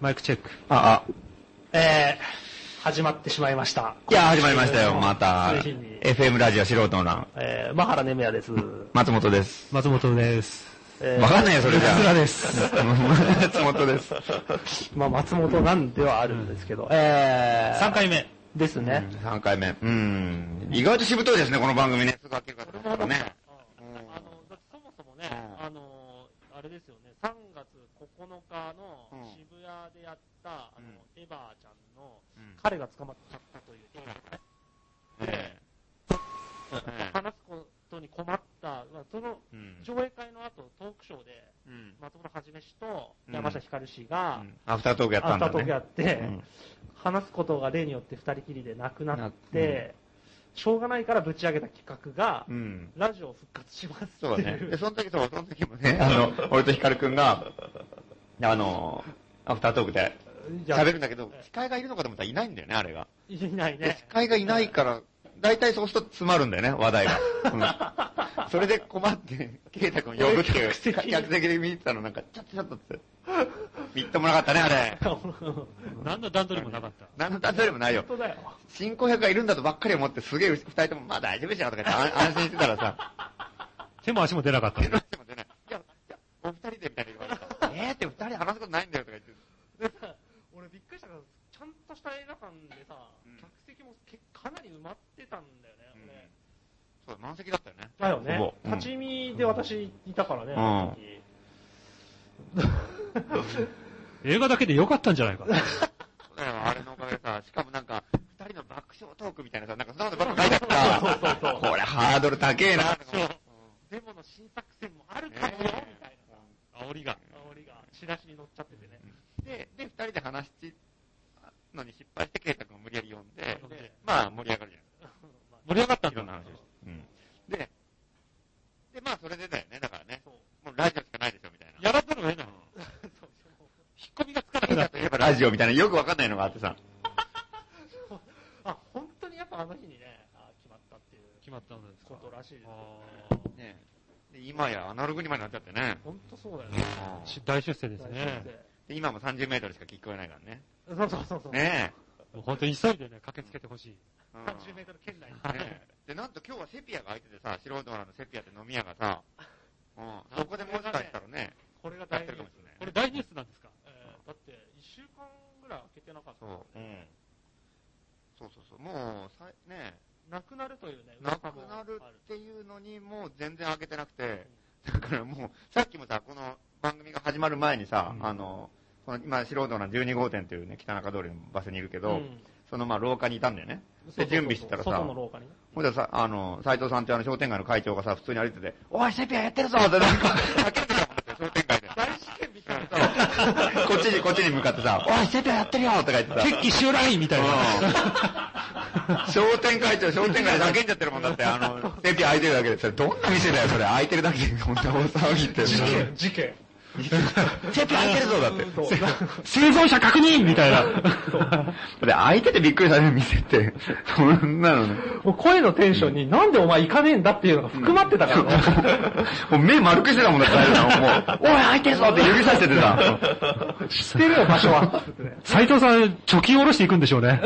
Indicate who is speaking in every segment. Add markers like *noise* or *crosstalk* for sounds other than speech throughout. Speaker 1: マイクチェック。
Speaker 2: あ、あ、
Speaker 1: えー、始まってしまいました。
Speaker 2: いや、始まり
Speaker 1: *laughs*
Speaker 2: ましたよ、また
Speaker 1: ついに。
Speaker 2: FM ラジオ素人欄、
Speaker 1: えー、マハラネメヤです。
Speaker 2: 松本です。
Speaker 1: 松本です。え
Speaker 2: わかんないよ、それじゃ
Speaker 1: 松
Speaker 2: あ。
Speaker 1: 本です。
Speaker 2: *laughs* 松本です。
Speaker 1: まあ、松本なんではあるんですけど、えー、
Speaker 3: 3回目。
Speaker 1: ですね。
Speaker 2: 3回目。うん。意外としぶといですね、この番組ね。すぐ飽きるかと思ったらね。
Speaker 4: あの、だってそもそもね、あの、あれですよね、3月9日の
Speaker 2: うん
Speaker 4: 渋谷でやった、あの、エヴァちゃんの、
Speaker 1: 彼が捕まっ
Speaker 4: という映画ね、
Speaker 2: ええ
Speaker 4: 話すことに困った、まあその
Speaker 2: うん
Speaker 4: 上映会の後、トークショーで、
Speaker 2: うん
Speaker 4: 松本はじめ氏と
Speaker 2: うん
Speaker 4: 山下ひかる氏が、
Speaker 2: アフタートークやった
Speaker 4: ア
Speaker 2: ん
Speaker 4: フタ
Speaker 2: だ
Speaker 4: ートークや
Speaker 2: ね。
Speaker 4: って、話すことが例によって2人きりでなくな
Speaker 2: な
Speaker 4: っ
Speaker 2: うん
Speaker 4: て、しょうがないからぶち上げた企画が、
Speaker 2: うん。
Speaker 4: ラジオ復活しますってい
Speaker 2: そううだね。で、その時そう、その時もね、あの、俺とヒカルくんが、あの、アフタートークで
Speaker 4: じゃあ
Speaker 2: 喋るんだけど、司会がいるのかと思ったらいないんだよね、あれが。
Speaker 4: いない
Speaker 2: で
Speaker 4: ね
Speaker 2: 司。会がいないから、大体そうすると詰まるんだよね、話題が。うんそれで困って、ケイタ君呼ぶっていう、 *laughs* 客席で見てたのなんか、ちょっとちょっとって。みっともなかったね、あれ。
Speaker 3: 何の段取りもなかった。
Speaker 2: 何の段取りもないよ。
Speaker 4: 本当だよ。
Speaker 2: 新婚客がいるんだとばっかり思って、すげえ二人とも、まあ大丈夫でしょとか言ってあ安心してたらさ、 *laughs*
Speaker 3: 手も足も出なかった
Speaker 2: 出。なくても出ない。いや、いや、お二人でみたいに言われ *laughs* た。えーって二人話すことないんだよとか言って。
Speaker 4: *laughs* 俺びっくりしたからちゃんとした映画館でさ、
Speaker 2: うん
Speaker 4: 客席もけかなり埋まってたんだよね、
Speaker 2: そ
Speaker 4: 俺
Speaker 2: う、満席だったよね。
Speaker 4: だよね
Speaker 2: ほ、ぼうん
Speaker 4: 立ち見で私いたからね、
Speaker 2: ん
Speaker 4: あの *laughs* 時
Speaker 3: 映画だけでよかったんじゃない *laughs* か。
Speaker 2: だからあれのおかげで *laughs* さ、しかもなんか、二人の爆笑トークみたいなさ、なんかそんなことばっか書いてあったから、これハードル高えな。
Speaker 4: デモの新作戦もある
Speaker 2: ね
Speaker 4: かもよ、みたいなさ、
Speaker 3: 煽りが。
Speaker 4: 煽りが、チラシに乗っちゃっててね、
Speaker 2: で、で、二人で話し、のに失敗して、ケイタ君を無理やり呼んで
Speaker 4: うん、
Speaker 2: でまあ盛り上がるじ
Speaker 4: *laughs* まあ
Speaker 2: ゃん。盛り上がった
Speaker 4: ん
Speaker 2: ん
Speaker 4: だ
Speaker 2: だな話をしてうん。で、で、まあそれでだよね、だからね
Speaker 4: そう。
Speaker 2: もうラジオしかないでしょ、みたいな。
Speaker 3: やらざるを得ない。
Speaker 4: そう
Speaker 2: 引っ込みがつかなくなったといえばラジオみたいな、よくわかんないのがあってさ。
Speaker 4: あ本当にやっぱあの日にね、あ決まったっていう
Speaker 3: 決まったんですか
Speaker 4: こ。とらしいですよね、
Speaker 3: あ
Speaker 2: ねで今やアナログにまでなっちゃってね。
Speaker 4: 本当そうだよね、
Speaker 3: ーし大出世ですね。
Speaker 2: で今も30メートルしか聞こえないからね。
Speaker 4: 大先生そうそうそうそう、
Speaker 2: ね
Speaker 3: もう本当に急いでね、駆けつけてほしい。
Speaker 2: え。うん
Speaker 4: 30メートル圏内に、
Speaker 2: ねえで、なんと今日はセピアが空いててさ、素人らのセピアって飲み屋がさ、うん、そこでもしかしたらね、
Speaker 4: これが
Speaker 2: や
Speaker 4: 大
Speaker 2: っ
Speaker 4: ニ
Speaker 2: てる
Speaker 4: ュ
Speaker 2: かも
Speaker 4: ー
Speaker 2: し
Speaker 4: ス
Speaker 2: れない。
Speaker 3: これ大ニュースなんですか
Speaker 4: えーだって1週間ぐらい開けてなかった
Speaker 2: そ
Speaker 4: の
Speaker 2: う、うん。そうそうそう、もう、さね
Speaker 4: なくなるというね
Speaker 2: え、なくなるっていうのに、もう全然開けてなくて、だからもう、さっきもさ、この番組が始まる前にさ、
Speaker 3: うん
Speaker 2: あの、この今、素人の12号店というね、北中通りのバスにいるけ
Speaker 4: け
Speaker 2: ど、そのまあ廊下にいたんだよね。で準備してたらさ
Speaker 4: 外の廊下にね
Speaker 2: ほんでさ、あの、斎藤さんってあの商店街の会長がさ、普通に歩いてて、おい、セピアやってるぞってなんか、 *laughs* 叫んでたもんだって商店街で。
Speaker 4: 大事件みたいな
Speaker 2: こっちに、こっちに向かってさ、おい、セピアやってるよとか言ってた。
Speaker 3: 決起集ラインみたいな。
Speaker 2: *laughs* うん商店会長、商店街で叫んじゃってるもんだって、あの、セピア開いてるだけで、それどんな店だよ、それ。開いてるだけで、こんな大騒ぎって。
Speaker 4: 事件
Speaker 2: *laughs* セピア開いてるぞ、だって。
Speaker 3: *laughs* 生存者確認みたいな。
Speaker 2: で、開いててびっくりされる店って、そんなのね。
Speaker 4: もう *laughs* 声のテンションに、なんでお前行かねえんだっていうのが含まってたからね、
Speaker 2: もう目丸くしてたもんだって、あれなもう、おい、開いてるぞって指さしててさ。
Speaker 4: 知ってるよ場
Speaker 3: *laughs*
Speaker 4: 所は
Speaker 3: 斎藤さん、貯金下ろしていくんでしょう
Speaker 4: *laughs*
Speaker 3: ね。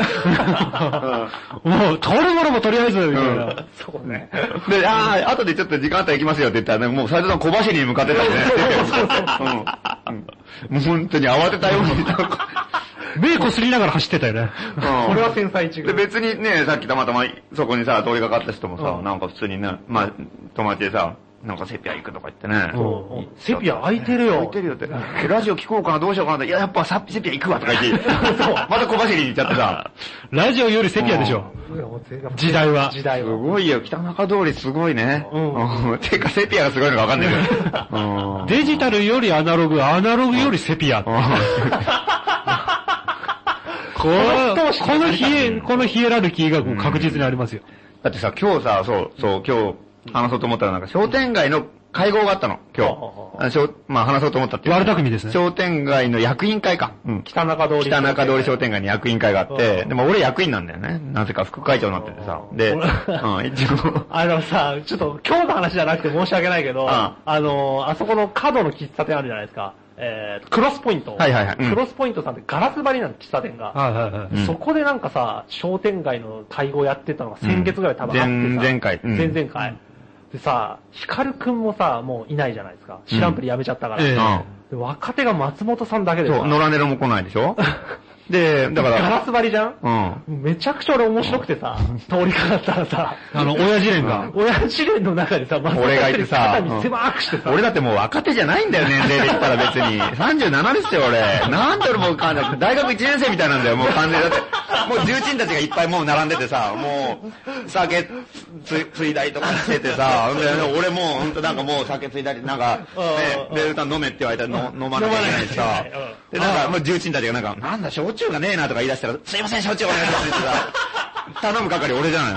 Speaker 3: もう、倒れ物もとりあえず、みたいな。
Speaker 4: そうね
Speaker 2: で、ああ、後でちょっと時間あったら行きますよって言ったら、ね、もう斉藤さん小走りに向かってたよね。うんうんもう本当に慌てたように。
Speaker 3: 目こすりながら走ってたよね。
Speaker 2: うん
Speaker 4: これは天才一
Speaker 2: で、
Speaker 4: 遇
Speaker 2: 別にね、さっきたまたまそこにさ、通りかかった人もさ、なんか普通にね、まあ、友達でさ、なんかセピア行くとか言ってね。
Speaker 3: うん
Speaker 2: い
Speaker 4: セピア空いてるよ
Speaker 2: 空いてるよって。ラジオ聞こうかな、どうしようかなって。いや、やっぱさセピア行くわとか
Speaker 3: *laughs*
Speaker 2: 言って。また小走りに行っちゃってさ。
Speaker 3: ラジオよりセピアでしょ。時代は。
Speaker 4: 時代
Speaker 2: す
Speaker 4: は
Speaker 2: ごいよ、北中通りすごいね。
Speaker 3: うん
Speaker 2: うん。てか、セピアがすごいのかわかんないけど。うん
Speaker 3: デジタルよりアナログ、アナログよりセピア。この、 *laughs* このヒエ、このヒエラルキーがこう確実にありますよ。
Speaker 2: だってさ、今日さ、そう、そう、今日話そうと思ったら、なんか商店街の会合があったの、今
Speaker 4: うん
Speaker 2: 日。あしょうまあ話そうと思ったっていうか。
Speaker 3: 悪巧みですね
Speaker 2: 商店街の役員会か。うん。
Speaker 4: 北中通り
Speaker 2: 北中通り商店街に役員会があって、
Speaker 4: うん
Speaker 2: でも俺役員なんだよね。なぜか副会長になっててさ。で、うん、一応。
Speaker 4: あのさ、ちょっと今日の話じゃなくて申し訳ないけど、
Speaker 2: ん
Speaker 4: あの、あそこの角の喫茶店あるじゃないですか。えー、クロスポイント。
Speaker 2: はいはいはいうん
Speaker 4: クロスポイントさんってガラス張りなの、喫茶店が。
Speaker 3: はいはいはい。
Speaker 2: うん
Speaker 4: そこでなんかさ、商店街の会合やってたのが *laughs* 先月ぐらい多分あ
Speaker 2: う
Speaker 4: ってさ、
Speaker 2: ん前前回うん
Speaker 4: 前々回。でさ、ヒカルくんもさ、もういないじゃないですか。知らんぷりやめちゃったから。
Speaker 3: ええ
Speaker 4: で若手が松本さんだけでさ
Speaker 2: そう、野良ネロも来ないでしょで、だか
Speaker 4: ガ
Speaker 2: ら、
Speaker 4: ラス張りじゃん
Speaker 2: うん。
Speaker 4: めちゃくちゃ俺面白くてさ、通りかかったらさ、
Speaker 3: あの、親父連が。
Speaker 4: 親試練の中でさ、松
Speaker 2: 俺がいてさ
Speaker 4: 肩に狭
Speaker 3: *laughs*
Speaker 4: くしてさ、
Speaker 2: 俺だってもう若手じゃないんだよ、年齢で言ったら別に。37ですよ、俺。なんで俺もう完全、大学1年生みたいなんだよ、もう完全にだって。もう重鎮たちがいっぱいもう並んでてさ、もう、酒つ、ついだりとかしててさ、で俺もう、ほんとなんかもう酒ついだり、なんか、ね
Speaker 4: う、ん
Speaker 2: ベルタン飲めって言われたらの飲まなきゃいけないしさ
Speaker 4: 飲まなきゃいけないう
Speaker 2: で、
Speaker 4: ん。
Speaker 2: なんか、もう重鎮たちがなんか、なんだ、焼酎がねえなとか言い出したら、すいません、焼酎お願いしますって言ってさ、頼む係俺じゃない。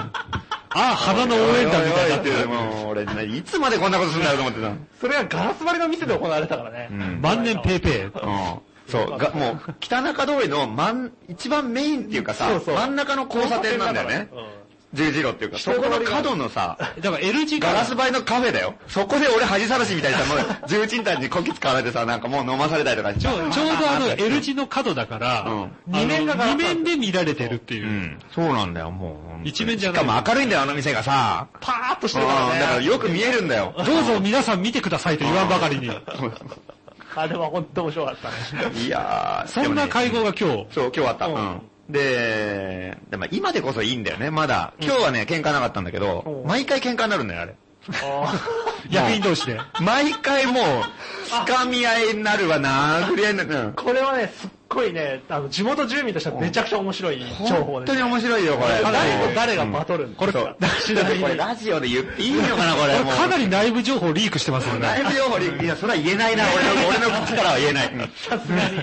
Speaker 3: あ、花の応援団みたいになって
Speaker 2: おいおいおいってもう俺、いつまでこんなことするんだろうと思ってた。
Speaker 4: それがガラス張りの店で行われたからね。
Speaker 2: うん
Speaker 3: 万年ペーペー。
Speaker 2: うんそう、が、もう、北中通りの真ん、一番メインっていうかさ、
Speaker 4: そうそう
Speaker 2: 真ん中の交差点なんだよね。
Speaker 4: うん
Speaker 2: 十字路っていうか、そこの角のさ、
Speaker 3: だから L 字
Speaker 2: ガ
Speaker 3: から
Speaker 2: ラス張りのカフェだよ。そこで俺恥さらしみたいにさ、もう、重鎮たちにこき使われてさ、なんかもう飲まされたりとかし
Speaker 3: ち
Speaker 2: ち
Speaker 3: ょ
Speaker 2: ゃ
Speaker 3: うちょうどあの L 字の角だから、
Speaker 2: う
Speaker 3: あの
Speaker 4: 二面がガラス
Speaker 3: 二面で見られてるっていうう。
Speaker 2: ん。そうなんだよ、もう。
Speaker 3: 一面じゃない
Speaker 2: しかも明るいんだよ、あの店がさ。
Speaker 4: パーッとし
Speaker 2: う
Speaker 4: て
Speaker 2: ん、
Speaker 4: る
Speaker 2: だ
Speaker 4: からね。
Speaker 2: からよく見えるんだよ。
Speaker 3: どうぞ皆さん見てくださいと言わんば
Speaker 2: *laughs*
Speaker 3: かりに。
Speaker 4: あれは本当面白かったね。
Speaker 2: いやー、
Speaker 3: そんな会合が今日。
Speaker 2: そう、今日あった。うん。で、でも今でこそいいんだよね、まだ。今日はね、喧嘩なかったんだけど
Speaker 4: う、ん
Speaker 2: 毎回喧嘩になるんだよ、あれ。
Speaker 3: 役員同士で。
Speaker 2: 毎回
Speaker 4: *laughs*
Speaker 2: もう、掴み合いになるわ、殴り合いになる。うん
Speaker 4: これはね、すっごいね、あの、地元住民としてはめちゃくちゃ面白い情報
Speaker 2: 本
Speaker 4: で
Speaker 2: 当
Speaker 4: す。
Speaker 2: に面白いよ、これ。
Speaker 4: 誰
Speaker 2: うん
Speaker 4: と誰がバトル
Speaker 2: これ、そう *laughs* これラジオで言っていいのかな、こ
Speaker 4: *laughs*
Speaker 2: れ。もう
Speaker 3: かなり内部情報リークしてますよ
Speaker 2: ラ
Speaker 3: ね。
Speaker 2: イブ情報に、いや、それは言えないな、俺の、俺の口からは言えない。
Speaker 4: さすがに。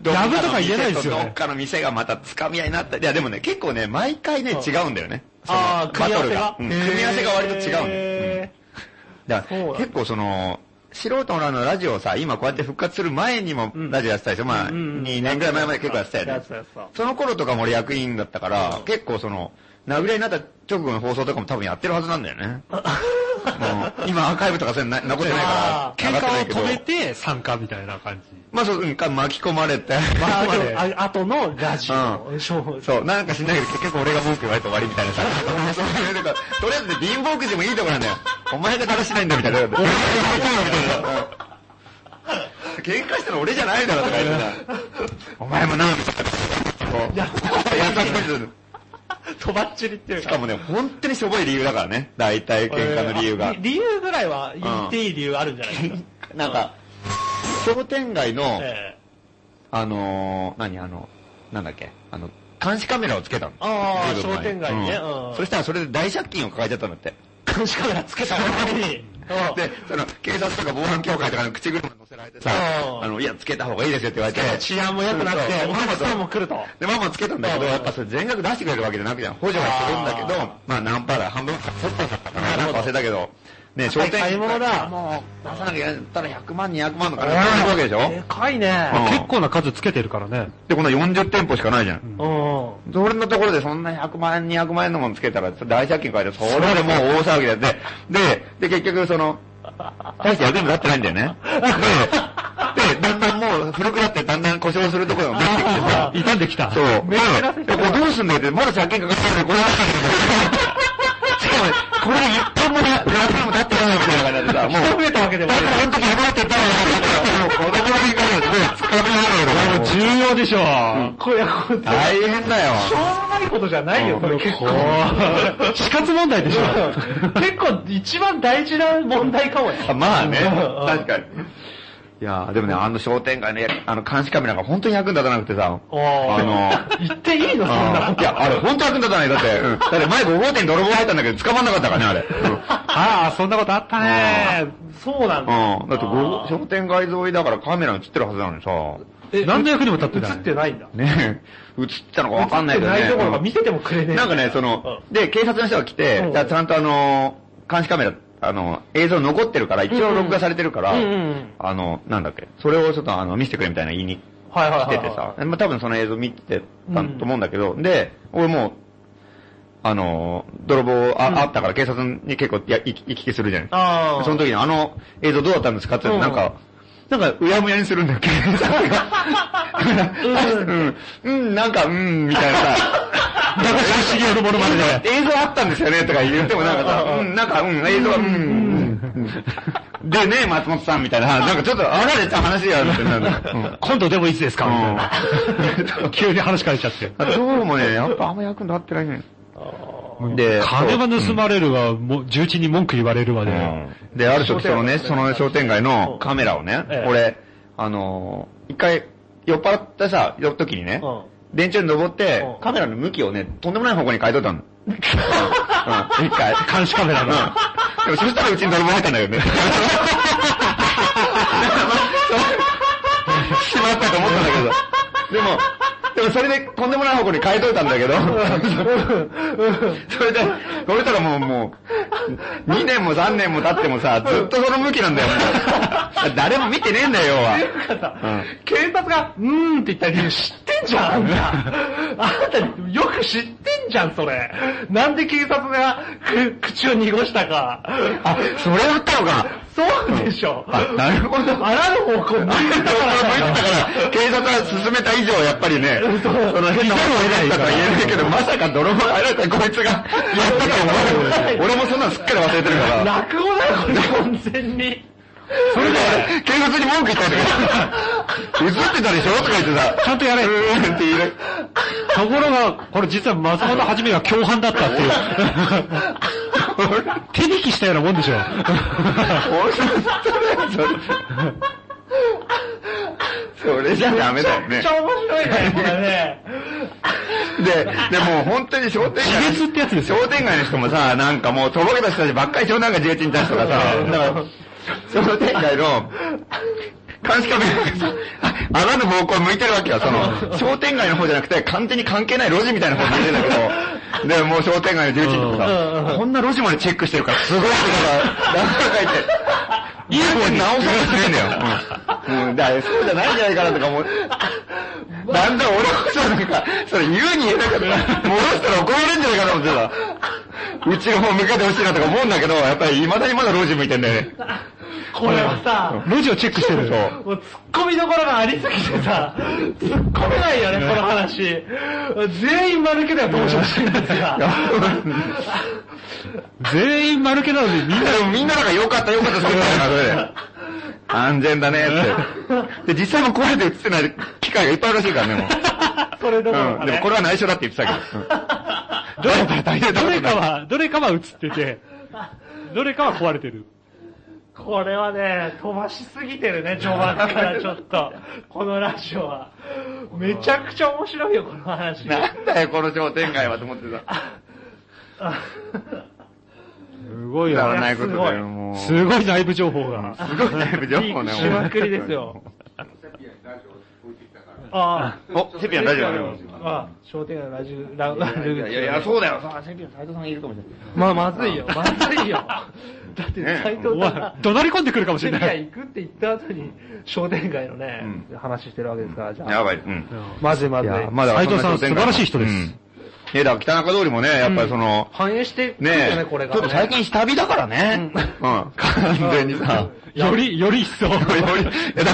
Speaker 2: どっかの
Speaker 3: ラブとか言えないですよね
Speaker 2: どっかの店がまた掴み合いになったり。いや、でもね、結構ね、毎回ね、違うんだよね。その
Speaker 4: あー組み合わせが
Speaker 2: バトルうん組み合わせが割と違うね。うん
Speaker 4: へ
Speaker 2: だか
Speaker 4: そう
Speaker 2: ら
Speaker 4: だ
Speaker 2: 結構その、素人らのラジオをさ、今こうやって復活する前にもラジオやってたでしょ、まあ、
Speaker 4: うんうんうん
Speaker 2: 2年ぐらい前まで結構やってたよ
Speaker 4: や
Speaker 2: ね
Speaker 4: つ。やつさ。
Speaker 2: その頃とかも俺役員だったから、結構その、殴り合いになった直後の放送とかも多分やってるはずなんだよね。うん今アーカイブとかそれな残ってないか
Speaker 4: あ
Speaker 2: ら、
Speaker 3: 喧
Speaker 2: 上がってない
Speaker 3: 嘩
Speaker 2: け
Speaker 3: を止
Speaker 2: ど
Speaker 3: めて参加みたいな感じ。
Speaker 2: まあそう、うん、か巻き込まれて。
Speaker 4: あ
Speaker 3: まで
Speaker 4: ああとのラジオ、ショ *laughs*
Speaker 2: *laughs*
Speaker 4: ー
Speaker 2: そう、なんかしないけど結局俺が文句言われて終わりみたいなさ。そういうとことりあえずね貧乏くじもいいとこなんだよ。お前がだらしないんだみたいな。俺がだらしないんだみたいな。喧嘩したの俺じゃないだろとか言ってた。お前もな、みたいな。こうやった
Speaker 4: とばっちりってい
Speaker 2: *laughs*
Speaker 4: う
Speaker 2: しかもね、本当にしょぼい理由だからね。大体喧嘩の理由が
Speaker 4: り。理由ぐらいは言っていい理由あるんじゃないですか。
Speaker 2: なんか、商店街の、
Speaker 4: ええ
Speaker 2: あのー、何あの、なんだっけ、あの、監視カメラをつけたの。
Speaker 4: ああ
Speaker 2: ずいぶん前
Speaker 4: 商店街にねうん
Speaker 2: そしたらそれで大借金を抱えちゃったんだって。
Speaker 4: 監視カメラつけた前に。うん
Speaker 2: で、その、警察とか防犯協会とかの口車に乗せられてさ
Speaker 4: う、ん
Speaker 2: あの、いや、つけた方がいいですよって言われて。
Speaker 4: 治安も良くなって
Speaker 2: そう、そう
Speaker 4: お客さんも来ると。
Speaker 2: で、ママつけたんだけど、
Speaker 4: うん
Speaker 2: やっぱそれ全額出してくれるわけじゃなくじゃん。補助はするんだけ
Speaker 4: あ
Speaker 2: ど、まあ何パーだ、半分か、取ったんだったかな、なんか忘れたけど、ね、商店
Speaker 4: 買い物だ
Speaker 2: もう、出さなきゃやったら100万、200万の金がかかるわけでし
Speaker 4: で
Speaker 2: ょ
Speaker 4: かいね。
Speaker 2: うん
Speaker 3: 結構な数つけてるからね。
Speaker 2: で、この40店舗しかないじゃん。
Speaker 4: うん。
Speaker 2: 俺のところでそんな100万円、200万円のものつけたら、大借金書いて、それでもう大騒ぎだよね。で、で、結局その、大して役にも立ってないんだよね。で、で、だんだんもう古くなってだんだん故障するところが見えてきてさ、
Speaker 3: 傷んできた。
Speaker 2: そう。
Speaker 4: めっちゃ安い
Speaker 2: でこれどうすんだよって、まだ借金かかってるのにこれだったんだよ。しかもね、これで1本もな、何分も経ってないよみたいな感じでさ、もう。
Speaker 4: 増えたわけでも
Speaker 2: だ
Speaker 4: な
Speaker 2: か
Speaker 4: い
Speaker 2: らあの時やばかったよ、もう子供の時から、つかみながら、もう
Speaker 3: 重要でしょ。
Speaker 4: これ、これ、しょう
Speaker 2: 大変だよ。
Speaker 4: がないことじゃないよ、これ結構。
Speaker 3: 死活問題でしょ。
Speaker 4: 結構一番大事な問題かも
Speaker 2: あ
Speaker 4: よ。
Speaker 2: まあね、
Speaker 4: うん
Speaker 2: 確かに。いやーでもね、あの商店街のやあの監視カメラが本当に役に立たなくてさ、
Speaker 4: おー
Speaker 2: あの
Speaker 4: 言っていいのそんな
Speaker 2: あ
Speaker 4: こ
Speaker 2: ー
Speaker 4: と。
Speaker 2: いや、あれ本当役に立たない。だって、うんだって前5号店泥棒入ったんだけど捕まんなかったからね、
Speaker 3: ああ、そんなことあったね。
Speaker 4: そうなんだ。
Speaker 2: あれ。うん。だって五商店街沿いだからカメラ映ってるはずなのにさ、
Speaker 4: え
Speaker 3: 何の役にも立ってない
Speaker 4: 映ってないんだ。
Speaker 2: ねえ映ってたのかわかんないけどね。
Speaker 4: 映ってないところが見せてもくれねえ。
Speaker 2: なんかね、その、で、警察の人が来て
Speaker 4: う、ん
Speaker 2: じゃあちゃんとあの、監視カメラ、あの、映像残ってるから、一応録画されてるから
Speaker 4: うんうんうん、
Speaker 2: あの、なんだっけ、それをちょっとあの、見せてくれみたいな言いに
Speaker 4: はいはい
Speaker 2: 来
Speaker 4: はい
Speaker 2: て
Speaker 4: はい。
Speaker 2: てさ、まあ多分その映像見てたと思うんだけど、で、俺もう、あの、泥棒あ,、あったから警察に結構や行き行き来するじゃない
Speaker 4: あー
Speaker 2: その時にあの映像どうだったんですかって言ったら
Speaker 4: うん
Speaker 2: なんか、なんか、うやむやにするんだよ、警察
Speaker 4: *laughs*
Speaker 2: が。 *laughs* うん、うん、なんか、うん、みたいなさ。
Speaker 3: 長嶋茂雄のものまねで。
Speaker 2: *laughs* 映像あったんですよね、とか言ってもなんかさ、うん、なんか、うん、映像は、うん、うん。 *laughs* でね、松本さんみたいな、なんかちょっと、あられた話やるってなるうん
Speaker 3: 今度でもいつですかみたいな。急に話変えちゃって。
Speaker 2: あどうもね、やっぱあんま役に立ってないね。で、
Speaker 3: 金は盗まれるわ、もう重鎮に文句言われるわで。
Speaker 2: で、ある時そのね、その商店街のカメラをね
Speaker 4: え、え
Speaker 2: 俺、あのー、一回、酔っ払ったさ、酔っ時にね、
Speaker 4: うん
Speaker 2: 電柱に登って
Speaker 4: うん、
Speaker 2: カメラの向きをね、とんでもない方向に変えとった
Speaker 4: *laughs*
Speaker 2: の。うん、うん一回。
Speaker 3: 監視カメラ
Speaker 2: うん。で
Speaker 3: の。
Speaker 2: もそしたらうちに泥棒入ったんだけどね。しまったと思ったんだけど。でも、でもそれでとんでもない方向に変えといたんだけど、それで、俺たらもう、もう、2年も3年も経ってもさ、ずっとその向きなんだよ、もう誰も見てねえんだよ、要は。うん
Speaker 4: 警察が、うーんって言った理由知ってんじゃん、あんた。あんたよく知ってんじゃん、それ。なんで警察がく口を濁したか。
Speaker 2: あ、それだったのか。
Speaker 4: そうでしょ。
Speaker 2: あ、なるほど。
Speaker 4: あらぬ方向に向いてたからだよ
Speaker 2: だから、警察が進めた以上、やっぱりね、その変なもの入れたとは言えないけど、まさか泥棒入られたこいつが、やったと思わない。俺もそんなのすっかり忘れてるから。
Speaker 4: 落語だよ、これ、完全に。
Speaker 2: それで、警察に文句言ったんだけど、映ってたでしょとか言ってさ、
Speaker 3: ちゃんとやれ
Speaker 2: うーんって言う。
Speaker 3: ところが、これ実は松本はじめが共犯だったって
Speaker 2: *laughs*
Speaker 3: いう。手引きしたようなもんで
Speaker 2: *laughs*
Speaker 3: しょ。
Speaker 2: 面白いそれ。それじゃダメだよ
Speaker 4: め
Speaker 2: ね
Speaker 4: っち。ゃ面白いね、これね。
Speaker 2: で、でも本当に商店街。
Speaker 3: 自滅ってやつですよ
Speaker 2: 商店街の人もさ、なんかもうとぼけた人たちばっかりでしょなんか重鎮たちとかさ。だから、商店街の、監視カメラがさ、あらぬ方向向いてるわけよ。その、 *laughs* 商店街の方じゃなくて、完全に関係ない路地みたいな方向いてんだけど、で、もう商店街の重鎮とかさ、こんな路地までチェックしてるから、すごいって、なんか書いて、いい方に直さなくてねえんだよ。うん。うん、だからそうじゃないんじゃないかなとか思う。だんだん俺こそなんか、それ言うに言えなかった。戻したら怒られるんじゃないかなと思ってさ、うちの方向けてほしいなとか思うんだけど、やっぱり未だにまだ路地向いてんだよね。
Speaker 4: これはさ、
Speaker 3: 路地をチェックしてる。
Speaker 2: そう。
Speaker 4: もう突っ込みどころがありすぎてさ、突っ込めないよね、この話。全員間抜けではどうしようもしてるんですが。
Speaker 3: 全員丸けなのにみんな
Speaker 2: みんな、でも *laughs* みんななんか良かった良かったそう言ったから、それ *laughs* で。安全だねって。で、実際も壊れて映ってない機械がいっぱいあるらしいからね、もう。
Speaker 4: それどころ
Speaker 2: う
Speaker 4: か
Speaker 2: ん。でも
Speaker 4: ね
Speaker 2: こ。れは内緒だって言ってたけど。うん
Speaker 3: どれ
Speaker 2: バレたバレた
Speaker 3: どれかは、どれかは映ってて、どれかは壊れてる。
Speaker 4: これはね、飛ばしすぎてるね、序盤からちょっ *laughs* と。このラジオは。めちゃくちゃ面白いよ、この
Speaker 2: *laughs*
Speaker 4: 話。*laughs*
Speaker 2: なんだよ、この商店街はと思ってた。
Speaker 3: すごい
Speaker 2: くだら
Speaker 3: よ。
Speaker 2: ないことだよ、もう。す
Speaker 3: すごい内部情報が。
Speaker 2: ごい内部情報ね、
Speaker 4: しまくりですよ。あ
Speaker 2: お、セピアン大丈夫だよ。
Speaker 4: あ、ああ、商店街のラジオ、ララル
Speaker 2: い
Speaker 4: 口
Speaker 2: やいや、そうだよ。さあ、セピアン斎藤さんがいるかもし
Speaker 4: まあ、まず
Speaker 2: *laughs*
Speaker 4: いよ、まずいよ。だって、
Speaker 2: ね
Speaker 4: 斎
Speaker 3: お
Speaker 4: 藤さん
Speaker 3: 前
Speaker 4: が、
Speaker 3: 怒鳴り込んでくるかもし
Speaker 4: 商
Speaker 3: れ
Speaker 4: 店
Speaker 3: ない。
Speaker 4: 街行くって言った後に、商店街のね、話してるわけですから、じ
Speaker 2: れ
Speaker 4: ゃ
Speaker 2: ない。
Speaker 4: あ。
Speaker 2: やばい。うん。
Speaker 4: まずいま
Speaker 2: い
Speaker 4: ずい。
Speaker 2: や、まだ
Speaker 3: 斎藤さん
Speaker 2: そな商店街
Speaker 3: 素晴らしい人です
Speaker 2: うんえ、だから北中通りもね、やっぱりその、
Speaker 4: 反映してくるよね、
Speaker 2: ねえ、ち
Speaker 4: こ
Speaker 2: ょ
Speaker 4: れ
Speaker 2: っ
Speaker 4: が、
Speaker 2: と最近下火だからね。
Speaker 4: *laughs*
Speaker 2: うん。完全にさ。
Speaker 3: より、より一層。
Speaker 2: *laughs* いやだ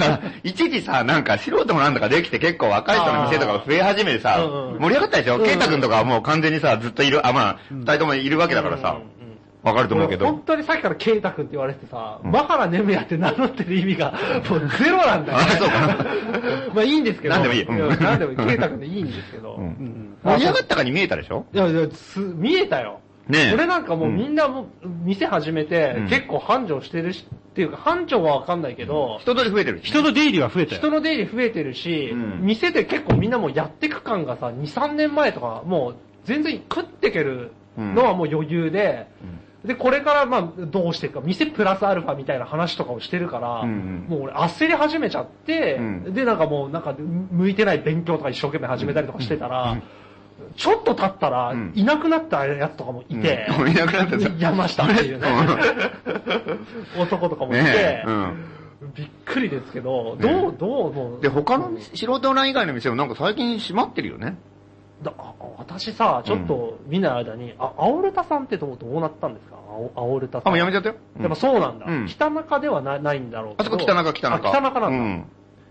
Speaker 2: から、一時さ、なんか素人もなんだかできて結構若い人の店とかが増え始めてさ
Speaker 4: うんう、ん
Speaker 2: 盛り上がったでしょケイタ君とかはもう完全にさ、ずっといる、あ、まあ、二人ともいるわけだからさ、わかると思うけ
Speaker 4: 俺本
Speaker 2: ど。
Speaker 4: 当にさっきからケイタ君って言われてさ、マハラネムヤって名乗ってる意味が、もうゼロなんだよ、ね。
Speaker 2: あそうか
Speaker 4: *laughs* まあいいんですけど。
Speaker 2: なんでもいいうん
Speaker 4: やなんでもいい。ケイタ君でいいんですけど。
Speaker 2: う
Speaker 4: うんん
Speaker 2: 盛り上がったかに見えたでしょ
Speaker 4: いやいや、す見えたよ。
Speaker 2: ねえ
Speaker 4: 俺なんかもうみんなもう、店始めて
Speaker 2: うん、
Speaker 4: 結構繁盛してるし、っていうか繁盛はわかんないけど、
Speaker 2: 人通り増えてる。
Speaker 3: 人の出入りは増えた
Speaker 4: 人
Speaker 3: よ。
Speaker 4: の出入り増えてるし、
Speaker 2: うん
Speaker 4: 店で結構みんなもうやってく感がさ、2、3年前とか、もう全然食ってけるのはもう余裕で、で、これからまあどうしていくか、店プラスアルファみたいな話とかをしてるから、
Speaker 2: うんうん
Speaker 4: もう俺焦り始めちゃって、
Speaker 2: うん
Speaker 4: で、なんかもうなんか向いてない勉強とか一生懸命始めたりとかしてたら、ちょっと経ったら、
Speaker 2: うん
Speaker 4: いなくなったやつとかもいて、
Speaker 2: うんいなくなったじゃん。
Speaker 4: *laughs* 山下って
Speaker 2: *laughs*
Speaker 4: いうね男とかもいて、
Speaker 2: ねえうん
Speaker 4: びっくりですけど、
Speaker 2: ね
Speaker 4: どう、どう、もう。
Speaker 2: で、他の素人ライン以外の店もなんか最近閉まってるよね。
Speaker 4: だあ私さ、ちょっとみんなの間に、あ、アオルタさんってどうどうなったんですかアオアオルタさ
Speaker 2: あ、
Speaker 4: ん。
Speaker 2: もうやめちゃったよ。うん
Speaker 4: やっぱそうなんだ。
Speaker 2: うん
Speaker 4: 北中ではなないんだろうけど。
Speaker 2: あそこ北中、北中。
Speaker 4: あ北中なんだ。
Speaker 2: うん。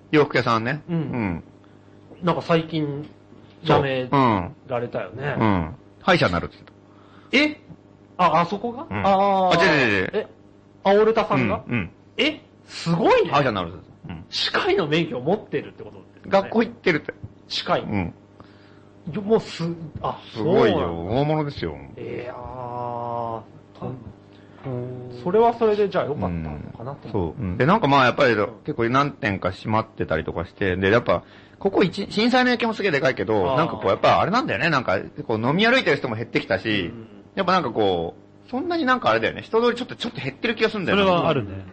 Speaker 2: 洋服屋さんね。
Speaker 4: うんなんか最近、
Speaker 2: そう
Speaker 4: やめ
Speaker 2: うん。
Speaker 4: られたよね。
Speaker 2: うん。歯医者になるって言って
Speaker 4: えあ、あそこが、
Speaker 2: うん
Speaker 4: あー
Speaker 2: あ違う違う違う
Speaker 4: え、アオルタさ
Speaker 2: た。
Speaker 4: んが、
Speaker 2: うんうん。
Speaker 4: えすごいね
Speaker 2: 歯医。者になるって言って
Speaker 4: 歯科医の免許を持ってるってことです
Speaker 2: た。うん。
Speaker 4: かね
Speaker 2: 学校行ってるって。
Speaker 4: 歯科医
Speaker 2: う。ん。
Speaker 4: よもうす、あ、
Speaker 2: すごい
Speaker 4: そうな
Speaker 2: よ。
Speaker 4: んだ。
Speaker 2: 大物ですよ。
Speaker 4: えー、あーたそれはそれでじゃあよかったのかなと思
Speaker 2: そう。うんで、なんかまあやっぱり結構何点か閉まってたりとかして、で、やっぱ、ここ一、震災の影響もすげえでかいけ
Speaker 4: あー
Speaker 2: ど、なんかこうやっぱあれなんだよね、なんか、こう飲み歩いてる人も減ってきたし、やっぱなんかこう、そんなになんかあれだよね、人通りちょっと、ちょっと減ってる気がするんだ
Speaker 3: そ
Speaker 2: よ
Speaker 3: れ
Speaker 2: ね。
Speaker 3: はあるね。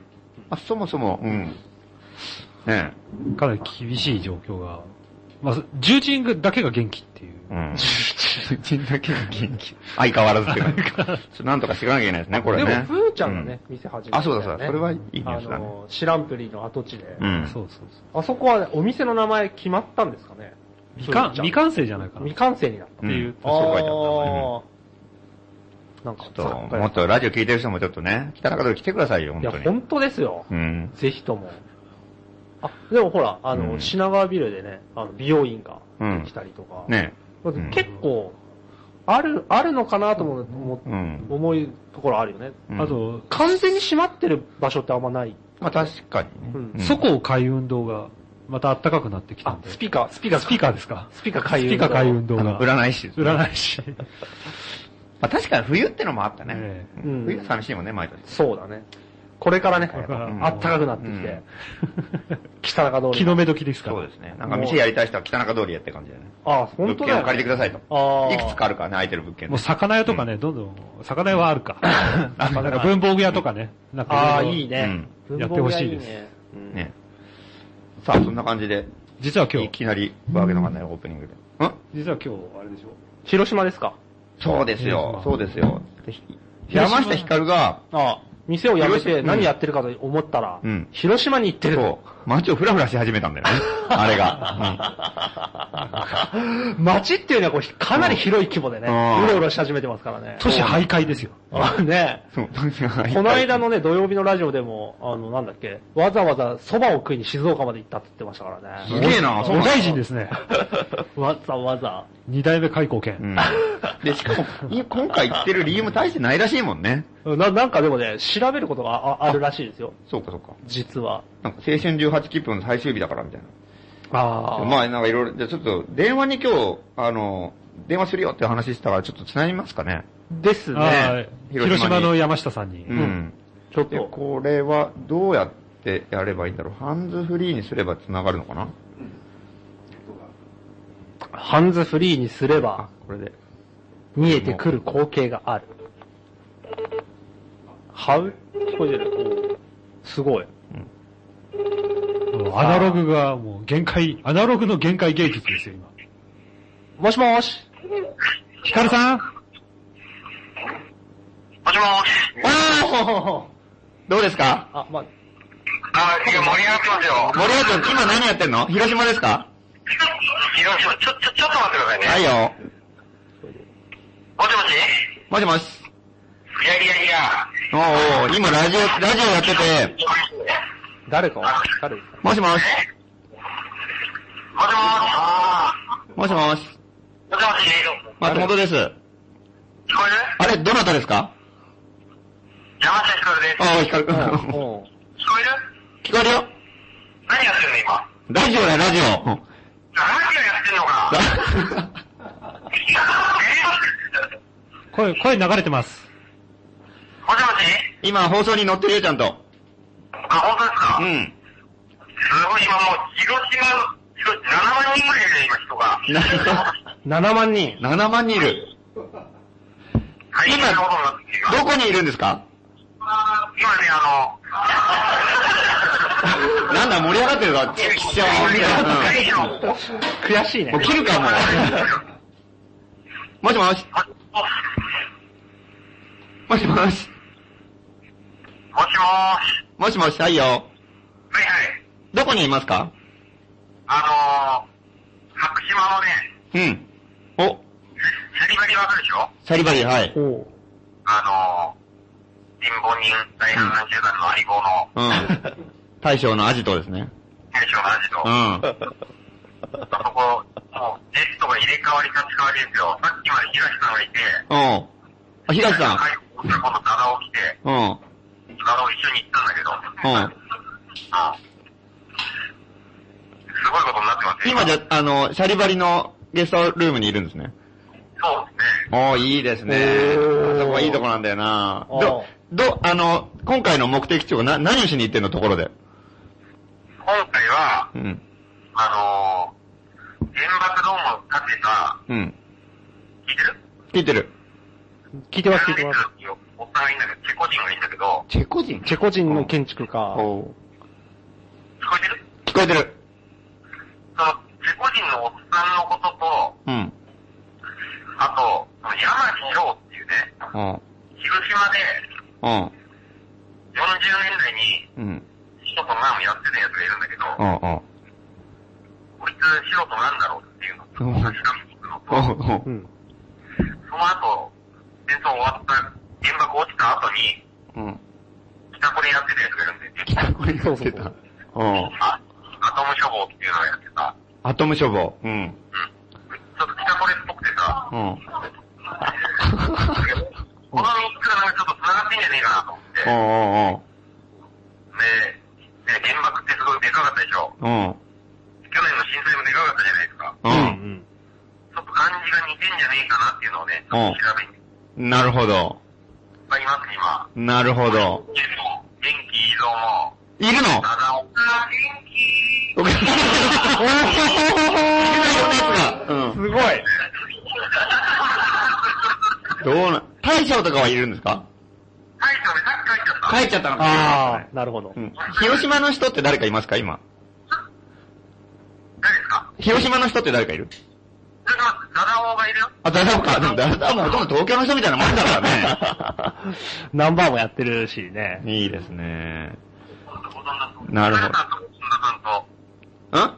Speaker 2: あ、そもそも、うん。ね
Speaker 3: かなり厳しい状況が。まあ、重鎮だけが元気っていう。
Speaker 2: え。うん。人だけ元気。相変わらずって感じ。ちょっとなんとかしていかなきゃいけないですね、これ
Speaker 4: で
Speaker 2: ね。
Speaker 4: も、プーちゃんがね、店始めた、ね。
Speaker 2: あそうだそうだそれはいいニュースだね
Speaker 4: あの、シランプリーの跡地で。
Speaker 2: うん。
Speaker 3: そうそうそ
Speaker 4: あそこは、ね、お店の名前決まったんですかね
Speaker 3: う。未完、未完成じゃないかな。
Speaker 4: 未完成になった。
Speaker 2: うん。
Speaker 3: っていう
Speaker 2: そう書いてあったうん
Speaker 4: あーなんか、
Speaker 2: ちょっと、もっとラジオ聞いてる人もちょっとね、北中通り来てくださいよ、本
Speaker 4: いや
Speaker 2: 当、に。
Speaker 4: 本当ですよ。
Speaker 2: うん。
Speaker 4: ぜひとも。あ、でもほら、あの、
Speaker 2: うん
Speaker 4: 品川ビルでね、あの美容院が
Speaker 2: うん
Speaker 4: 来。たりとか。
Speaker 2: ね
Speaker 4: だって
Speaker 2: うん
Speaker 4: 結構、ある、あるのかなと思う、思
Speaker 2: え。うん。
Speaker 4: 思うところあるよね。
Speaker 2: うん
Speaker 3: あ、と、
Speaker 4: 完全に閉まってる場所ってあんまない。
Speaker 2: まあ確かにね。
Speaker 4: うん
Speaker 2: うん
Speaker 3: そこを買い運動が、また暖かくなってきた
Speaker 4: あ
Speaker 3: ん、で。
Speaker 4: スピカ、スピカ、
Speaker 3: スピカーですか
Speaker 4: スピカ
Speaker 3: ス
Speaker 4: 開運。
Speaker 3: ピカー買い運動
Speaker 2: あの
Speaker 3: が。
Speaker 2: 占い師ですね。
Speaker 3: 占い師。
Speaker 2: まあ確かに冬ってのもあったね。
Speaker 3: え
Speaker 4: えうん
Speaker 2: 冬は寂しいもんね、毎年。
Speaker 4: そうだね。これからね、
Speaker 3: うん
Speaker 4: あったかくなってき
Speaker 2: う
Speaker 4: て
Speaker 2: ん、
Speaker 4: 北中通
Speaker 3: え
Speaker 4: り。
Speaker 3: 気の目時ですか
Speaker 2: そう
Speaker 3: ら。
Speaker 2: ですね。なんか店やりたい人は北中通りやって感じだよね。
Speaker 4: あ、本当だ
Speaker 2: 物
Speaker 4: よ、
Speaker 2: 件を借りてくださいと。
Speaker 4: ああ。
Speaker 2: いくつかあるからね、空いてる物件
Speaker 3: もう魚屋とかね、どんどん、魚屋はあ
Speaker 2: *laughs*
Speaker 3: るか。なんか文房具屋とかね。なん
Speaker 4: あ
Speaker 3: か
Speaker 4: あ、
Speaker 3: ろろ
Speaker 4: いいね。
Speaker 3: うん
Speaker 4: 文房
Speaker 3: やっ
Speaker 4: 具屋
Speaker 3: てほしいです
Speaker 4: ね。うん
Speaker 2: ね。さあ、そんな感じで、
Speaker 3: 実は今
Speaker 2: い
Speaker 3: 日、
Speaker 2: きなり、わけのわかんないオープニングで。ん
Speaker 3: 実は今日、あれでしょ。
Speaker 4: 広島ですか
Speaker 2: そうですよ
Speaker 3: う、ん
Speaker 2: そうですよ。でひ
Speaker 3: 広島
Speaker 2: 山下ひかるが、
Speaker 4: ああ。店を辞め
Speaker 2: 広島
Speaker 4: て
Speaker 2: うん
Speaker 4: 何やってるかと思ったら
Speaker 2: うん、
Speaker 4: 広島に行ってる
Speaker 2: そ
Speaker 4: と。
Speaker 2: う、街をふらふらし始めたんだよね。あれが。
Speaker 4: *laughs* 街っていうのはこうかなり広い規模でね、
Speaker 2: うん
Speaker 4: うろうろし始めてますからね。
Speaker 3: 都市徘徊ですよ。
Speaker 4: あね
Speaker 2: うん。そう、
Speaker 4: この間のね、土曜日のラジオでも、あの、なんだっけ、わざわざ蕎麦を食いに静岡まで行ったって言ってましたから
Speaker 2: す *laughs*
Speaker 4: ね。
Speaker 2: げえな、そう。
Speaker 3: お大臣ですす
Speaker 2: *laughs*
Speaker 3: ね。
Speaker 4: わざわざ。
Speaker 3: 二代目開港券。
Speaker 2: うん。で、しかも、い今回言ってる理由も大してないらしいもんね。
Speaker 4: な、なんかでもね、調べることがああるらしいですよ。
Speaker 2: そうか、そうか。
Speaker 4: 実は。
Speaker 2: なんか、青春18切符の最終日だから、みたい
Speaker 4: あ
Speaker 2: な。まあ、なんかいろいろ、じゃあちょっと、電話に今日、あの、電話するよって話してたから、ちょっと繋ぎますかね。
Speaker 4: ですね。
Speaker 3: ああ
Speaker 2: 広島
Speaker 3: 広
Speaker 2: に
Speaker 3: 島の山下さんに
Speaker 2: う。ん。
Speaker 4: ちょっ
Speaker 2: で、
Speaker 4: と。
Speaker 2: これは、どうやってやればいいんだろう。ハンズフリーにすれば繋がるのかな
Speaker 4: ハンズフリーにすれば
Speaker 2: あ、、これで。
Speaker 4: 見えてくる光景がある。ハウ聞こえてるおすごい。
Speaker 3: もうアナログがもう限界、アナログの限界芸術ですよ、今。
Speaker 4: もしもーし。
Speaker 3: ヒカルさん
Speaker 5: もしもーし。
Speaker 2: あどうですか
Speaker 4: あ、まあ、
Speaker 5: あー、今盛り上がってますよ。
Speaker 2: 森谷君、今何やってんの広島ですか
Speaker 5: 広島、ちょ、ちょ、ちょっと待ってください
Speaker 2: はい
Speaker 5: ね。
Speaker 2: よ。
Speaker 5: もしもし
Speaker 2: もしもし。
Speaker 5: いやいやいや。
Speaker 2: おうおう今ラジオ、ラジオやってて、
Speaker 4: 誰かは誰ですか
Speaker 2: もしもし、
Speaker 5: もしもーし。あ
Speaker 2: もしもし、
Speaker 5: ー。もしもし
Speaker 2: 松本です。
Speaker 5: 聞こ
Speaker 2: あ
Speaker 5: える
Speaker 2: れ、どなたですか
Speaker 5: 山下ひかるです。
Speaker 2: ああ、光くん。
Speaker 4: う
Speaker 2: 聞こ
Speaker 4: ん。
Speaker 5: 聞こえ
Speaker 2: える
Speaker 5: る
Speaker 2: よ
Speaker 5: 何やってんの今。
Speaker 2: ラジオだよ、ラジオ。
Speaker 5: ラジオやってんの
Speaker 2: *laughs*
Speaker 5: か。え
Speaker 3: 声、声流れてます。
Speaker 5: もしもし
Speaker 2: 今、放送に載ってるよ、ちゃんと。
Speaker 5: あ、本当ですか
Speaker 2: う、ん。
Speaker 5: すごい、今もう、広島の、広7万人ぐらいいる、今人が。 *laughs*
Speaker 2: な
Speaker 4: 7万人。
Speaker 2: 7万人いる。
Speaker 5: 大変なことになってきてる
Speaker 2: どこにいるんですか
Speaker 5: 今ね、あの、
Speaker 2: なんだ、盛り上がってるぞ。
Speaker 5: 会
Speaker 2: きっしょーみたいなうん
Speaker 5: 場もう
Speaker 4: 悔しいね
Speaker 2: もう。切るか、もう。もしもし、もしもし、
Speaker 5: もしもーし。
Speaker 2: もしもし、太陽。
Speaker 5: はいはい。
Speaker 2: どこにいますか
Speaker 5: あのー、白島のね、
Speaker 2: うん。お、
Speaker 5: シャリバリわかるでしょ
Speaker 2: シャリバリ、はい。
Speaker 4: おう
Speaker 5: あのー、貧乏人大反乱集団の相棒の
Speaker 2: うん。大将のアジトですね。
Speaker 5: 大将のアジト。
Speaker 2: うん。
Speaker 5: あそこ、もうゲストが入れ替わり立ち替わりですよ。さっきまで東さんがいて、
Speaker 2: うん。あ、東さ
Speaker 5: はい、今度ダダオ来て、
Speaker 2: ん。うん。
Speaker 5: ダダオ一緒に行ったんだけど、
Speaker 2: うん
Speaker 5: うんすごいことになってますよ。
Speaker 2: 今じゃ、あの、シャリバリのゲストルームにいるんですね。
Speaker 5: そうですね。
Speaker 2: おー、いいですね。
Speaker 4: おー
Speaker 2: あそこはいいとこなんだよな
Speaker 4: おー
Speaker 2: ど、ど、あの、今回の目的地をな、何をしに行ってんのところで。
Speaker 5: 今回は
Speaker 2: う、ん。
Speaker 5: あのー、原爆ドームを建てた、
Speaker 2: うん。
Speaker 5: 聞いてる
Speaker 2: 聞いてる。
Speaker 4: 聞いてます、聞いてます。
Speaker 5: おっさんがいいんだけど、チェコ人がいいんだけど、
Speaker 2: チェコ人
Speaker 4: チェコ人の建築家。
Speaker 2: おー
Speaker 5: 聞こえてる
Speaker 2: 聞こえてる。
Speaker 5: その、チェコ人のおっさんのことと、
Speaker 2: うん。
Speaker 5: あと、その山地翔っていうね、
Speaker 2: うん。
Speaker 5: 広島で
Speaker 2: うん。
Speaker 5: 40年代
Speaker 2: う
Speaker 5: に
Speaker 2: ん。
Speaker 5: シロとナンをやってたやつがいるんだけど、
Speaker 2: うん。うん。
Speaker 5: こいつシロとナンだろうっていうのと、確かめに行くの
Speaker 2: う
Speaker 5: と、
Speaker 2: ん
Speaker 4: うん。
Speaker 5: その後、戦争終わった、原爆落ちた後に、
Speaker 2: うん。うん。
Speaker 5: 北コレやってたやつがいるんで、
Speaker 2: 北コレやってた。うん。
Speaker 5: あ、アトム処方っていうのをやってた。
Speaker 2: アトム処方。うん。
Speaker 5: ちょっと北コレっぽくてさ、
Speaker 2: *laughs* うん。
Speaker 5: この3つがなんかちょっと繋がってんじゃねえかなと思って
Speaker 2: う、ん。
Speaker 5: で、ね、原爆ってすごいでかかったでしょ。
Speaker 2: うん。うん。
Speaker 5: 去年の震災もでかかったじゃないですか。
Speaker 2: う。
Speaker 4: うんん。
Speaker 5: ちょっと感じが似てんじゃねえかなっていうのをね、ちょっと調べにいっ
Speaker 2: なるほど。
Speaker 5: ぱいいます、今。
Speaker 2: なるほど。
Speaker 5: でも、元気いいぞも、
Speaker 2: いるの
Speaker 5: ダダオ。あ、元気
Speaker 2: おかしい。
Speaker 4: すごい。
Speaker 2: どうな、大将とかはいるんですか
Speaker 5: 大将ね、さっき帰っちゃった。
Speaker 2: 帰っちゃったのか
Speaker 4: ああ、なるほど
Speaker 2: う。ん広島の人って誰かいますか今。
Speaker 5: 誰ですか
Speaker 2: 広島の人って誰かいる
Speaker 5: それともダダオがいるよ。
Speaker 2: あ、ダダオか。でもダダオもほとんど東京の人みたいなもんだからね。
Speaker 4: ナンバーもやってるしね。
Speaker 2: *laughs* いいですね。
Speaker 5: 保存だと。
Speaker 2: なるほど
Speaker 5: ダダさんと本田さんと、
Speaker 2: ん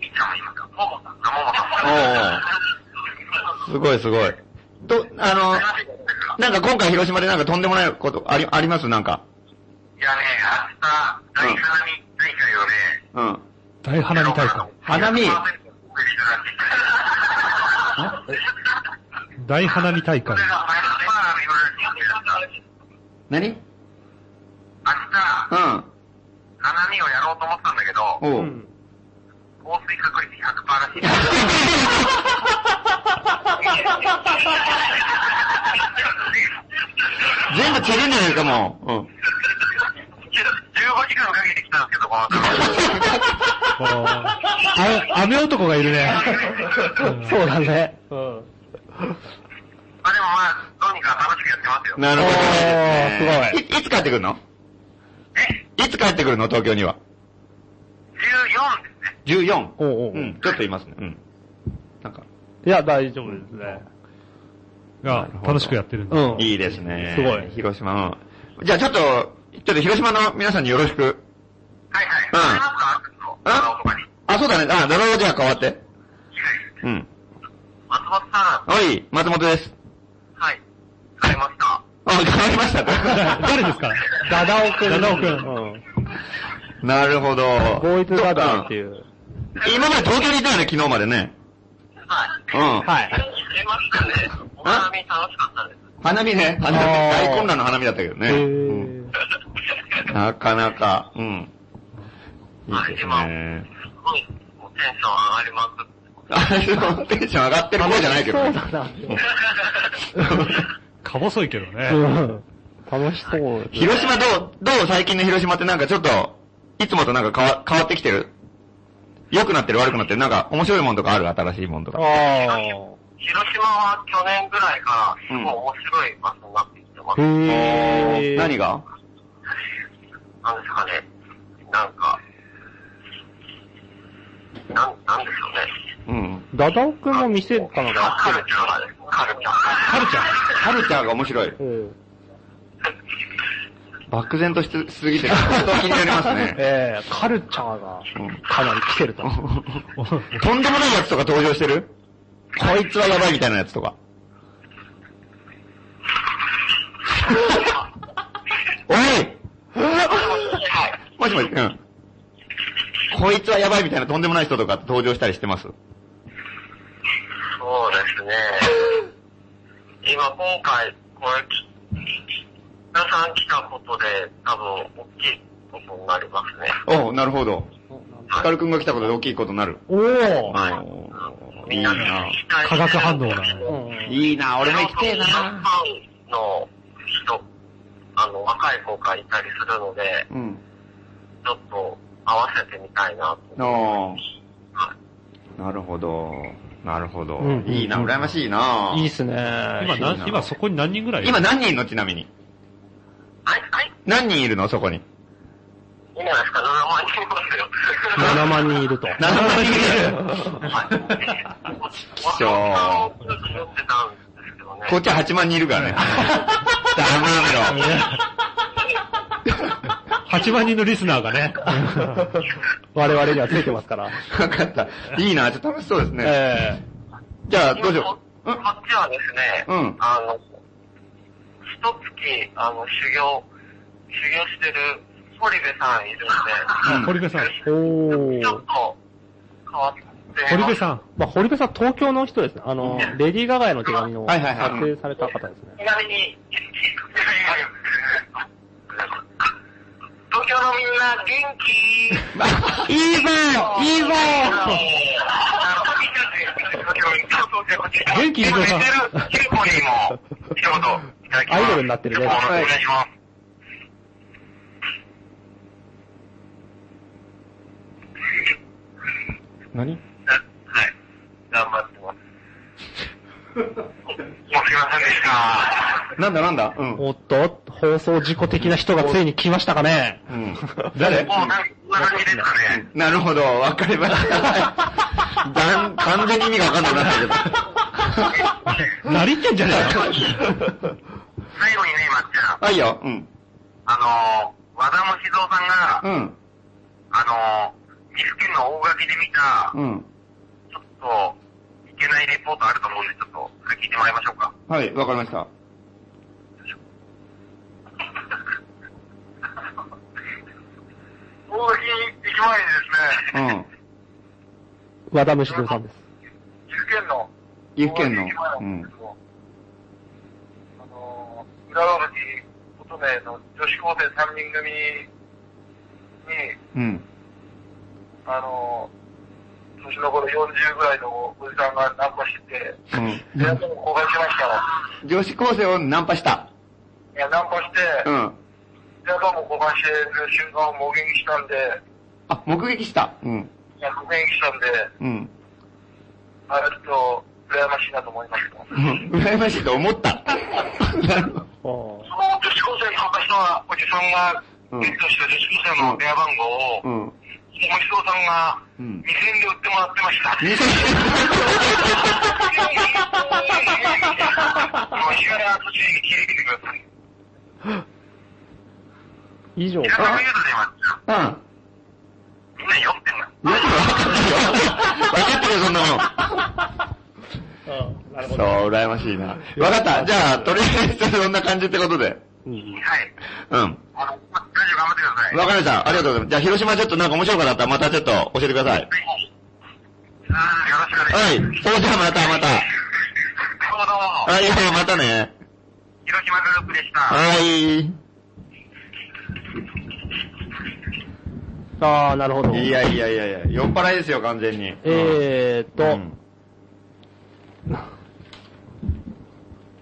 Speaker 5: みっちゃんもいますかモモさん。あ、モモさん。
Speaker 2: すごいすごい。と、あの、なんか今回広島でなんかとんでもないことあり、ありますなんか。
Speaker 5: いやね、明日、大花見大会をね、
Speaker 2: うん。
Speaker 3: 大花見大会。
Speaker 2: 花見
Speaker 5: 100%
Speaker 3: 大花見大会。
Speaker 2: 何うん。
Speaker 5: 明日、花見をやろうと思ってたんだけど、
Speaker 2: お
Speaker 4: う
Speaker 2: う。
Speaker 4: ん。
Speaker 5: 降水確率100%らしい。
Speaker 2: 全部散るんじゃないですか、もう。うん。
Speaker 5: 15時間かけてきたんですけど、この
Speaker 3: ああ、雨男がいるね。
Speaker 4: そうだね。うん。
Speaker 5: まあでもまあ、どうにか楽しくやってますよ。
Speaker 2: なるほど。
Speaker 4: おー
Speaker 2: い。いつ帰ってくるの
Speaker 5: え
Speaker 2: いつ帰ってくるの東京には。
Speaker 5: ?14 ですね。
Speaker 2: 14。
Speaker 4: おうおうおう
Speaker 2: うん。ちょっといますね。うん。なんか、
Speaker 4: いや、大丈夫ですね。
Speaker 3: が、楽しくやってるんだ。
Speaker 4: うん。
Speaker 2: いいですね。
Speaker 4: すごい
Speaker 2: 広島。うん。じゃあちょっと、ちょっと広島の皆さんによろしく。
Speaker 5: はいは
Speaker 2: う
Speaker 5: い。
Speaker 2: ん
Speaker 5: ありますかあの、他に。
Speaker 2: あ、そうだね。あ、だろうじゃあ変わって。
Speaker 5: 次回
Speaker 2: うん。
Speaker 5: 松本さん。
Speaker 2: おい、松本です。
Speaker 5: はい。疲れました。
Speaker 2: あ、変わりま
Speaker 4: *laughs*
Speaker 2: した。
Speaker 3: 誰ですか
Speaker 4: ダダオくん。
Speaker 3: ダダオくん
Speaker 4: うん。
Speaker 2: *laughs* なるほど。
Speaker 4: ボーイズダダオって
Speaker 2: う。
Speaker 4: いう。
Speaker 2: 今まで東京にいたよね、昨日までね。
Speaker 5: は
Speaker 2: う
Speaker 5: い。
Speaker 2: ん。
Speaker 4: はい。
Speaker 5: 疲れましたね。お花見楽しかったです。
Speaker 2: 花見ね。花見。
Speaker 4: あー
Speaker 2: 大混乱の花見だったけどね。
Speaker 4: へ
Speaker 2: うん
Speaker 4: ー
Speaker 2: なかなか、うん。い
Speaker 5: はい
Speaker 2: いです
Speaker 5: 今
Speaker 2: ね。
Speaker 5: すごい、もうテンション上がり
Speaker 2: あ
Speaker 5: まくって。
Speaker 2: のテンション上がってる方じゃないけど
Speaker 4: そう
Speaker 2: ね。
Speaker 4: だな。
Speaker 3: か細いけどね。
Speaker 4: うん。楽しそうですね。
Speaker 2: 広島どう、どう最近の広島ってなんかちょっと、いつもとなんか変わ変わってきてる良くなってる悪くなってるなんか面白いもんとかある新しいもんとか。
Speaker 4: あ
Speaker 5: 広島は去年ぐらいから、すごい面白い場所になってきてます。
Speaker 4: あ。へえ。
Speaker 2: 何が
Speaker 5: なんですかね、なんか、なん、なんでしょう
Speaker 2: う
Speaker 5: ね。
Speaker 2: ん。
Speaker 4: ダダオくんの店かなんか
Speaker 5: カルチャーがね、カルチャー。
Speaker 2: カルチャーカルチャーが面白い。
Speaker 4: やってる。
Speaker 2: 漠然としすすぎて、ちょっと気になります
Speaker 4: うん。
Speaker 2: ね。
Speaker 4: *laughs* ええ、カルチャーが
Speaker 2: うん
Speaker 4: かなり来
Speaker 2: *laughs*
Speaker 4: てると。 *laughs*
Speaker 2: とんでもないやつとか登場してるこいつはやばいみたいなやつとか。おい *laughs*
Speaker 5: はい。
Speaker 2: もしもし、うん。こいつはやばいみたいなとんでもない人とか登場したりしてます
Speaker 5: そうですね。今今回、これ、皆さん来たことで、多分、大きいことになりますね。
Speaker 2: おうなるほど。ヒカルくんが来たことで大きいことになる。
Speaker 4: おお、
Speaker 2: はい。い
Speaker 5: み
Speaker 2: い
Speaker 5: んなで
Speaker 2: な。
Speaker 3: 化学反応だ
Speaker 4: うん
Speaker 2: いいな、俺も行きてえ
Speaker 5: ファ
Speaker 2: な。
Speaker 5: ンの人、あの、若い子がいたりするので、
Speaker 2: うん。
Speaker 5: ちょっと合わせてみたいなと。
Speaker 2: ああ。なるほど。なるほど。
Speaker 4: うん
Speaker 2: いいな、羨ましいな。
Speaker 4: いいっすね。
Speaker 3: 今
Speaker 2: いいな
Speaker 3: な、今そこに何人ぐらい
Speaker 2: 今何人いるのちなみに。
Speaker 5: はい、はい。
Speaker 2: 何人いるのそこに。
Speaker 5: いいんじゃないですか、7万人います
Speaker 4: 7万人い
Speaker 5: よ。
Speaker 4: ると。
Speaker 2: 7万人いる。
Speaker 5: はい。
Speaker 2: 貴重
Speaker 5: 僕はそんな思ってたんですけどね。
Speaker 2: こっちは8万人いる
Speaker 4: *laughs*
Speaker 2: からね。ダメだろ。
Speaker 3: ?8 万人のリスナーがね。
Speaker 4: 我々にはついてますから。
Speaker 2: わかった。いいな、ちょっと楽しそうですね。
Speaker 4: え
Speaker 2: じゃあ、どうしよう。うん。
Speaker 5: こっちはですね、
Speaker 2: うん
Speaker 5: あの、一月、あの、修行、修行してる堀部さんいる
Speaker 2: うん
Speaker 3: 堀部さん。
Speaker 4: えお
Speaker 5: ので、ちょ
Speaker 4: お。
Speaker 5: っと変わってます、
Speaker 3: 堀部さん。
Speaker 4: まあ、堀部さん、東京の人ですね。あの、レディー・ガガへの手紙の
Speaker 2: は
Speaker 4: 撮
Speaker 2: いはいはい
Speaker 4: 影された方ですね。
Speaker 5: ちなみに、東京のみんな元気
Speaker 2: いいぞいいぞ
Speaker 3: 元気に
Speaker 5: く
Speaker 3: どう
Speaker 5: れて
Speaker 3: ぞ
Speaker 5: る、キルコにも、一言いただきます。
Speaker 4: アイドルになってるね
Speaker 5: お願いします。
Speaker 2: 何
Speaker 5: はい。頑張ってます。もうすいませんでした。
Speaker 2: なんだなんだうん。
Speaker 4: おっと、放送事故的な人がついに来ましたかね。
Speaker 2: うん。誰
Speaker 5: もうなんこんな感じですかね。
Speaker 2: なるほど、わかりました。だん完全に意味がわかんなくなったけど。
Speaker 3: なりってんじゃね
Speaker 5: 最後にね、まっちゃん。
Speaker 2: *laughs* あ、いいよ。うん。
Speaker 5: あのー、和田義蔵さんが、
Speaker 2: うん。
Speaker 5: あのー、岐阜県の大垣で見た、
Speaker 2: うん。
Speaker 5: ちょっと、いけないレポートあると思うんで、ちょっと、それ聞いてもらいましょうか。
Speaker 2: はい、わかりました。
Speaker 5: 大垣駅前にです
Speaker 2: う
Speaker 5: ね、
Speaker 2: ん。
Speaker 4: 和田虫蔵さんです。
Speaker 5: 岐阜県の、
Speaker 2: 岐阜県の。
Speaker 5: あ
Speaker 2: うん。
Speaker 5: の、浦和町乙女の女子高生3人組に、
Speaker 2: うん。
Speaker 5: あの、年の頃40ぐらいのおじさんがナンパしてて、
Speaker 2: う
Speaker 5: で、でも公開しました。
Speaker 2: ん。女子高生をナンパした。
Speaker 5: いや、ナンパして、
Speaker 2: う
Speaker 5: で、
Speaker 2: ん。
Speaker 5: どうも公開してる瞬間を目撃したんで、
Speaker 2: あ、目撃した。うん。
Speaker 5: いや、目撃したんで、
Speaker 2: うん。
Speaker 5: あれちょっと、羨ましいなと思いました。そ
Speaker 2: うん羨ましいと思 *laughs* った。なるほど
Speaker 4: おー
Speaker 5: の女子高生にナンパしたおじさんが、
Speaker 2: うん
Speaker 5: ゲットした女子高生の電話番号を、
Speaker 2: *laughs* うん。
Speaker 5: おじそうさんが、
Speaker 2: うん
Speaker 5: 2000円で売ってもらってました。 *laughs*
Speaker 2: 見せて
Speaker 5: もう日柄途中に切りてください。
Speaker 4: *laughs* 以上
Speaker 5: いや、
Speaker 4: か。
Speaker 5: 言うとね、まっち
Speaker 2: う
Speaker 5: ゃん
Speaker 2: ん。よ
Speaker 5: みんな酔ってんな。
Speaker 2: くわかってるよ。わかってるよ、そんなもん。
Speaker 4: *laughs* うんなるほ
Speaker 2: そ
Speaker 4: ど。
Speaker 2: う、羨ましいな。わかった。じゃあ、とりあえずそんな感じってことで。
Speaker 4: うん
Speaker 5: はい。
Speaker 2: うん。
Speaker 5: あの、まラジオ頑張ってください。
Speaker 2: わかりました。ありがとうございます。じゃあ、広島ちょっとなんか面白いことあったら、またちょっと教えてください。
Speaker 5: はい。あーよろしくお願いします。
Speaker 2: はい。そうじゃあ、またまた。
Speaker 5: どうもどうも。
Speaker 2: はい、はいまたね。
Speaker 5: 広島グループでした。
Speaker 2: はい。
Speaker 4: ああ、なるほど。
Speaker 2: いやいやいやいや、酔っ払いですよ、完全に。
Speaker 4: えーっ
Speaker 2: う
Speaker 4: と、
Speaker 2: ん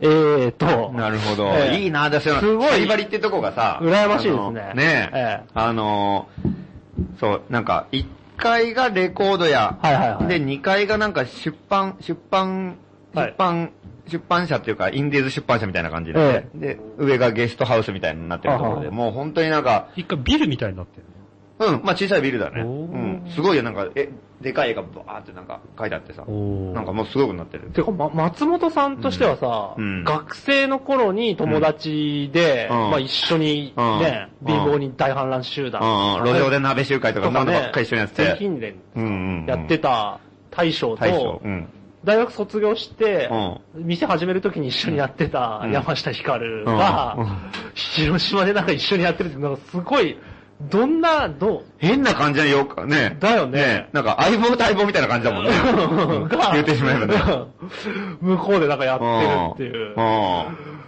Speaker 4: えーっと、
Speaker 2: なるほど。
Speaker 4: ええ
Speaker 2: いいな、私は。
Speaker 4: すごい
Speaker 2: バリバリってとこがさ。
Speaker 4: 羨ましいですね
Speaker 2: あのね
Speaker 4: ええ
Speaker 2: あのー、そう、なんか、1階がレコード屋。
Speaker 4: はいはいはい
Speaker 2: で、2階がなんか出版、出版、
Speaker 4: はい
Speaker 2: 出版、出版社っていうか、インディーズ出版社みたいな感じで、
Speaker 4: え
Speaker 2: で、上がゲストハウスみたいになってるところ
Speaker 4: あ
Speaker 2: で、
Speaker 4: は
Speaker 2: もう本当になんか、
Speaker 3: *laughs* 一回ビルみたいになってる。
Speaker 2: うん、まあ小さいビルだね。う
Speaker 3: おー
Speaker 2: ん、すごいよ、なんか、え、でかい絵がバーってなんか書いてあってさ、
Speaker 3: おー
Speaker 2: なんかもうすごくなってる。
Speaker 4: てか、ま、松本さんとしてはさ、
Speaker 2: うんうん
Speaker 4: 学生の頃に友達で、
Speaker 2: うん
Speaker 4: まあ一緒にね、
Speaker 2: うん
Speaker 4: 貧乏人大反乱集団
Speaker 2: う
Speaker 4: と
Speaker 2: ん
Speaker 4: か
Speaker 2: う
Speaker 4: ね、
Speaker 2: ん、路上で鍋集会とか、
Speaker 4: と
Speaker 2: そんな
Speaker 4: か
Speaker 2: のば
Speaker 4: ね
Speaker 2: っかり一緒にやって
Speaker 4: 全
Speaker 2: て。
Speaker 4: 近連
Speaker 2: うんうんうん
Speaker 4: やってた大将
Speaker 2: 大将
Speaker 4: と、、
Speaker 2: うん。
Speaker 4: 大学卒業して
Speaker 2: う、ん
Speaker 4: 店始めるときに一緒にやってた
Speaker 2: うん
Speaker 4: 山下ひかるが
Speaker 2: うんうん、
Speaker 4: 広島でなんか一緒にやってるって、なんかすごい、どんな、どう、
Speaker 2: 変な感じのようか、ね。
Speaker 4: だよね
Speaker 2: なんか相棒と相棒みたいな感じだもんね。うん
Speaker 4: *laughs* が
Speaker 2: 言ってしまえばね。
Speaker 4: *laughs* 向こうでなんかやってるっていう。
Speaker 2: うん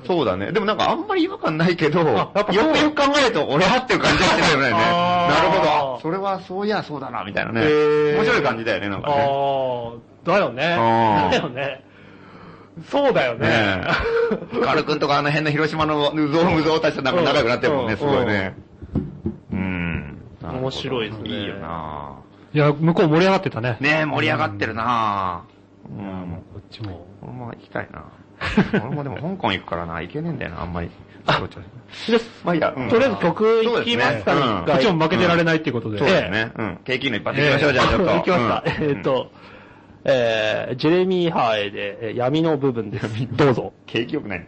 Speaker 2: そうだね。でもなんかあんまり違和感ないけど、よ
Speaker 4: あやっぱ
Speaker 2: く
Speaker 4: そう
Speaker 2: よく考えると俺はっていう感じがしてるよね。
Speaker 4: *laughs* あ
Speaker 2: な
Speaker 4: ー
Speaker 2: るほど。あそれはそういやそうだな、みたいなね。
Speaker 4: へー
Speaker 2: 面白い感じだよね、なんかね。
Speaker 4: ああ、だよ
Speaker 2: う
Speaker 4: ね。
Speaker 2: ん
Speaker 4: だよね。そうだよね。
Speaker 2: ねえ。
Speaker 4: *laughs*
Speaker 2: ヒカルくんとかあの辺の広島の無造無造たちとなんか仲良くなってるもん
Speaker 4: う
Speaker 2: ね、
Speaker 4: ん
Speaker 2: すごいね。うん。なるほど
Speaker 4: 面白いですね
Speaker 2: いいよない
Speaker 3: や、向こう盛り上がってたね。
Speaker 2: ねえ、盛り上がってるなうん。
Speaker 3: こっちも。
Speaker 2: 俺も行きたいな俺もでも香港行くからな、行けねえんだよな、あんまり。
Speaker 4: じゃ
Speaker 2: まあいいや、
Speaker 4: とりあえず曲
Speaker 2: 行
Speaker 4: いきますかね一
Speaker 3: こっ
Speaker 4: 回
Speaker 3: ちも負けてられないっていうことで。
Speaker 2: そうですね。うん。景気の一発行きましょう、
Speaker 4: え
Speaker 2: じゃあちょっと。
Speaker 4: 行きますか。
Speaker 2: うん
Speaker 4: えーっ。と、えージェレミー・ハーエで、えー闇の部分です。どうぞ。
Speaker 2: 景気良くない。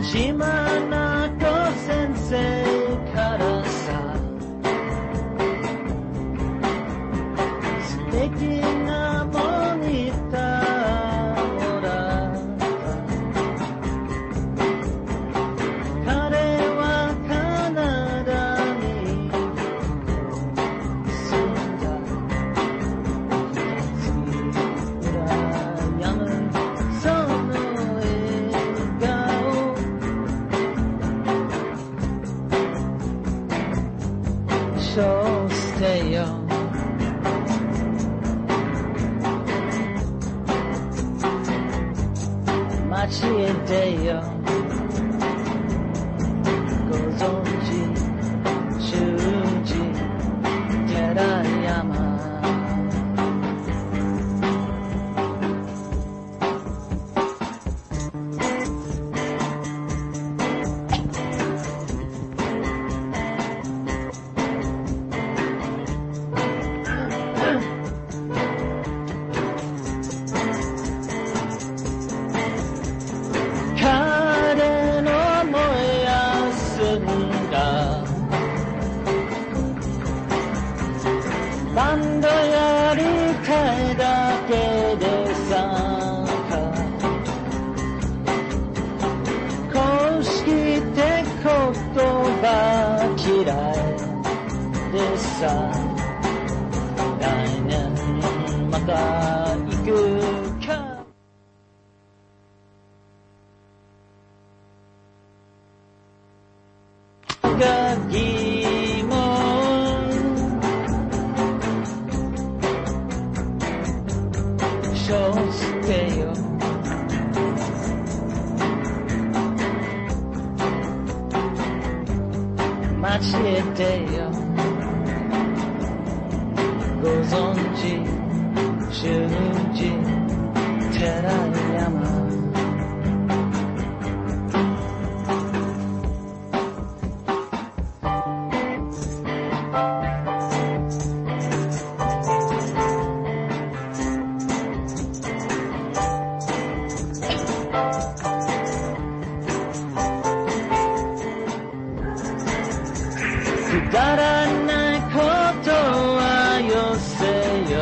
Speaker 6: 島名子先生からさ素敵なモニターもらった彼はカナダに住んだ羨むその笑顔so stay young. Machi e Deo goes on Ji, Shuji, Terayama. Kare no moyasun da バンドやりたいだけでさ公式って言葉嫌いでさ来年また行くかが疑問生じてよ間違えてよご存知瞬時寺山くだらないことはよせよ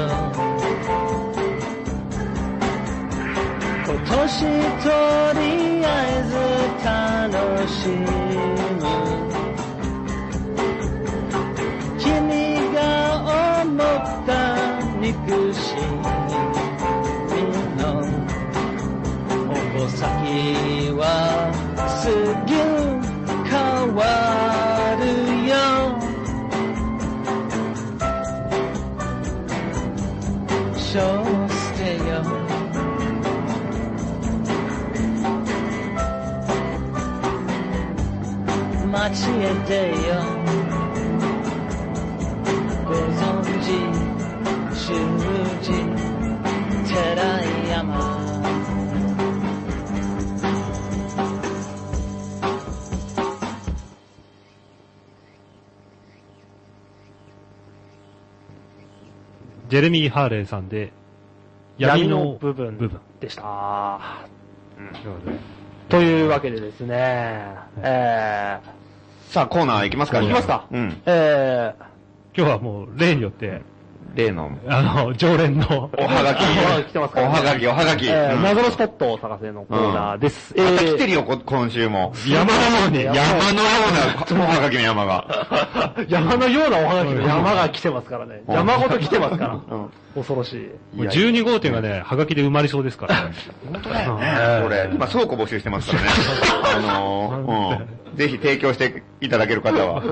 Speaker 6: 今年とりあえず楽しむ君が思った憎しみの矛先はすぐ変わるよそうしてよ間違えてよご存知習字寺山
Speaker 3: ジェレミー・ハーレーさんで、
Speaker 4: 闇
Speaker 3: 闇
Speaker 4: の
Speaker 3: の部
Speaker 4: 部分
Speaker 3: 分。
Speaker 4: でした。
Speaker 2: う
Speaker 4: というわけでですね、え
Speaker 2: さあ、コーナー行きますか
Speaker 4: 行きますか
Speaker 2: うん
Speaker 4: ー、。え
Speaker 3: 今日はもう、例によって、
Speaker 2: 例の、
Speaker 3: あの、常連の、
Speaker 2: おはがき。
Speaker 4: おはがき来てますからね
Speaker 2: おはがき、おはがき。
Speaker 4: ーえー
Speaker 2: うん
Speaker 4: 謎のスポットを探せのコーナーです。え
Speaker 2: ま
Speaker 4: ー
Speaker 2: た来てるよ、こ今週も。
Speaker 3: 山なのに、
Speaker 2: 山のような、おはがきの山が。
Speaker 4: *laughs* 山のようなおはがきの山が来てますからね。
Speaker 2: うん
Speaker 4: 山ごと来てますから
Speaker 2: ん。
Speaker 4: 恐ろしい。
Speaker 3: もう12号店がね、はがきで埋まりそうですからね。
Speaker 2: 本当だよ
Speaker 3: う
Speaker 2: ね
Speaker 3: ん。
Speaker 2: これ、今倉庫募集してますから *laughs* ね。あのー、うん。ぜひ提供していただける方は。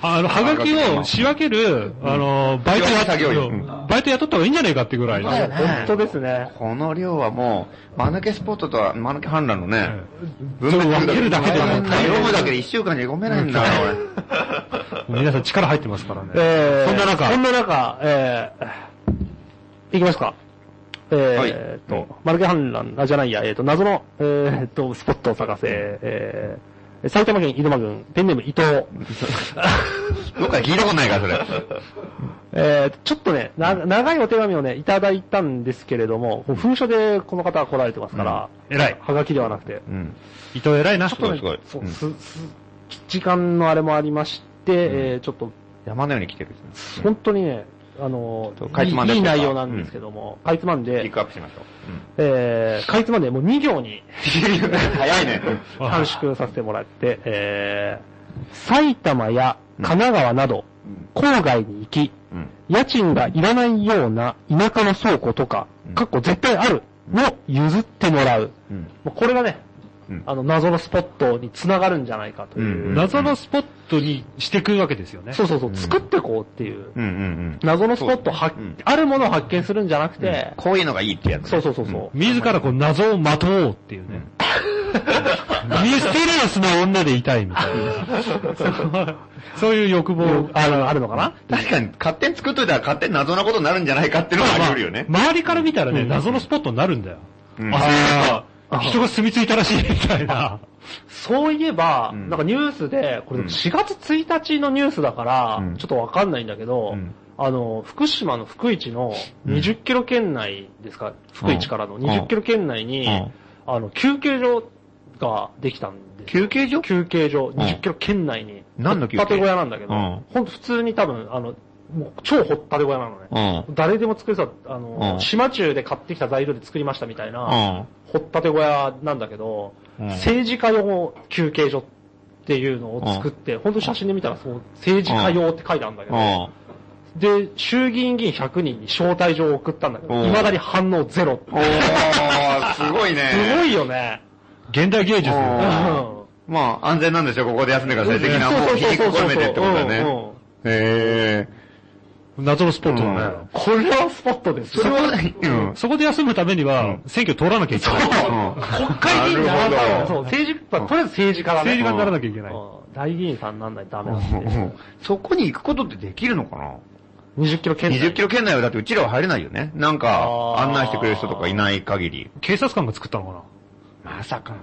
Speaker 3: あの、はがきを仕分ける、あの、バイトや
Speaker 2: 仕分け作業員
Speaker 3: うんバイト雇った方がいいんじゃないかってぐらいの。
Speaker 2: そうだよね
Speaker 4: 本当ですね。
Speaker 2: この量はもう、間抜けスポットとは、間抜け反乱のね、
Speaker 3: うんそう分けるだけではもう大変
Speaker 2: 読むだけで一週間じゃ読めないんだよ、
Speaker 3: 皆さん力入ってますからね。
Speaker 4: えー
Speaker 3: そんな中
Speaker 4: そんな中、えー、いきますか。え
Speaker 2: はい
Speaker 4: ーっと、マルケ反乱、あ、じゃないや、えーっと、謎の、えーっと、スポットを探せ、えー、埼玉県入間郡、ペンネーム伊藤。
Speaker 2: 俺。 *laughs* どっかで聞いたことないから、それ。
Speaker 4: えー、ちょっとねな、長いお手紙をね、いただいたんですけれども、こう封書でこの方は来られてますから、
Speaker 3: 偉い。
Speaker 4: はがきではなくて、
Speaker 2: うん。
Speaker 3: 伊藤偉いな。
Speaker 2: ちょっとねすごい。
Speaker 4: そう、
Speaker 2: うん
Speaker 4: す、す、時間のあれもありまして、えーちょっと、
Speaker 2: 山のように来てるんですね。
Speaker 4: 本当にね、あの
Speaker 2: ちょっと、か
Speaker 4: い
Speaker 2: いつまんで
Speaker 4: いいい
Speaker 2: っていうか
Speaker 4: 内容なんですけども、かいつまん
Speaker 2: ピッ
Speaker 4: で、
Speaker 2: クアップしましょ
Speaker 4: えー、かいつまんでもう2行に
Speaker 2: う。早いね。
Speaker 3: あ
Speaker 4: 短縮させてもらって、えー、埼玉や神奈川など、郊外に行き、
Speaker 2: うん。
Speaker 4: 家賃がいらないような田舎の倉庫とか
Speaker 2: うん、
Speaker 4: かっこ絶対あるの譲ってもらう。
Speaker 2: うん。
Speaker 4: もうこれがね、
Speaker 2: うん
Speaker 4: あの、謎のスポットにつながるんじゃないかという。
Speaker 2: うん
Speaker 3: 謎のスポットにしてくわけですよね。
Speaker 4: そうそうそう、作ってこうっていう。
Speaker 2: うんうんうん。
Speaker 4: 謎のスポットを
Speaker 2: そ
Speaker 4: 発
Speaker 2: ううん
Speaker 4: あるものを発見するんじゃなくて、
Speaker 2: こういうのがいいってやつね。
Speaker 4: そうそうそうそう。
Speaker 3: 自らこう謎をまとおうっていうね。ミステリアスな女でいたいみたいな。そういう欲望。
Speaker 4: ある、あるのかな
Speaker 2: 確かに、勝手に作っといたら勝手に謎なことになるんじゃないかっていうのはあり得るよね。
Speaker 3: 周りから見たらね、謎のスポットになるんだよ。
Speaker 2: うん
Speaker 3: ああ、人が住み着いたらしいみたい
Speaker 4: *laughs*
Speaker 3: な。
Speaker 4: そういえば、
Speaker 2: うん
Speaker 4: なんかニュースで、これ
Speaker 2: うん
Speaker 4: 4月1日のニュースだから、
Speaker 2: うん
Speaker 4: ちょっとわかんないんだけど、
Speaker 2: うん
Speaker 4: あの、福島の福市の
Speaker 2: うん
Speaker 4: 20キロ圏内ですか、福市からの20キロ圏内に、
Speaker 2: うん
Speaker 4: あの、休憩所ができたんです。
Speaker 2: 休憩所
Speaker 4: 休憩所、
Speaker 2: ん
Speaker 4: 20キロ圏内に。
Speaker 2: 何の休憩
Speaker 4: ホッタテ小屋なんだけど、
Speaker 2: うん
Speaker 4: ほんと普通に多分、あの、もう超ホッタテ小屋なのね。
Speaker 2: うん。
Speaker 4: 誰でも作れそうあの、
Speaker 2: うん
Speaker 4: 島中で買ってきた材料で作りましたみたいな、
Speaker 2: うん。
Speaker 4: 掘ったて小屋なんだけど、
Speaker 2: うん
Speaker 4: 政治家用休憩所っていうのを作って、本当に写真で見たらそう、政治家用って書いてあるんだけ
Speaker 2: う
Speaker 4: ど、
Speaker 2: ん。
Speaker 4: で、衆議院議員100人に招待状を送ったんだけ
Speaker 2: うん
Speaker 4: ど、未だに反応ゼロ。
Speaker 2: おー、すごいね。
Speaker 4: すごいよね。
Speaker 3: 現代芸術。
Speaker 4: うん
Speaker 2: おまあ、安全なんでしょ、ここで休んでください的な、もう、引き込めてってことだよ
Speaker 4: うん
Speaker 2: ね。
Speaker 4: うん
Speaker 2: へ
Speaker 3: 謎のスポット
Speaker 2: う
Speaker 3: だ
Speaker 2: ん
Speaker 3: ね。
Speaker 4: これはスポットです
Speaker 2: ー。そ
Speaker 4: よ。
Speaker 2: れは、うん。
Speaker 3: そこで休むためには、選挙通らなきゃいけない。
Speaker 2: 国
Speaker 4: 会議員にならないよ。そう、
Speaker 2: う。
Speaker 4: 政治、まあとりあえず政治家だ
Speaker 3: 政
Speaker 4: ね。
Speaker 3: 治家になら
Speaker 4: だ
Speaker 3: なきゃいけない。
Speaker 4: 大議員さんになんないとダメなん
Speaker 2: う
Speaker 4: で。
Speaker 2: んそこに行くことってできるのかな
Speaker 4: 20キロ圏内。
Speaker 2: 20キロ圏内はだってうちらは入れないよね。なんか、
Speaker 4: あー
Speaker 2: 案内してくれる人とかいない限り。
Speaker 3: 警察官が作ったのかな
Speaker 2: まさか。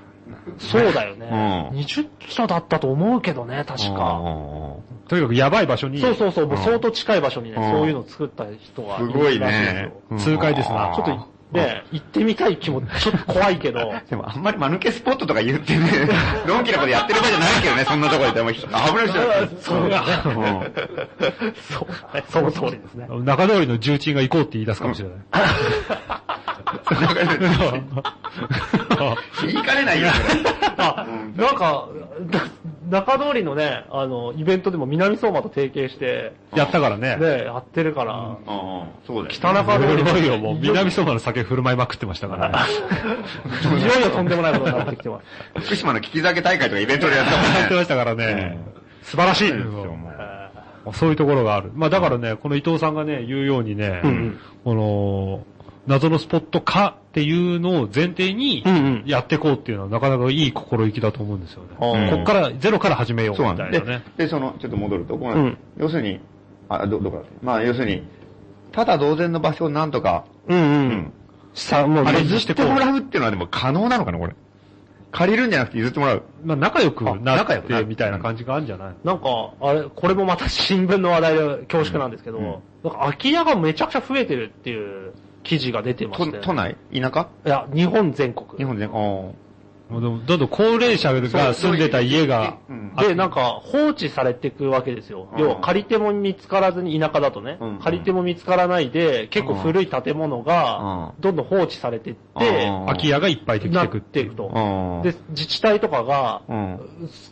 Speaker 4: そうだよね。
Speaker 2: うん
Speaker 4: 20キロだったと思うけどね、確
Speaker 2: う
Speaker 4: か。
Speaker 2: んうんうん
Speaker 3: とにかくやばい場所に
Speaker 4: そうそうそう、もう
Speaker 2: うん
Speaker 4: 相当近い場所にね、
Speaker 2: うん
Speaker 4: そういうのを作った人が
Speaker 2: す
Speaker 4: る
Speaker 2: ごい
Speaker 4: らしです
Speaker 2: ね
Speaker 4: よ。
Speaker 3: 痛快ですな
Speaker 2: うん
Speaker 4: ちょっと、ね、行ってみたい気も、ちょっと怖いけど、
Speaker 2: でもあんまり間抜けスポットとか言ってね、 *laughs* のんきなことやってる場合じゃないけどね、そんなとこで。でも危ない人だよ
Speaker 4: そうだ
Speaker 3: *laughs*
Speaker 4: ね
Speaker 2: うん
Speaker 4: *laughs* そう、 *laughs* その通りですね。
Speaker 3: 中通りの重鎮が行こうって言い出すかもしれない。
Speaker 2: なんか言いかねないよ。
Speaker 4: あ、なんか、な中通りのね、あの、イベントでも南相馬と提携して、
Speaker 3: やったからね。
Speaker 4: ね、やってるから、
Speaker 2: うんうんそうだよね。
Speaker 4: 田中通り
Speaker 3: す
Speaker 4: の
Speaker 3: ごいよ、もう南相馬の酒振る舞いまくってましたから。
Speaker 4: いよいよとんでもないことになってきてます。
Speaker 2: 福島の聞き酒大会とかイベントでやったもん
Speaker 3: やってま
Speaker 2: ね。
Speaker 3: したからね。素晴らしいうん
Speaker 4: え
Speaker 3: そういうところがある。まあだからね、この伊藤さんがね、言うようにね、この、謎のスポット化っていうのを前提に
Speaker 4: うんうん
Speaker 3: やっていこうっていうのはなかなかいい心意気だと思うんですよね。
Speaker 4: ー
Speaker 2: うん
Speaker 3: こっから、ゼロから始めよう
Speaker 2: そう
Speaker 3: み
Speaker 2: なん
Speaker 3: た
Speaker 2: だ
Speaker 3: い
Speaker 2: で
Speaker 3: なね。
Speaker 2: で、その、ちょっと戻ると、ごめん
Speaker 4: うん
Speaker 2: 要するに、あ、ど、どこだっけまあ、要するに、ただ同然の場所をなんとか、
Speaker 4: *laughs* うんう。。
Speaker 2: うん
Speaker 4: さあ、もう、
Speaker 2: あれ、譲
Speaker 4: 譲
Speaker 2: ってもらうっていうのはでも可能なのかな、これ。借りるんじゃなくて譲ってもらう。
Speaker 3: まあ仲良くな
Speaker 2: 仲
Speaker 3: っ
Speaker 2: 良くな
Speaker 3: てみたいな感じがあるんじゃない
Speaker 4: なんか、あれ、これもまた新聞の話題で恐縮なんですけど、
Speaker 2: うんうん
Speaker 4: なんか空き家がめちゃくちゃ増えてるっていう記事が出てま
Speaker 2: 都
Speaker 4: して。
Speaker 2: 都内田舎
Speaker 4: いや、日本全国。
Speaker 2: 日本で。あー
Speaker 3: もうでもどんどん高齢者が住んでた家が、
Speaker 2: うん
Speaker 3: あ
Speaker 4: で、なんか放置されていくわけですよ。
Speaker 2: うん
Speaker 4: 要は借り手も見つからずに、田舎だとね、
Speaker 2: うん
Speaker 4: 借り手も見つからないで、結構古い建物が
Speaker 2: う
Speaker 4: どんどん放置されていって、
Speaker 3: 空き家がいっぱいでき
Speaker 4: な
Speaker 3: て
Speaker 4: っ
Speaker 3: くってて
Speaker 4: い
Speaker 3: いう
Speaker 4: く。と。
Speaker 2: うん。
Speaker 4: で、自治体とかが、
Speaker 2: うん。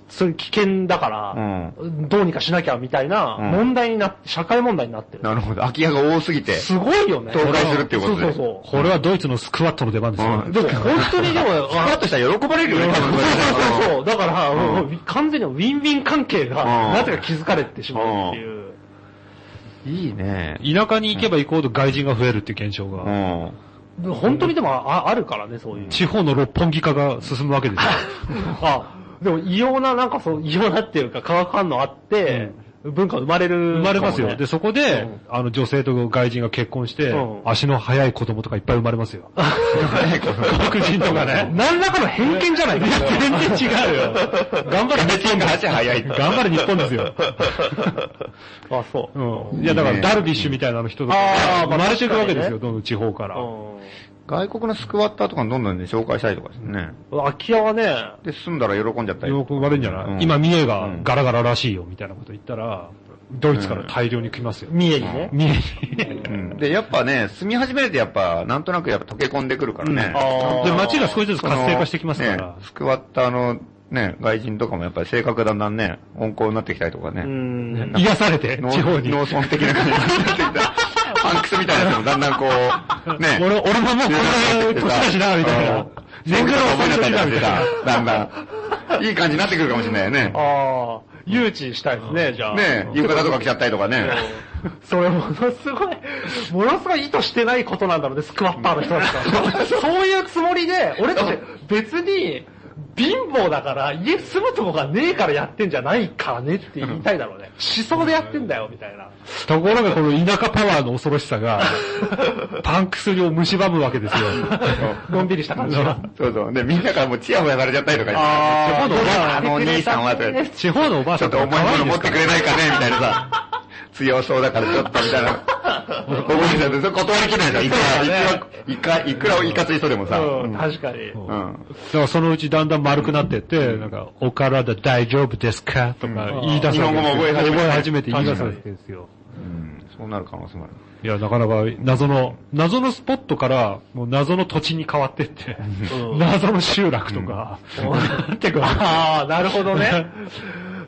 Speaker 4: そういう危険だから、
Speaker 2: うん。
Speaker 4: どうにかしなきゃみたいな
Speaker 2: うん
Speaker 4: 問題になって、社会問題になってる。
Speaker 2: なるほど。空き家が多すぎて。
Speaker 4: すごいよね。
Speaker 2: 倒壊するっていうことで
Speaker 4: そうそうそ
Speaker 3: これはドイツのスクワットの出番ですよ。
Speaker 2: うん
Speaker 4: う。でも本
Speaker 2: *laughs*
Speaker 4: 当にでも、
Speaker 2: スクワッとしたら喜ばれるよね、多分これ
Speaker 4: *laughs* そう
Speaker 2: ね
Speaker 4: そう、だから、
Speaker 2: うん
Speaker 4: もう完全にウィンウィン関係が、
Speaker 2: うん
Speaker 4: なぜか気づかれてしまうっていう。
Speaker 2: うんいいね。
Speaker 3: 田舎に行けば行こうと外人が増えるっていう現象
Speaker 2: う
Speaker 3: が、
Speaker 2: ん。
Speaker 4: でも本当にでもああるからね、そういう。
Speaker 3: 地方の六本木化が進むわけ
Speaker 4: *laughs*
Speaker 3: ですよ。
Speaker 4: あ、でも異様な、なんかそう、異様なっていうか、化学反応あって、文化生まれる、
Speaker 3: 生まれますよ。で、
Speaker 4: で、
Speaker 3: そこで、
Speaker 4: うん
Speaker 3: あの女性と外人が結婚して、
Speaker 4: うん
Speaker 3: 足の速い子供とかいっぱい生まれますよ。黒人とかね。
Speaker 4: 何らかの偏見じゃないか。
Speaker 3: *laughs* 全然違うよ。頑張
Speaker 4: *laughs*
Speaker 3: れ日本
Speaker 2: が足速い
Speaker 3: 頑張れ日本ですよ。
Speaker 4: あ、そう。
Speaker 3: うん。いや、だからダルビッシュみたいなあの人とか、
Speaker 4: あーま
Speaker 3: 生
Speaker 4: あ
Speaker 3: まれていくわけですよ、
Speaker 4: 確
Speaker 3: どんどん地方から。
Speaker 2: 外国のスクワッターとかどんどんね、紹介したりとかしてね。
Speaker 4: うん空き家はね、
Speaker 2: で、住んだら喜んじゃったり。
Speaker 3: 喜ばれるんじゃない、
Speaker 2: うん
Speaker 3: 今、三重が
Speaker 2: うん
Speaker 3: ガラガラらしいよ、みたいなこと言ったら、ドイツから大量に来ますよ。
Speaker 4: 三重にね。
Speaker 3: 三重
Speaker 2: うんで、やっぱね、住み始めるとやっぱ、なんとなくやっぱ溶け込んでくるからね。
Speaker 4: あー
Speaker 3: で、街が少しずつ
Speaker 2: その
Speaker 3: 活性化してきますから
Speaker 2: ね。スクワッターのね、外人とかもやっぱり性格だんだんね、温厚になってきたりとかね。
Speaker 4: うん。
Speaker 3: 癒されて、
Speaker 2: 農
Speaker 3: 地方に。
Speaker 2: 農村的な感じになって
Speaker 3: *laughs*
Speaker 2: きた。パンクスみたいなやつもだんだんこう、ね。
Speaker 3: 俺、俺ももうこんな年だしな、みたい
Speaker 2: うん
Speaker 3: な。年貢
Speaker 2: ぐら
Speaker 3: の
Speaker 2: 覚えな
Speaker 3: お
Speaker 2: か
Speaker 3: 年
Speaker 2: っ
Speaker 3: だ
Speaker 2: た
Speaker 3: みたいな。
Speaker 2: だんだん。いい感じになってくるかもしれないよね。
Speaker 4: ああ、誘致したいですね、じゃあ。
Speaker 2: ね浴衣とか着ちゃったりとかね。
Speaker 4: それものすごい、ものすごい意図してないことなんだろうね、スクワッターの人だった
Speaker 3: *laughs*
Speaker 4: ら。そういうつもりで、俺たち別に貧乏だから、家住むとこがねえからやってんじゃないからねって言いたいだろうね。思想でやってんだよ、みたいな。
Speaker 3: ところがこの田舎パワーの恐ろしさ
Speaker 2: *laughs*
Speaker 3: が、パンクスを蝕むわけですよ。
Speaker 4: のんびりした感じが。
Speaker 2: そうそう。で、みんなからもうチヤホヤされちゃったりとかして。
Speaker 4: あー
Speaker 2: ちょっとどうしたあのお兄さんはとか
Speaker 3: *laughs*
Speaker 2: 言って
Speaker 3: 地方のおばあ
Speaker 2: ち
Speaker 3: さ
Speaker 2: ょ
Speaker 3: ん
Speaker 2: っと重いもの持って
Speaker 3: か
Speaker 2: くれないかねみたいなさ。強そうだからちょっとみたいな。僕にさ、それ断りきれないじゃん。いくら、いくら、いくらをいかついそうでもさ。
Speaker 4: う、
Speaker 2: うんん。
Speaker 4: 確かに。
Speaker 2: うん
Speaker 3: だからそのうちだんだん丸くなってって、なんか、お体大丈夫ですかとか言い出すわけですよ
Speaker 2: 日本語も覚え始めて
Speaker 3: 覚え始めて言い出すわけですよ。
Speaker 2: うんそうなる可能性もある。
Speaker 3: いや、なかなか謎の、謎のスポットから、もう謎の土地に変わってって、謎の集落とか、なってくる。
Speaker 4: ああ、なるほ
Speaker 3: *laughs*
Speaker 4: どね。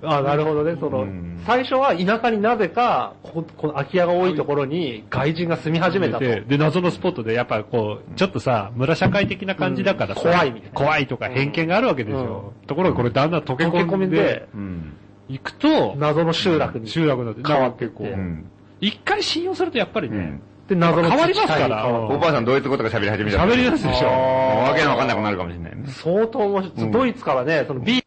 Speaker 4: ああ、なるほどね。その
Speaker 2: ん、
Speaker 4: 最初は田舎になぜか、ここ、この空き家が多いところに外人が住み始めたと。
Speaker 3: で、謎のスポットで、やっぱこう、ちょっとさ、村社会的な感じだからさ、
Speaker 4: うん怖いみたいな
Speaker 3: 怖いとか偏見があるわけですよ。ところがこれだんだん溶け
Speaker 4: 溶け込
Speaker 3: 込ん
Speaker 4: み
Speaker 3: で
Speaker 4: で、
Speaker 2: うん。
Speaker 3: 行くと、
Speaker 4: 謎の集落に。
Speaker 3: 集落になって、
Speaker 4: 変わって
Speaker 3: なんかこ
Speaker 4: う
Speaker 2: う
Speaker 3: う、
Speaker 2: ん。
Speaker 3: 一回信用するとやっぱり
Speaker 2: う
Speaker 3: ね
Speaker 2: ん、。
Speaker 4: で、謎の
Speaker 3: 変わりますから
Speaker 4: 自治体に変わる
Speaker 2: おばあさんドイツ語とか喋り始めちゃった。
Speaker 3: 喋り出すでしょ。
Speaker 2: もうわけのわかんなくなるかもしれないね。
Speaker 4: 相当面白い。
Speaker 2: ん
Speaker 4: ドイツからね、その B、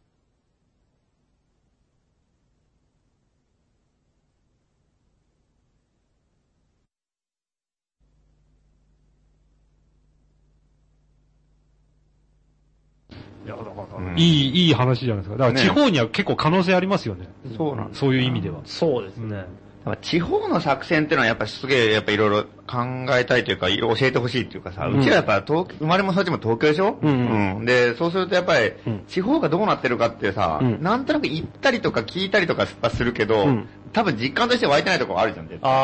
Speaker 3: いや、だから
Speaker 2: うん
Speaker 3: いい、いい話じゃないですか。だから
Speaker 2: ね
Speaker 3: 地方には結構可能性ありますよね。
Speaker 2: そうなんです。
Speaker 3: そういう意味では。
Speaker 4: そうですね。
Speaker 2: やっぱ地方の作戦ってのはやっぱすげえやっぱいろいろ考えたいというか、いろいろ教えてほしいっていうかさ、うちはやっぱ東生まれも育ちも東京でしょ、
Speaker 4: ん
Speaker 2: うんで、そうするとやっぱり地方がどうなってるかってさ、
Speaker 4: うん
Speaker 2: なんとなく行ったりとか聞いたりとかはするけど、
Speaker 4: ん
Speaker 2: 多分実感として湧いてないところあるじゃん、絶対ど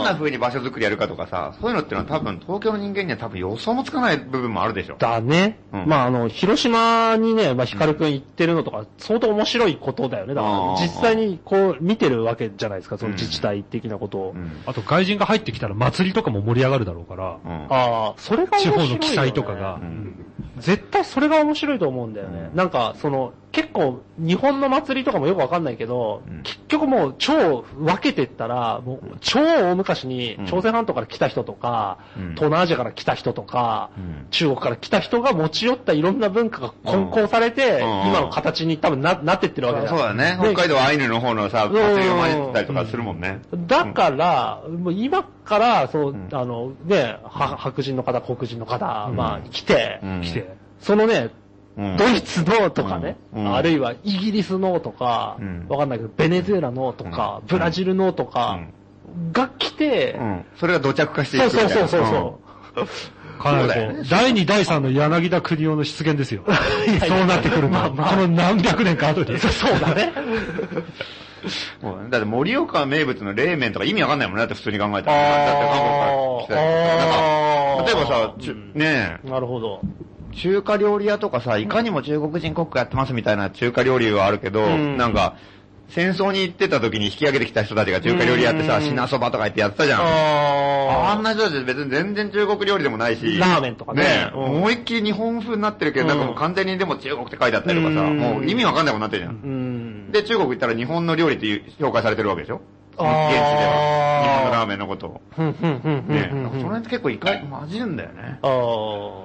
Speaker 2: んな
Speaker 4: あ
Speaker 2: 風に場所づくりやるかとかさ、そういうのってのは多分東京の人間には多分予想もつかない部分もあるでしょ
Speaker 4: ー、。だね。
Speaker 2: うん
Speaker 4: まあ、あの、広島にね、まあ、ヒカルくん行ってるのとか、相当面白いことだよね。だか
Speaker 2: あ
Speaker 4: ら、
Speaker 2: ー
Speaker 4: 実際にこう、見てるわけじゃないですか、その自治体的なことを。
Speaker 2: うん。
Speaker 3: あと外人が入ってきたら祭りとかも盛り上がるだろうから、
Speaker 2: うん。
Speaker 4: ああ、それが面
Speaker 3: 地
Speaker 4: 白い、
Speaker 3: 方
Speaker 4: ね。
Speaker 3: の記載とかが。
Speaker 2: うん
Speaker 4: 絶対それが面白いと思うんだよね。
Speaker 2: うん
Speaker 4: なんか、その、結構、日本の祭りとかもよくわかんないけど、
Speaker 2: うん
Speaker 4: 結局もう、超分けてったら、もう、超大昔に
Speaker 2: うん、
Speaker 4: 朝鮮半島から来た人とか、
Speaker 2: うん
Speaker 4: 東南アジアから来た人とか、
Speaker 2: うん
Speaker 4: 中国から来た人が持ち寄ったいろんな文化が混交され
Speaker 2: うん
Speaker 4: て、今の形に多分ななってってるわけじゃん
Speaker 2: そうだね。北海道アイヌの方のさ、
Speaker 4: ん
Speaker 2: 祭りを混じったりとかするもんね。
Speaker 4: だから、もう今から、そう、
Speaker 2: ん
Speaker 4: あの、ね、は白人の方、黒人の方、まあ、来て、
Speaker 2: うん
Speaker 3: 来て。
Speaker 4: そのね、
Speaker 2: うん
Speaker 4: ドイツのとかね、
Speaker 2: うんうん
Speaker 4: あるいはイギリスのとか、
Speaker 2: うん
Speaker 4: わかんないけど、ベネズエラのとか、
Speaker 2: うん
Speaker 4: ブラジルのとか、が来て、
Speaker 2: うん。それが土着化していく
Speaker 4: そう
Speaker 2: みたい
Speaker 4: そう
Speaker 2: な。
Speaker 4: そうそう、
Speaker 3: かなりこ
Speaker 2: そうだよ
Speaker 3: う、
Speaker 2: ね
Speaker 3: 第2、第3の柳田国夫の出現ですよ。そうなってくると。この何百年か後に。そうだね。
Speaker 2: もうだって盛岡名物の冷麺とか意味わかんないもんね、だって普通に考えたら。だって韓国から
Speaker 4: あー
Speaker 2: 来たりとかなんか例えばさ、ちゅね
Speaker 4: なるほど。
Speaker 2: え、中華料理屋とかさ、いかにも中国人コックやってますみたいな中華料理はあるけど、
Speaker 4: ん
Speaker 2: なんか、戦争に行ってた時に引き上げてきた人たちが中華料理屋ってさ、品そばとか言ってやってたじゃん。あ
Speaker 4: あ
Speaker 2: んな人たち別に全然中国料理でもないし。
Speaker 4: ラーメンとかね
Speaker 2: ねえ、
Speaker 4: うん
Speaker 2: 思いっきり日本風になってるけど、なんかもう完全にでも中国って書いてあったりとかさ、
Speaker 4: うん
Speaker 2: もう意味わかんないもんなってるじゃ。
Speaker 4: ー。うんん。
Speaker 2: で、中国行ったら日本の料理っていう評価されてるわけでしょ現地で
Speaker 4: あー
Speaker 2: は。日本のラーメンのことを。
Speaker 4: ふんふんふんふん
Speaker 2: ねえ、
Speaker 4: ふん
Speaker 2: そ
Speaker 4: ふ
Speaker 2: の
Speaker 4: ん。
Speaker 2: 辺って結構意外、混じるんだよね。
Speaker 4: あ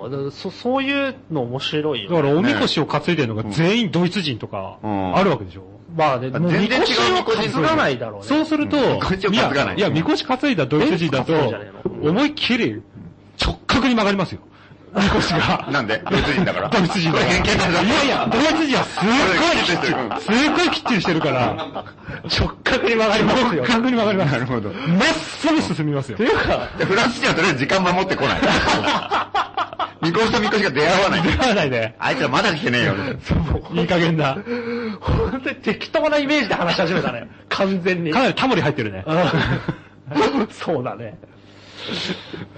Speaker 4: あ、だからそ、そういうの面白い
Speaker 3: *laughs* だ
Speaker 4: よ
Speaker 3: か
Speaker 4: ね。
Speaker 3: らおみこしを担いでるのが全員ドイツ人とか、
Speaker 2: うん
Speaker 3: あるわけでしょ。
Speaker 4: まあね、もう、
Speaker 2: 全
Speaker 4: み
Speaker 2: 然違う
Speaker 4: こしを担がないだろうね。
Speaker 3: そうすると、
Speaker 2: うんみこしを
Speaker 3: い
Speaker 2: 担がな
Speaker 3: や、
Speaker 2: い
Speaker 3: いや、みこし担いだドイツ人だと
Speaker 4: え担ぐんじゃねえ、の
Speaker 3: 思いっきり直角に曲がりますよ。みこしが。
Speaker 2: なんでドイツ人だ
Speaker 4: *laughs*
Speaker 2: から。
Speaker 3: ドイツ人
Speaker 2: *laughs*
Speaker 3: だ
Speaker 2: こ
Speaker 3: か
Speaker 2: れ
Speaker 3: ら。
Speaker 2: 偏見なんだ
Speaker 3: いやいや、ドイツ人はすっ
Speaker 2: これ偏見だ
Speaker 3: ごい、すっごいきっちりしてるから、
Speaker 4: 直角に曲がりますよ
Speaker 3: 直。角に曲がります。
Speaker 2: なるほど。じ
Speaker 3: まっすぐ進みますよ。
Speaker 4: ていうか、
Speaker 2: ゃあフランス人はとりあえず時間守ってこ
Speaker 4: *laughs*
Speaker 2: ない。みこしとみこしが出会わない。
Speaker 3: わないで。
Speaker 2: あいつらまだ来てねえよ。
Speaker 3: いい加減だ。
Speaker 4: 本当に適当なイメージで話し始めたね。完全に。
Speaker 3: かなりタモリ入ってるね。
Speaker 4: うん *laughs* そうだね。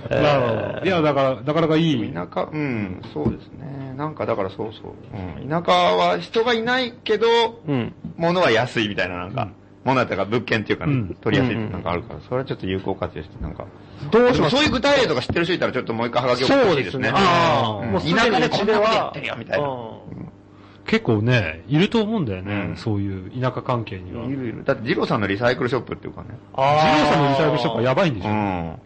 Speaker 3: なるほどいや、だから、なかなかいい。
Speaker 2: 田舎、うん、そうですね。なんかだからそうそう。うん、田舎は人がいないけど、
Speaker 4: うん。
Speaker 2: 物は安いみたいな、なんか、物だったら物件っていうか、
Speaker 3: うん
Speaker 2: 取りやすいってなんかあるから、それはちょっと有効活用して、なんか。
Speaker 4: どう
Speaker 2: で
Speaker 4: し
Speaker 2: も
Speaker 4: ます
Speaker 2: そういう具体例とか知ってる人いたら、ちょっともう一回ハガキ送ってほしいですね。
Speaker 4: ああ、
Speaker 2: うん
Speaker 4: もうすでに
Speaker 2: 田舎でこんなことや
Speaker 4: は
Speaker 2: ってるよみたいな
Speaker 4: うん
Speaker 3: 結構ね、いると思うんだよね。
Speaker 2: うん
Speaker 3: そういう田舎関係には。
Speaker 2: いるいる。だって、ジローさんのリサイクルショップっていうかね。
Speaker 3: ジローさんのリサイクルショップは
Speaker 4: あ
Speaker 3: やばいんでし
Speaker 2: う
Speaker 3: ょ、
Speaker 2: ん。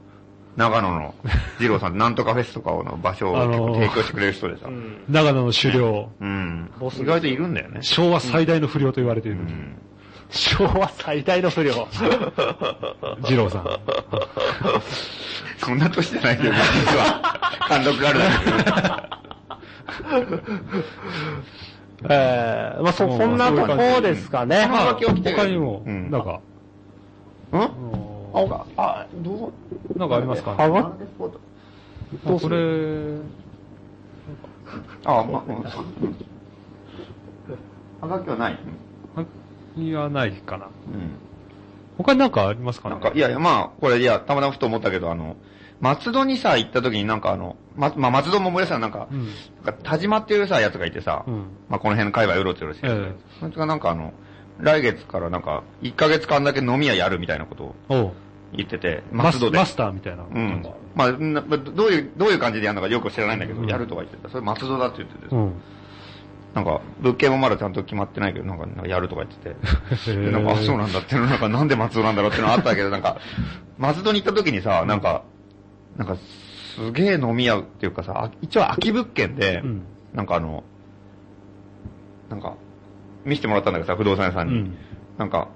Speaker 2: 長野の、ジローさん、なんとかフェスとかの場所を結構提供してくれる人でさ。
Speaker 4: うん
Speaker 3: 長野の狩猟。
Speaker 2: うん
Speaker 4: ボス。
Speaker 2: 意外といるんだよね。
Speaker 3: 昭和最大の不良と言われている
Speaker 2: う。ん。
Speaker 4: 昭和最大の不良。
Speaker 3: *laughs* 二郎さん。
Speaker 2: *laughs* そんな年じゃないけど、実は、貫禄があるだけ
Speaker 4: ええまあそ、そんなとこですかね。
Speaker 2: まあそういう感じ
Speaker 4: はい
Speaker 2: 起きてる
Speaker 3: 他にも、
Speaker 2: うん
Speaker 3: なんか、
Speaker 2: *laughs* ど。ん
Speaker 3: あ
Speaker 2: あ、あ、どう
Speaker 3: なんかありますか
Speaker 4: ハ
Speaker 2: あ
Speaker 4: ガ、どうす
Speaker 3: こ
Speaker 4: る
Speaker 3: れ、
Speaker 2: あ、ま、うん。はがきはない。
Speaker 3: いはないかな。
Speaker 2: うん。
Speaker 3: 他になんかありますかね
Speaker 2: なんか、いやいや、まあ、これ、いや、たまたまふと思ったけど、あの、松戸にさ、行った時になんかあの、ま、まあ、松戸も森さんなんか
Speaker 3: う、ん。
Speaker 2: なんか田島っていうさ、やつがいてさ、
Speaker 3: うん
Speaker 2: まあ、この辺の界隈うろちょろしてるやつがいて、そいつがなんかあの、来月からなんか、1ヶ月間だけ飲み屋やるみたいなことを
Speaker 3: おう
Speaker 2: 言ってて、
Speaker 3: マ
Speaker 2: 松
Speaker 3: ス
Speaker 2: 戸で
Speaker 3: マ。スターみたいな。
Speaker 2: うん。まあ、なまあどういう、どういう感じでやるのかよく知らないんだけど、やるとか言ってた。それ松戸だって言っててさ、
Speaker 3: うん。
Speaker 2: なんか、物件もまだちゃんと決まってないけど、なんか、なんかやるとか言ってて。
Speaker 3: へー
Speaker 2: でなんか、あ、そうなんだっていうの、なんか、なんで松戸なんだろうっていうのあったけど、なんか、松戸に行った時にさ、なんか、なんか、すげえ飲み屋っていうかさ、あ一応空き物件で、
Speaker 3: うん
Speaker 2: なんかあの、なんか、見せてもらったんだけどさ、不動産屋さんに。
Speaker 3: うん
Speaker 2: なんか、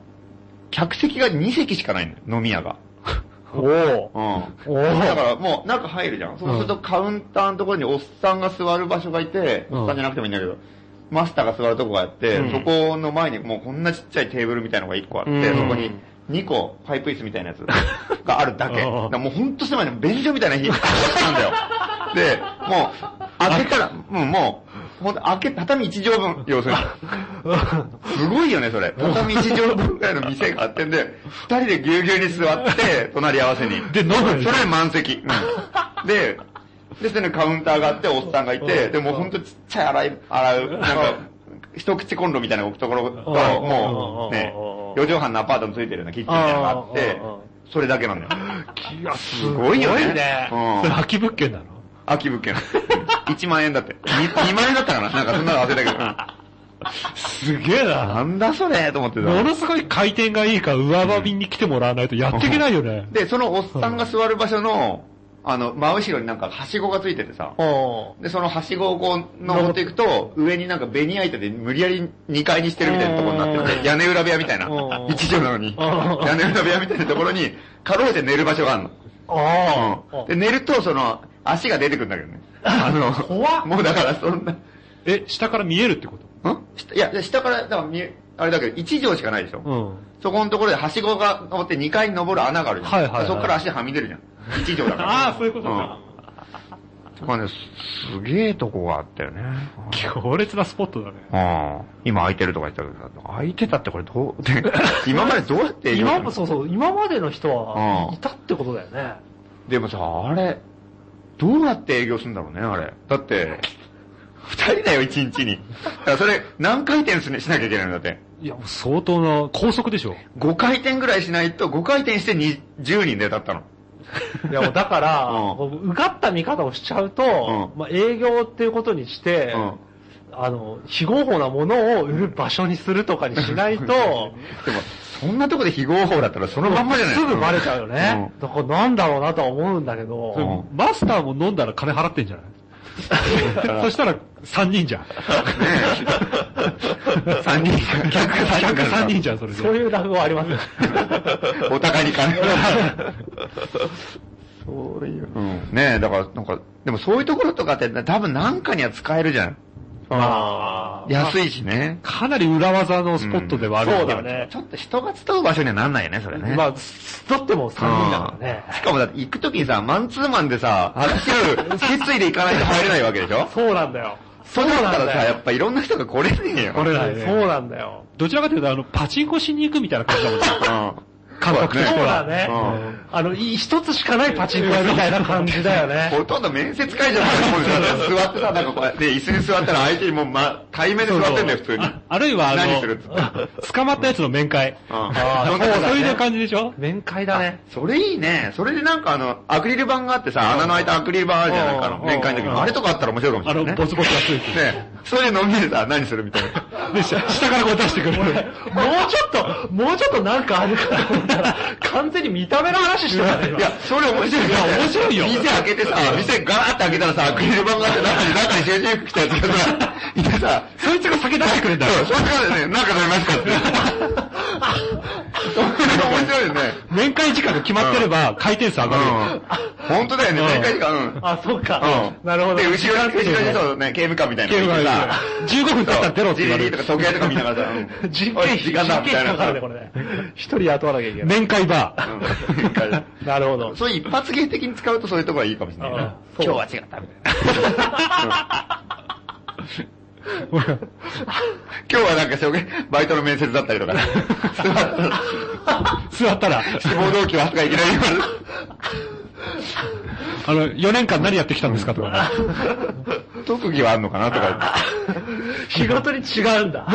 Speaker 2: 客席が2席しかないんだよ、飲み屋が。
Speaker 4: *laughs* おお
Speaker 2: うん。
Speaker 4: おー
Speaker 2: だからもう中入るじゃん。そうするとカウンターのところにおっさんが座る場所がいて、
Speaker 3: うん
Speaker 2: おっさんじゃなくてもいいんだけど、マスターが座るとこがあって、
Speaker 4: うん
Speaker 2: そこの前にもうこんなちっちゃいテーブルみたいのが1個あって、
Speaker 4: うん
Speaker 2: そこに2個パイプ椅子みたいなやつがある
Speaker 4: *laughs*
Speaker 2: だけ。だ
Speaker 3: うん
Speaker 2: からもうほんと狭いの、便所みたいな日なんだよ。で、もう、開けたら、うん、もう、ほんと開け、畳1畳分、要するに。すごいよね、それ。畳1畳分ぐらいの店があってんで、二人でぎゅうぎゅうに座って、隣り合わせに。
Speaker 3: で飲むんでし
Speaker 2: そ
Speaker 3: ょ
Speaker 2: れで満席。うんで、で、そのカウンターがあって、おっさんがいて、でもうほんとちっちゃい洗い、洗う、なんか、一口コンロみたいな置くところと、もう、ね、4畳半のアパートについてるようなキッチンみたいなのがあって
Speaker 4: うんうんうん、
Speaker 2: それだけなんだよ。
Speaker 4: いや、す
Speaker 2: すごいよね。
Speaker 3: そ
Speaker 2: うん
Speaker 3: れ空き物件なの
Speaker 2: 秋 *laughs* 物件。1万円だって。2, 万円だったかななんかそんなの忘れたけど。
Speaker 3: すげえ
Speaker 2: な
Speaker 3: な。
Speaker 2: んだそれと思って
Speaker 3: も
Speaker 2: た。
Speaker 3: のすごい回転がいいから上場便に来てもらわないとやっていけないよね。
Speaker 2: で、そのおっさんが座る場所の、あの、真後ろになんか、はしごがついててさ。
Speaker 4: お
Speaker 2: で、そのはしごをこう、登っていくと、上になんかベニヤ板で無理やり2階にしてるみたいなところになって
Speaker 4: う
Speaker 2: て、
Speaker 4: ん
Speaker 2: 屋根裏部屋みたいな。
Speaker 4: うん
Speaker 2: 一畳なのに。
Speaker 4: ん
Speaker 2: 屋根裏部屋みたいなところに、かろうじて寝る場所があるの。
Speaker 4: あ
Speaker 2: うん
Speaker 4: あ
Speaker 2: で、寝ると、その、足が出てくるんだけどね。あの、
Speaker 4: 怖っ
Speaker 2: もうだからそんな、
Speaker 3: え、下から見えるってこと
Speaker 2: ん下いや、下から、だから見え、あれだけど、1畳しかないでしょ。
Speaker 3: うん。
Speaker 2: そこのところで、はしごが登って2階に登る穴があるじゃん。
Speaker 3: はいはいはい
Speaker 2: そこから足はみ出るじゃん。1畳だから。
Speaker 3: ああ、そういうことか。
Speaker 2: うとかね、すすげえとこがあったよね。
Speaker 3: 強烈なスポットだね。
Speaker 2: ああ今空いてるとか言ってたけどさ、空いてたってこれどう、 *laughs* で今までどうやって
Speaker 4: 今も、そうそう、今までの人は
Speaker 2: うん
Speaker 4: いたってことだよね。
Speaker 2: でもさ、あれ、どうやって営業するんだろうね、あれ。だって、二人だよ、一日に。だからそれ、何回転すねしなきゃいけないんだって。
Speaker 3: いや、もう相当な高速でしょ。
Speaker 2: 5回転ぐらいしないと、5回転してに10人でだったの。
Speaker 4: いやもうだから、
Speaker 2: うん
Speaker 4: もううがった見方をしちゃうと、
Speaker 2: うん
Speaker 4: まあ、営業っていうことにして、あの、非合法なものを売る場所にするとかにしないと、
Speaker 2: でも、そんなとこで非合法だったらそのまんまじゃない
Speaker 4: すぐバレちゃうよね。
Speaker 2: うん
Speaker 4: だからなんだろうなとは思うんだけど、
Speaker 2: うん
Speaker 3: マスターも飲んだら金払ってんじ
Speaker 2: *laughs*
Speaker 3: ゃないそしたら3人じゃん。
Speaker 2: 三人が、客が三人
Speaker 3: 客
Speaker 2: が
Speaker 3: 3人じゃん、それ
Speaker 4: そう
Speaker 3: で。
Speaker 4: いうラグはあります。
Speaker 2: お互いに金そういう。ん。ねえ、だから、なんか、でもそういうところとかって、多分なんかには使えるじゃん。
Speaker 4: あー
Speaker 2: 安いしね。
Speaker 3: かなり裏技のスポットではあるん
Speaker 4: そうだね
Speaker 2: ちょっと人が集う場所にはなんないよね、それね。
Speaker 4: まあ、すとっても3人だからね
Speaker 2: うん。しかもだって行くときにさ、マンツーマンでさ、話し合う、決意で行かないと入れないわけでしょ
Speaker 4: そうなんだよ。
Speaker 2: そうだったらさ、やっぱいろんな人が来れねえよ。
Speaker 3: 来れないね
Speaker 4: そうなんだよ。
Speaker 3: どちらかというと、あの、パチンコしに行くみたいな感じだもんね。
Speaker 2: うん。
Speaker 3: 感覚と
Speaker 4: そう
Speaker 3: して
Speaker 4: だ
Speaker 3: は。
Speaker 4: ね。
Speaker 2: うん
Speaker 4: あの、い一つしかないパチンコ屋みたいな感じだ
Speaker 3: *laughs*
Speaker 4: よね。
Speaker 2: ほとんど面接会場だと思うんですよ。座ってさ、なんかこうやって、椅子に座ったら相手にもう、ま、対面で座ってんだよ、普通に。
Speaker 3: ああるいは、あ
Speaker 2: 何するっつって
Speaker 3: の、捕まったやつの面会。
Speaker 4: あー
Speaker 2: 飲んで
Speaker 4: そう
Speaker 2: た
Speaker 4: だね
Speaker 3: そういう感じでしょ
Speaker 4: 面会だね。
Speaker 2: それいいね。それでなんかあの、アクリル板があってさ、穴の開いたアクリル板あるじゃないか
Speaker 4: う
Speaker 2: の。
Speaker 4: ん
Speaker 2: 年間の時の。あれとかあったら面白いかもし
Speaker 3: あ
Speaker 2: れ
Speaker 3: の
Speaker 2: ない、ね。、
Speaker 3: ボツボツがついてる。
Speaker 2: ねそれで飲んでさ、何するみたいな。
Speaker 3: で、下下からこう出してくる。
Speaker 4: もうちょっと、もうちょっとなんかあるかと思った
Speaker 3: *laughs*
Speaker 4: ら、完全に見た目の話してたね、今
Speaker 2: いや、それ面白い。い
Speaker 3: や面白いよ
Speaker 2: 店開けてさ、店ガーって開けたらさ、アクリル板があって中に、中に集中服着たやつがさ、いてさ、
Speaker 3: そいつが酒出してくれんだ
Speaker 2: そう、それからね、なんか飲みますかって。それ面白いよね。
Speaker 3: 面会時間が決まってれば、回転数上がるよ。
Speaker 2: うん。本当だよね、
Speaker 3: うん
Speaker 2: 面会時間。うん。
Speaker 4: あ、そうか。
Speaker 2: うん
Speaker 4: なるほど。
Speaker 2: で、後ろに、後ろにそうね、刑務官みたいな。
Speaker 3: ゲームが15分経ったら出ろって言われ
Speaker 2: GD と
Speaker 3: る。
Speaker 2: か時計とか見ながらさ、うん
Speaker 4: 実
Speaker 2: お
Speaker 4: 験
Speaker 2: い
Speaker 4: 費、
Speaker 2: 時間だ、み
Speaker 4: 実
Speaker 2: た
Speaker 4: 験
Speaker 2: い
Speaker 4: 費かか
Speaker 2: な。
Speaker 4: るね、これね。一人雇わなきゃいけない。
Speaker 3: 面会バー。
Speaker 2: うん面会
Speaker 4: なるほど。
Speaker 2: そういう一発芸的に使うとそういうとこはいいかもしれないね
Speaker 4: あ。
Speaker 2: 今
Speaker 4: そう
Speaker 2: 日は違った、みたいな。
Speaker 4: *laughs*
Speaker 3: *laughs*
Speaker 2: 今日はなんか職員、バイトの面接だったり
Speaker 3: *laughs*
Speaker 2: とかね、座ったら
Speaker 3: 座ったら、
Speaker 2: *laughs* 志望動機はとかいきなり言われる。
Speaker 3: あの、4年間何やってきたんですかと
Speaker 4: *laughs*
Speaker 3: かね。
Speaker 2: 特技はあんのかなとか。
Speaker 4: 日ごとに違うんだ。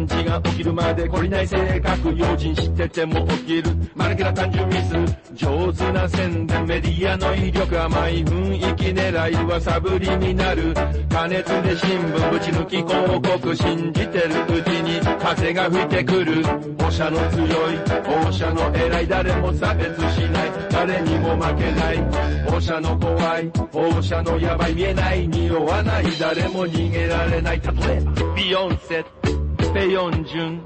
Speaker 7: 時が起きるまで懲りない性格、用心してても起きる、マルケな単純ミス、上手な宣伝、メディアの威力、甘い雰囲気狙いはサブリミナル、加熱で新聞ぶち抜き広告、信じてるうちに風が吹いてくる、放射の強い、放射の偉い、誰も差別しない、誰にも負けない、放射の怖い、放射のやばい、見えない、匂わない、誰も逃げられない、例えば、ビヨンセ、ペヨンジュン、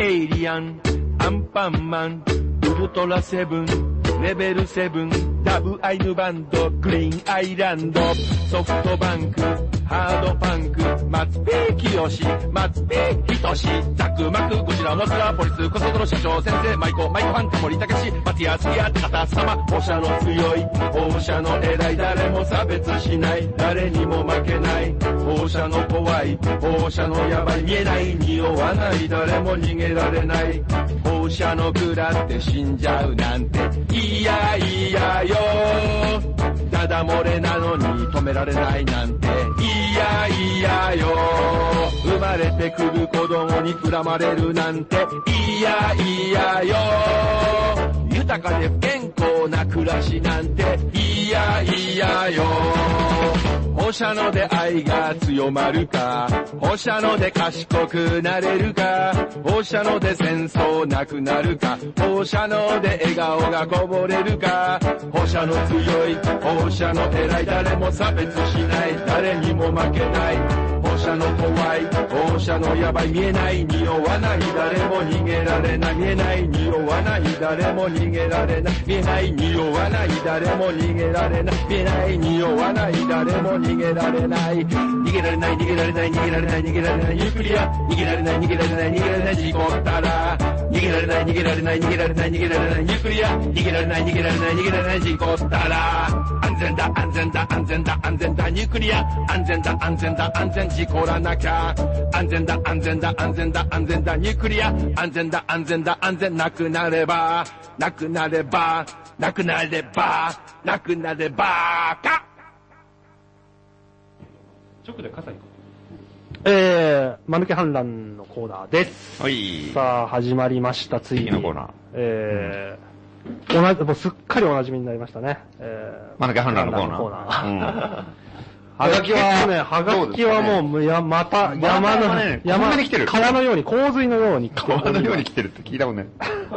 Speaker 7: エイリアン、アンパンマン、ウルトラセブン、レベルセブン、ダブアイヌバンド、グリーンアイランド、ソフトバンク、ハードパンク、松平清、松平仁、ザクマク、ゴジラのスラポリス、コソドの社長、先生、マイコ、マイコファンタ、森武史、マティア、スキア、テカタ、スタマ、放射の強い、放射の偉い、誰も差別しない、誰にも負けない、放射の怖い、放射のやばい、見えない、匂わない、誰も逃げられない、放射のくらって死んじゃうなんて、いやいやよ、ダダ漏れなのに止められないなんて、いやいやよ、生まれてくる子供にくらまれるなんて、いやいやよ、豊かで不健康な暮らしなんて、いやいやよ、放射の出会いが強まるか放射ので賢くなれるか放射ので戦争なくなるか放射ので笑顔がこぼれるか放射の強い放射の偉い誰も差別しない誰にも負けない放射の怖い放射のやばい見えない匂わない誰も逃げられない見えない匂わない誰も逃げられない見えない匂わない誰も逃げられない見えない匂わない誰も逃げられない逃げられない逃げられない逃げられない逃げられないニュークリア逃げられない逃げられない逃げられない事故ったらニ逃げられない逃げられない逃げられない逃げられないニュークリア逃げられない逃げられない逃げられない人工スターラー安全だ安全だ安全だ安全だニュークリア安全だ安全だ安全事故らなきゃ安全だ安全だ安全だ安全だニュークリア安全だ安全だ安全なくなればなくなればなくなればなくなればか
Speaker 3: 直で傘行こ
Speaker 4: えー、マヌケ反乱のコーナーです。
Speaker 2: はい。
Speaker 4: さあ、始まりました、ついに。
Speaker 2: 次のコーナー。
Speaker 4: えー、同じ、もうすっかりお馴染みになりましたね。えー、
Speaker 2: マヌケ反乱のコーナー
Speaker 4: 反乱のコー
Speaker 2: *laughs*
Speaker 4: ナーは
Speaker 2: は
Speaker 4: が
Speaker 2: が
Speaker 4: き
Speaker 2: き
Speaker 4: は
Speaker 2: は
Speaker 4: ね、はがきはもう、いや、また、
Speaker 2: また
Speaker 4: 山の、
Speaker 2: ね
Speaker 4: 山
Speaker 2: こんなに来てる
Speaker 4: 川のように、洪水のように来てる
Speaker 2: 川のように来てるって聞いたもんね。
Speaker 4: え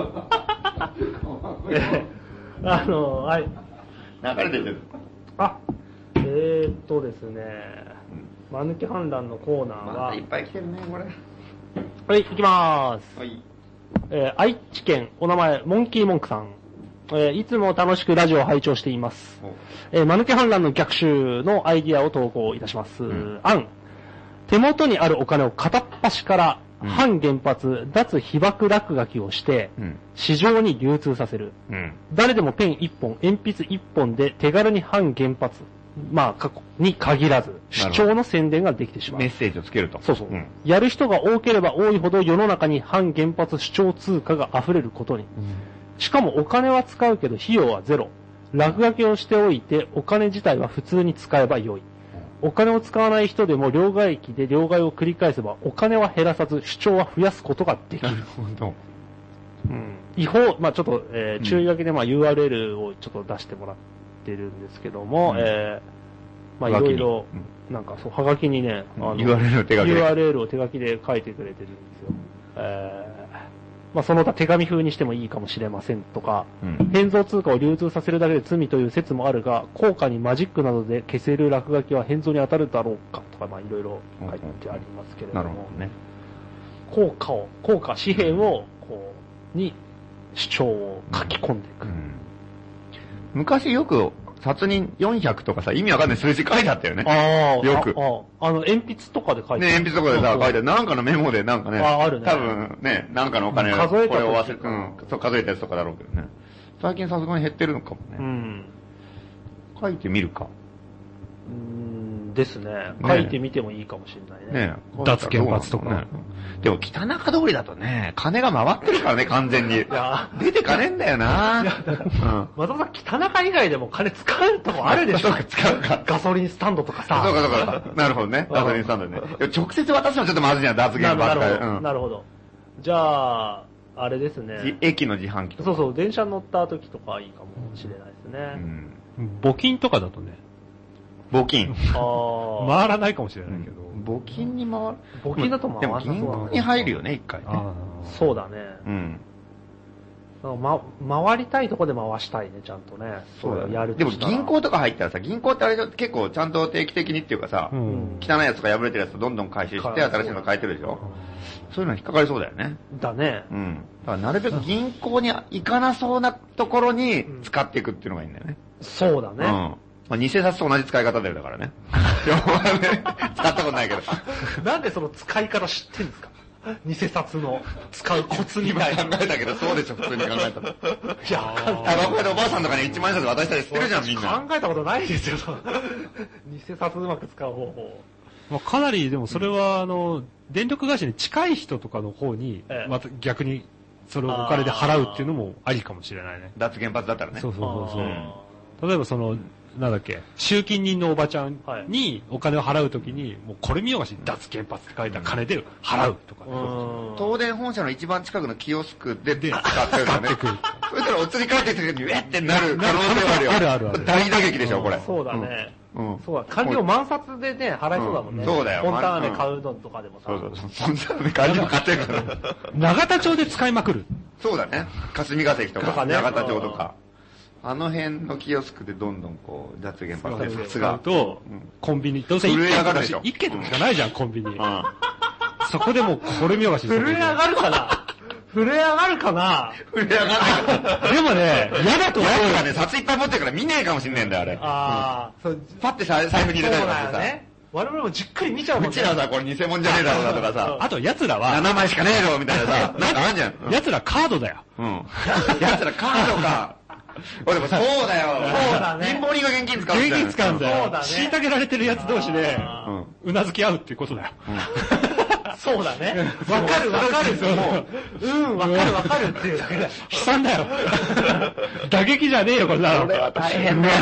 Speaker 4: ー *laughs* あの、はい。
Speaker 2: 流れてる。
Speaker 4: あ、えー、っとですね、マヌケ反乱のコーナーは、
Speaker 2: またいっぱい来てるね、これ。
Speaker 4: はい、行きまーす。
Speaker 2: はい。
Speaker 4: えー愛知県、お名前、モンキーモンクさん。えーいつも楽しくラジオを拝聴しています。えー、マヌケ反乱の逆襲のアイディアを投稿いたします。案、手元にあるお金を片っ端から、
Speaker 2: うん
Speaker 4: 反原発、脱被爆落書きをして、
Speaker 2: うん。
Speaker 4: 市場に流通させる。
Speaker 2: うん。
Speaker 4: 誰でもペン1本、鉛筆1本で手軽に反原発、まあ、過去に限らず、主張の宣伝ができてしまう
Speaker 2: メッ。セージをつけると。
Speaker 4: そうそう、
Speaker 2: ん。
Speaker 4: やる人が多ければ多いほど世の中に反原発主張通貨が溢れることに。しかもお金は使うけど費用はゼロ。落書きをしておいてお金自体は普通に使えば良い。お金を使わない人でも両替機で両替を繰り返せばお金は減らさず主張は増やすことができ
Speaker 2: な
Speaker 4: る。
Speaker 2: るほど。
Speaker 4: 違法、まあちょっと、えー
Speaker 2: うん
Speaker 4: 注意書きで、まあ URL をちょっと出してもらってるんですけど
Speaker 2: う
Speaker 4: も、
Speaker 2: ん
Speaker 4: えーまあい
Speaker 2: はがきに
Speaker 4: ろいろ、なんかそう、はがきにね、あの
Speaker 2: URL を手書きで
Speaker 4: URL を手書きで書いてくれてるんですよ。えーまあ、その他手紙風にしてもいいかもしれませんとか、
Speaker 2: うん。
Speaker 4: 変造通貨を流通させるだけで罪という説もあるが、効果にマジックなどで消せる落書きは変造に当たるだろうかとか、まあ、いろいろ書いてありますけれど
Speaker 2: なる
Speaker 4: も
Speaker 2: ほ、どね。
Speaker 4: 効果を、効果、紙幣を、こう、に主張を書き込んでいく。
Speaker 2: うん。昔よく、殺人400とかさ、意味わかんない数字書いてあったよね。
Speaker 4: ああ、
Speaker 2: よく
Speaker 4: あああの、鉛筆とかで書いて
Speaker 2: ね、鉛筆とかでさ、書い
Speaker 4: て
Speaker 2: て、なんかのメモでなんかね、
Speaker 4: ああるね
Speaker 2: 多分ね、なんかのお金、
Speaker 4: 数え
Speaker 2: こ
Speaker 4: た
Speaker 2: れを
Speaker 4: や
Speaker 2: 忘
Speaker 4: つ
Speaker 2: れ、うん、そう数えたやつとかだろうけどね。最近さすがに減ってるのかも
Speaker 4: う
Speaker 2: ね。
Speaker 4: ん。
Speaker 2: 書いてみるか。
Speaker 4: うーんですね。
Speaker 2: ね
Speaker 4: 書いてみてもいいかもしれないね。
Speaker 2: ね
Speaker 3: 脱原発とか
Speaker 2: ね。でも、北中通りだとね、金が回ってるからね、完全に。
Speaker 4: や
Speaker 2: 出てかねえんだよなうん。
Speaker 4: わざわざ北中以外でも金使うとこあるでし
Speaker 2: そ
Speaker 4: ょ
Speaker 2: うか、使うか。
Speaker 4: ガソリンスタンドとかさ。
Speaker 2: そうか、そうか。なるほどね。ガソリンスタンドね。いや直接渡すのはちょっとまずいじゃん、脱
Speaker 4: な
Speaker 2: 原
Speaker 4: るな
Speaker 2: 発から。
Speaker 4: るほど、
Speaker 2: うん
Speaker 4: なるほど。じゃあ、あれです
Speaker 2: じ
Speaker 4: ね。
Speaker 2: 駅の自販機とか。
Speaker 4: そうそう、電車に乗った時とかいいかもしれないです
Speaker 2: う
Speaker 4: ね。
Speaker 2: ん。
Speaker 3: う。募金とかだとね、
Speaker 2: 募金。
Speaker 4: ああ、
Speaker 3: 回らないかもしれないけど。
Speaker 2: 募金に回る。
Speaker 4: 募金だと回
Speaker 2: で
Speaker 4: ら
Speaker 2: も
Speaker 4: なさそう
Speaker 2: 銀
Speaker 4: だ
Speaker 2: 行
Speaker 4: な
Speaker 2: に入るよね、一回ね。
Speaker 3: ああ。
Speaker 4: そうだね。
Speaker 2: うん。
Speaker 4: なんかま、回りたいとこで回したいね、ちゃんとね。やる
Speaker 2: で
Speaker 4: と
Speaker 2: も
Speaker 4: したら
Speaker 2: 銀行とか入ったらさ、銀行ってあれで結構ちゃんと定期的にっていうかさ、
Speaker 3: うん。
Speaker 2: 汚いやつとか破れてるやつとどんどん回収して新しいの変えてるでしょそういうの引っかかりそうだよね。
Speaker 4: だね。
Speaker 2: うん。だからなるべく銀行に行かなそうなところに使っていくっていうのがいいんだよね。
Speaker 4: そうだ
Speaker 2: うん。
Speaker 4: ね。
Speaker 2: まあ、偽札と同じ使い方だよ、だからね。 *laughs* 要はね使ったことないけど。
Speaker 4: *laughs* なんでその使い方知ってんですか *laughs* 偽
Speaker 2: *laughs*
Speaker 4: 札の使うコツみ
Speaker 2: 今
Speaker 4: たいな。
Speaker 2: 考えたけど、そうでしょ、普通に考えたら。
Speaker 4: いや、わかんない
Speaker 2: タバコ屋でおばあさんとかに一万円札渡したりしてるじゃん、みんな。
Speaker 4: 考えたことないですよ、 *laughs* その偽札うまく使う方法。
Speaker 3: まあ、かなり、でもそれは、あの、電力会社に近い人とかの方に
Speaker 4: ええ、
Speaker 3: また逆に、それをお金で払うっていうのもありかもしれないね。
Speaker 2: 脱原発だったらね。
Speaker 3: そうそうそう
Speaker 4: あ
Speaker 3: そう。例えばその、なんだっけ、集金人のおばちゃんにお金を払うときに、もうこれ見よがしに脱原発って書いた金で払うとかね、
Speaker 4: ーうーん
Speaker 2: 東電本社の一番近くのキオスクで使ってるんだ
Speaker 4: *laughs*
Speaker 2: ね。そしたらお釣り帰ってきた時に、うえってなる可能性はあるよ。
Speaker 3: あるあるある
Speaker 2: 大打撃でしょ、これ。
Speaker 4: そうだね。
Speaker 2: うん。うん。
Speaker 4: そうだ、完了満札でね、払いそうだもんね。
Speaker 2: うんそうだよ
Speaker 4: フォンターネ
Speaker 2: うん
Speaker 4: 買うのとかでもさ。
Speaker 2: そうそうそう。そんなの感じも買ってるから。
Speaker 3: 長田町で使いまくる。
Speaker 2: そうだね。霞ヶ関と
Speaker 4: とか
Speaker 2: か、
Speaker 4: ね
Speaker 2: 長田町とか。あの辺のキオスクでどんどんこう、脱原発でさ
Speaker 3: 使
Speaker 2: す
Speaker 3: う
Speaker 2: *laughs* が。
Speaker 3: と、コンビニ、どうせ1
Speaker 2: 震え上
Speaker 3: 軒
Speaker 2: が
Speaker 3: と
Speaker 2: る
Speaker 3: か
Speaker 2: でし
Speaker 3: し
Speaker 2: ょ、
Speaker 3: 一軒とかしかないじゃん、コンビニ。
Speaker 2: うん。
Speaker 3: そこでもうこれ見よがしに
Speaker 4: 震え上がるかな震え上がるかな
Speaker 2: 売り上がらない
Speaker 3: でもね、嫌だと思う
Speaker 2: やつがね、札いっぱい持ってるから見ねえかもしんねえんだよ、あれ。
Speaker 4: ああ、そう、
Speaker 2: パッてさ財布に入れたりとかして
Speaker 4: そうだよ
Speaker 2: さ
Speaker 4: ね。我々もじっくり見ちゃうもん
Speaker 2: うちらさ、これ偽物じゃねえだろうなとかさ、
Speaker 3: あと、奴らは、
Speaker 2: 7枚しかねえぞみたいなさ、なんかあんじゃん。うん
Speaker 3: 奴らカードだよ。
Speaker 2: *laughs* うん。やつらカードか。 *laughs* 俺もそうだよ。
Speaker 4: そうだ
Speaker 2: 貧
Speaker 4: ね
Speaker 2: 乏人が現金使う
Speaker 3: 現
Speaker 2: みたいな
Speaker 3: 金使うんだ
Speaker 4: そう
Speaker 3: よ
Speaker 4: だ。ね
Speaker 3: 虐げられてる奴同士で、
Speaker 2: うん。
Speaker 3: うなずき合うっていうことだよ。
Speaker 4: *laughs* そうだね。わかるわかる。もう、うん、わかるわかるっていうだけだよ。
Speaker 3: 悲惨
Speaker 4: *laughs*
Speaker 3: だよ。打撃じゃねえよ、これなの。
Speaker 2: 大変だよ。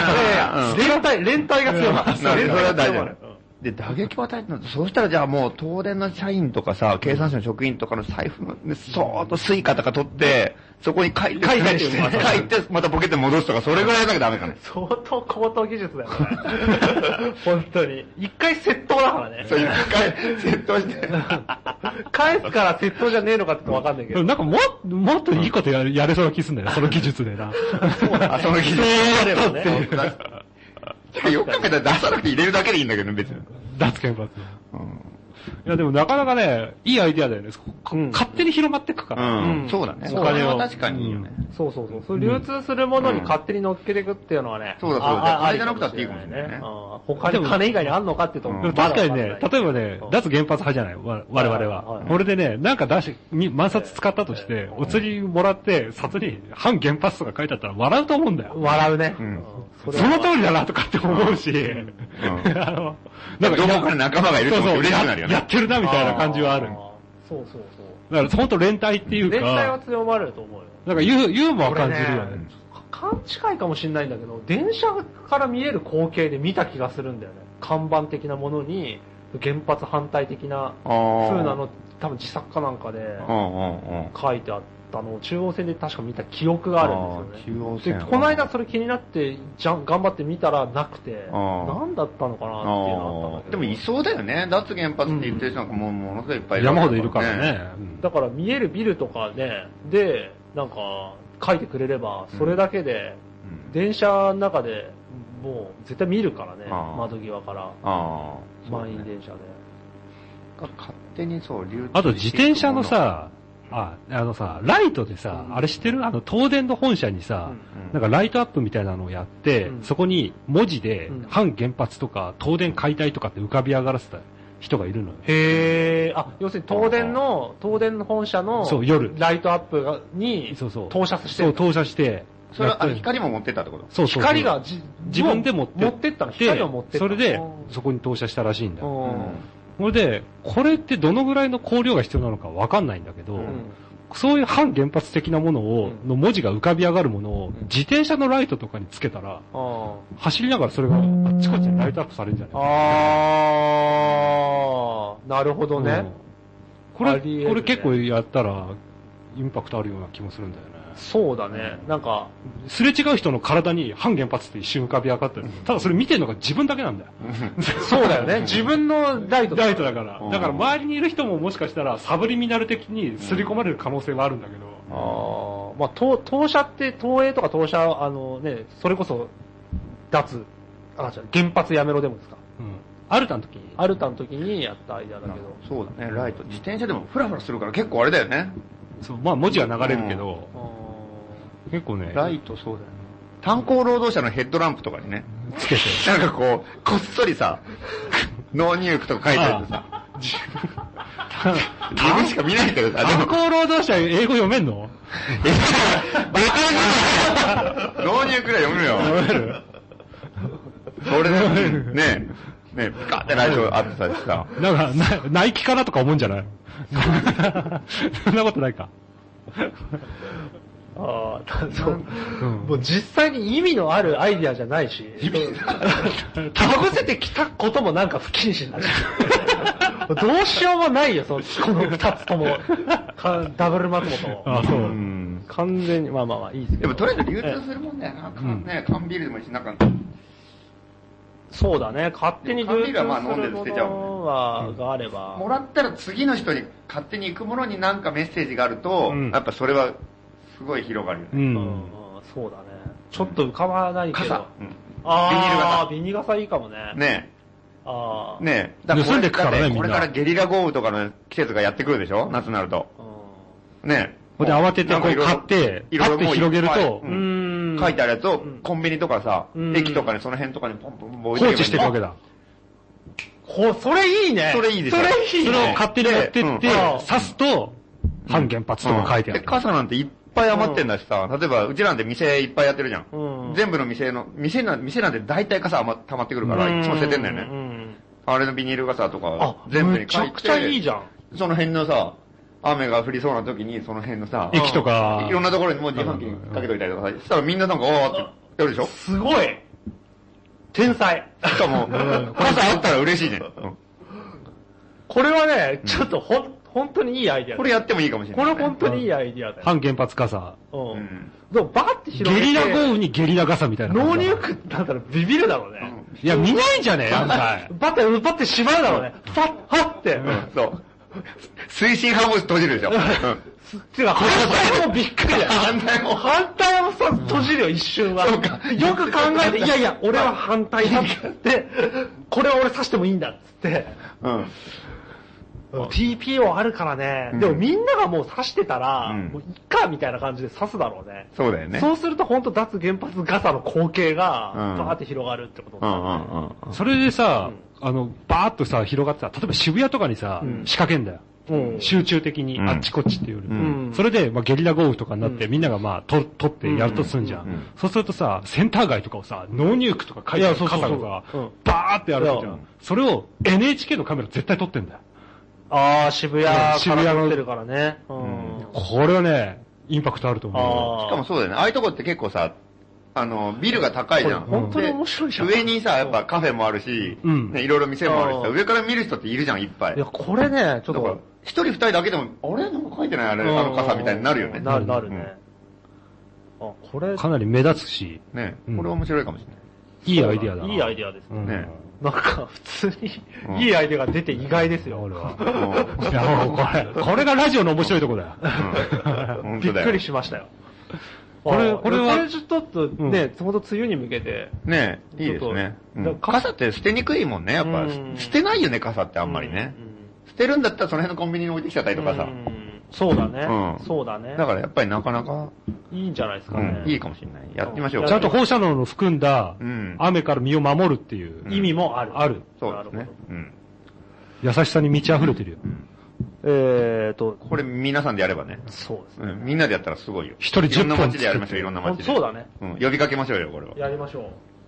Speaker 4: 連帯、連帯が強かった。
Speaker 2: なるほどそれは大丈
Speaker 4: うん
Speaker 2: 夫。で、打撃は大変なんだ。そうしたらじゃあもう、東電の社員とかさ、経産省の職員とかの財布の、ね、そーっとスイカとか取って、そこに書いて、
Speaker 3: 書いて
Speaker 2: *laughs* 返して、書いて、またポケットに戻すとか、それぐらいなきゃダメかね。
Speaker 4: 相当高等技術だよ、これ *laughs* 本当に。一回窃盗だからね。
Speaker 2: そう、一回、窃盗して。
Speaker 4: *laughs* 返すから窃盗じゃねえのかってのわかんないけ
Speaker 3: でも
Speaker 4: ど。
Speaker 3: なんかも、もっといいことやれやれそうな気すんだよ、その技術でな。
Speaker 2: あ、その技術。
Speaker 4: れば
Speaker 2: *laughs*
Speaker 4: ね
Speaker 2: そうだてかよく考えたら出さなくて入れるだけでいいんだけどね、別に。
Speaker 3: 脱原発。
Speaker 2: うん
Speaker 3: いや、でもなかなかね、いいアイディアだよね。こ
Speaker 4: うん
Speaker 3: 勝手に広まってくから。
Speaker 2: うん
Speaker 4: う、ん
Speaker 2: そうだね。
Speaker 4: そ
Speaker 2: お
Speaker 4: うだね
Speaker 2: 金は確かにいいよね。
Speaker 4: そうそうそう。そう流通するものに勝手に乗っけていくっていうのはね。
Speaker 2: そうだそうだ
Speaker 4: あ
Speaker 2: あれじゃなくたっていいかもしれないね
Speaker 4: ああ他に金以外にあんのかってと
Speaker 2: う
Speaker 4: こ
Speaker 2: ん
Speaker 3: でも確かに
Speaker 4: まだ
Speaker 3: ね
Speaker 4: わ、んない
Speaker 3: 例えばね
Speaker 4: うん、
Speaker 3: 脱原発派じゃない、わ我々
Speaker 4: はい
Speaker 3: は。
Speaker 4: はい
Speaker 3: これでね、なんか出し、に万札使ったとして、お釣りもらって、札に反原発とか書いてあったら笑うと思うんだよ。
Speaker 4: 笑うね。
Speaker 2: うん
Speaker 4: それ
Speaker 3: そ
Speaker 4: は
Speaker 3: の通りだなとかって思うし、 *laughs* あの、
Speaker 2: なんか、ど
Speaker 3: いや
Speaker 2: こかに仲間がいると思うと嬉しくなるよ
Speaker 3: や
Speaker 2: ね
Speaker 3: っ。てるなみたいな感じはある。
Speaker 4: そうそうそう。
Speaker 3: だから、ほんと連帯っていう
Speaker 4: 連帯は
Speaker 3: か、
Speaker 4: 強まると思うよ。
Speaker 3: なんかユーユーモア感じるよ
Speaker 4: こ
Speaker 3: ね
Speaker 4: れね。勘違いかもしれないんだけど、電車から見える光景で見た気がするんだよね。看板的なものに、原発反対的な
Speaker 2: あー
Speaker 4: 風なの、多分自作かなんかで
Speaker 2: うんうんうん。
Speaker 4: 書いてあったのを中央線で確か見た記憶があるんですよ
Speaker 2: あー
Speaker 4: ね。
Speaker 2: 中央
Speaker 4: で、
Speaker 2: 線
Speaker 4: この間それ気になって、じゃん、頑張って見たらなくて、
Speaker 2: あー
Speaker 4: 何だったのかなっていうのがあったんだ
Speaker 2: あ
Speaker 4: け
Speaker 2: ー
Speaker 4: ど。
Speaker 2: でもいそうだよね。脱原発って言ってる人なんかもうものすごいいっぱい
Speaker 3: 山ほどいるから。ね。
Speaker 4: だから見えるビルとかね、で、なんか書いてくれれば、それだけで、
Speaker 2: うん
Speaker 4: 電車の中でもう絶対見るからね、
Speaker 2: あー
Speaker 4: 窓際から、
Speaker 2: ああ。
Speaker 4: 満員電車で。
Speaker 2: そうね。勝手にそう、流通
Speaker 3: あと、自転車の、さ、あ、あのさ、ライトでさ、あれ知ってるあの、東電の本社にさ、
Speaker 2: うん
Speaker 3: なんかライトアップみたいなのをやって、
Speaker 4: うん
Speaker 3: そこに文字で
Speaker 4: うん、
Speaker 3: 反原発とか、東電解体とかって浮かび上がらせた人がいるのよ。
Speaker 4: へえ、あ、要するに東電の、東電の本社の、
Speaker 3: そう夜
Speaker 4: ライトアップがに、
Speaker 3: そうそう
Speaker 4: 投射し
Speaker 3: そ
Speaker 4: て
Speaker 3: う、
Speaker 4: る。
Speaker 3: 投射して。
Speaker 2: それは、あ
Speaker 3: やって
Speaker 2: 光も持ってったってこと
Speaker 3: そうそうそう
Speaker 4: 光がじ
Speaker 3: 自分で持って
Speaker 4: 持ってったの。光を持ってった
Speaker 3: それで
Speaker 4: うん、
Speaker 3: そこに投射したらしいんだよ。
Speaker 4: う
Speaker 3: それで、これってどのぐらいの光量が必要なのかわかんないんだけど、
Speaker 4: ん。
Speaker 3: そういう反原発的なものを、
Speaker 4: うん
Speaker 3: の文字が浮かび上がるものを、
Speaker 4: ん
Speaker 3: 自転車のライトとかにつけたら、
Speaker 4: あ
Speaker 3: 走りながらそれがあっちこっちにライトアップされるんじゃ
Speaker 4: あ。
Speaker 3: ない
Speaker 4: あーなるほど
Speaker 3: うん
Speaker 4: ね。
Speaker 3: こ
Speaker 4: あ
Speaker 3: れ、
Speaker 4: りえるね
Speaker 3: これ結構やったら、インパクトあるような気もするんだよね。
Speaker 4: そうだね。なんか、
Speaker 3: すれ違う人の体に反原発って一瞬浮かび上がったり、ただそれ見てるのが自分だけなんだよ。
Speaker 4: そうだよ
Speaker 3: *laughs*
Speaker 4: ね。自分のライトだ
Speaker 3: ライトだから
Speaker 2: うん。
Speaker 3: だから周りにいる人ももしかしたらサブリミナル的に刷り込まれる可能性はあるんだけど。
Speaker 4: ああ、まあ、投投射って、東映とか投射、あのね、それこそ、脱、あ、じゃあ原発やめろでもですか。
Speaker 3: うん。アルタの時に。
Speaker 4: アルタの時にやったアイデアだけど。
Speaker 2: そうだね、ライト。自転車でもフラフラするから結構あれだよね。
Speaker 3: そう、まあ文字は流れるけど、
Speaker 4: あ
Speaker 3: 結構ね、 *laughs*
Speaker 2: ライトそうだよね。炭鉱労働者のヘッドランプとかにね、
Speaker 3: つけて。
Speaker 2: なんかこう、こっそり *laughs* さ、納入区とか書いてあるとさ、
Speaker 4: *laughs*
Speaker 2: 自分しか見ないけどさ、で
Speaker 3: 炭
Speaker 2: も、
Speaker 3: 鉱労働者英語読めんの *laughs*
Speaker 2: 納入区らい読むよ。
Speaker 3: 読める
Speaker 2: それで、ねえ、ねえ、ピカってライトあってさ、さ、
Speaker 3: なんか、なナイキかなとか思うんじゃないそんなことないか。
Speaker 4: あー、そう。
Speaker 3: うん
Speaker 4: もう実際に意味のあるアイデアじゃないし、 *laughs* かぶせてきたこともなんか不
Speaker 3: *laughs*
Speaker 4: 謹慎だし。どうしようもないよ、その、この二つとも。かダブル松
Speaker 3: あ
Speaker 4: 本。
Speaker 3: そうう。
Speaker 2: ん。
Speaker 4: 完全に、まあまあまあ、いいですけ
Speaker 2: で
Speaker 4: ど。
Speaker 2: もとりあえず流通するもんだよな。缶ね、缶ビールでもいいし、なんか、
Speaker 4: そうだね、勝手に
Speaker 2: 缶ビールはまあ
Speaker 4: 流通する
Speaker 2: 飲んで捨てちゃうもんね
Speaker 4: ものはがあれば。
Speaker 2: もらったら次の人に勝手に行くものになんかメッセージがあると、
Speaker 3: うん
Speaker 2: やっぱそれは、すごい広がるよ
Speaker 3: う
Speaker 2: ね。
Speaker 4: うん
Speaker 3: ん。
Speaker 4: そうだね。ちょっと浮かばないけど。
Speaker 2: 傘。うん
Speaker 4: あービニー傘いいかもね。
Speaker 2: ね
Speaker 4: あ
Speaker 2: え、
Speaker 4: ー
Speaker 2: ねえ。
Speaker 3: 盗んでくからね
Speaker 2: だっ
Speaker 3: みんな
Speaker 2: これからゲリラ豪雨とかの季節がやってくるでしょ夏になると。
Speaker 4: う
Speaker 2: ね
Speaker 3: ほんで慌ててこう買って、
Speaker 2: い
Speaker 3: パ
Speaker 2: ろいろ
Speaker 3: ッて広げる
Speaker 2: いろいろも
Speaker 3: と
Speaker 2: ういっぱい、
Speaker 4: ん。うーん
Speaker 2: 書いてあるやつを
Speaker 4: ん
Speaker 2: コンビニとかさ
Speaker 4: う、ん
Speaker 2: 駅とかね、その辺とかにポンポンポン
Speaker 3: 放置していくわけ
Speaker 2: だ。
Speaker 3: だ。
Speaker 4: ほ、それいいね。
Speaker 2: それいいでしょ
Speaker 4: それいい
Speaker 3: そ
Speaker 4: ね。
Speaker 3: れを勝手にやって
Speaker 2: うん
Speaker 3: って、刺すと、半原発とか書いてあ
Speaker 2: で、
Speaker 3: る。
Speaker 2: 傘なんていっぱい余ってんだしさ、例えば、うちなんて店いっぱいやってるじゃ
Speaker 4: うん
Speaker 2: ん。全部の店の、店な、店なんて大体傘余溜まってくるか
Speaker 4: う
Speaker 2: ら、いつも捨ててんだよ
Speaker 4: う
Speaker 2: ね。
Speaker 4: ん
Speaker 2: あれのビニール傘と
Speaker 4: あ
Speaker 2: か、、全部に
Speaker 4: めち
Speaker 2: 書い
Speaker 4: ゃ
Speaker 2: て。
Speaker 4: くちゃいいじゃん。
Speaker 2: その辺のさ、雨が降りそうな時に、その辺のさ、
Speaker 3: 駅とか
Speaker 2: いろんなところにもう自販機にかけといたりとかさ、したらみんななんか、おーってやるでしょ
Speaker 4: すごい。天才。
Speaker 2: しかも、傘あったら嬉しいじゃん。うん
Speaker 4: これはね、ちょっとほん、本当にいいアイディア
Speaker 2: こ
Speaker 4: だ
Speaker 2: れやってもいいかもしれな
Speaker 4: こ
Speaker 2: い
Speaker 4: れ
Speaker 2: ね。
Speaker 4: 本当にいいアイディアだよ。
Speaker 3: 半原発傘。
Speaker 4: う
Speaker 2: うんん。
Speaker 4: でもバーって
Speaker 3: ゲ
Speaker 4: 広げて。
Speaker 3: リラ豪雨にゲリラ傘みたいな感
Speaker 4: 納
Speaker 3: じだ。
Speaker 4: 入区だったらビビるだろうね。
Speaker 3: いや、見ないんじゃねえ、案外。
Speaker 4: バッて、バッてしまうだろうね。パッ、ハッて。
Speaker 2: そう。推進派も閉じるでしょ。うん
Speaker 4: て
Speaker 2: *laughs*
Speaker 4: か、反対もびっくりだよ。
Speaker 2: 反対も
Speaker 4: 反対もさ、閉じるよ、一瞬は。
Speaker 2: そうか
Speaker 4: よく考えて、いやいや、俺は反対だっつって、これは俺刺してもいいんだっつって。
Speaker 2: うん。
Speaker 4: TPO あるからね、
Speaker 2: うん
Speaker 4: でもみんながもう刺してたら、
Speaker 2: うん
Speaker 4: もういっかみたいな感じで刺すだろうね。
Speaker 2: そうだよね。
Speaker 4: そうすると本当脱原発ガサの光景が、
Speaker 2: うん
Speaker 4: バーって広がるってことに
Speaker 2: う
Speaker 4: なる
Speaker 2: んうんうん。
Speaker 3: それでさ、あの、バーっとさ、広がってさ、例えば渋谷とかにさ、
Speaker 4: うん
Speaker 3: 仕掛けんだよ。
Speaker 4: うん
Speaker 3: 集中的に、
Speaker 2: うん
Speaker 3: あっちこっちっていうよりも。
Speaker 4: うん
Speaker 3: それで、まあ、ゲリラ豪雨とかになって、
Speaker 4: うん
Speaker 3: みんながまあ、と取ってやるとすんじゃん,、
Speaker 2: うんうん
Speaker 3: そうするとさ、センター街とかをさ、ノーニュークとか書いてある傘がさ、
Speaker 4: うん
Speaker 3: バーってあるじ
Speaker 4: い
Speaker 3: ゃ
Speaker 4: や
Speaker 3: ん。それを NHK のカメラ絶対撮ってんだよ。
Speaker 4: あー、渋谷から
Speaker 3: 渋谷の
Speaker 4: 撮ってるからね。うん。
Speaker 3: これはね、インパクトあると思
Speaker 4: あー
Speaker 2: しかもそうだよね。ああいうとこって結構さ、あの、ビルが高いじゃん。
Speaker 4: これ本当に面白いじゃん
Speaker 2: で上にさ、やっぱカフェもあるし、
Speaker 3: うん
Speaker 2: ね、いろいろ店もあるしさ、
Speaker 4: うん
Speaker 2: 上から見る人っているじゃん、いっぱい。
Speaker 4: いや、これね、ちょっ
Speaker 2: だから
Speaker 4: と、、
Speaker 2: 一人二人だけでも、あれなんか書いてないあれ、あの傘みたいになるよね。
Speaker 4: なるなるね。あ、これ
Speaker 3: う。、かなり目立つし、
Speaker 2: うん。ね
Speaker 3: うん
Speaker 2: これ面白いかもしれない。
Speaker 3: いいアイディアだな。
Speaker 4: いいアイ
Speaker 3: デ
Speaker 4: ディアです
Speaker 3: ィ
Speaker 4: ね。
Speaker 2: ね
Speaker 4: なんか、普通
Speaker 2: うん
Speaker 4: に、いいアイディアが出て意外ですよ、
Speaker 3: 俺
Speaker 4: 俺
Speaker 3: は
Speaker 4: は。。
Speaker 3: い
Speaker 4: *laughs*
Speaker 3: や、もうこれ、これがラジオの面白いとこだよ。
Speaker 2: うん本
Speaker 4: び
Speaker 2: 当
Speaker 4: っ
Speaker 2: だよ
Speaker 4: くりしましたよ。
Speaker 3: これ
Speaker 4: あー
Speaker 3: これは
Speaker 4: これちょっとね、ちょうど梅雨に向けて、
Speaker 2: ねいいですね。
Speaker 4: ちょっと
Speaker 2: うん傘って捨てにくいもんね、やっぱ
Speaker 4: うん。
Speaker 2: 捨てないよね、傘ってあんまりね。捨てるんだったらその辺のコンビニに置いてきちゃったりとかさ
Speaker 4: う。んそうだね
Speaker 2: う。ん
Speaker 4: そうだね。
Speaker 2: だからやっぱりなかなか、
Speaker 4: いいんじゃないですか
Speaker 2: う
Speaker 4: ね
Speaker 2: ん。いいかもしれない。やってみましょう。
Speaker 3: ちゃんと放射能の含んだ
Speaker 2: うん
Speaker 3: 雨から身を守るっていう
Speaker 2: うん
Speaker 4: 意味もある。
Speaker 3: ある。
Speaker 2: そうです
Speaker 4: な
Speaker 2: ね
Speaker 4: るほど。
Speaker 2: うん。
Speaker 3: 優しさに満ち溢れてるよ。
Speaker 4: えーと、
Speaker 2: これ皆さんでやればね。
Speaker 4: そうですね。
Speaker 2: うん。みんなでやったらすごいよ。
Speaker 3: 一人
Speaker 2: いろんな
Speaker 3: 10本
Speaker 2: 街でやりましょう、いろんな街で。
Speaker 4: そうだね。
Speaker 2: うん。呼びかけましょうよ、これは。
Speaker 4: やりましょう。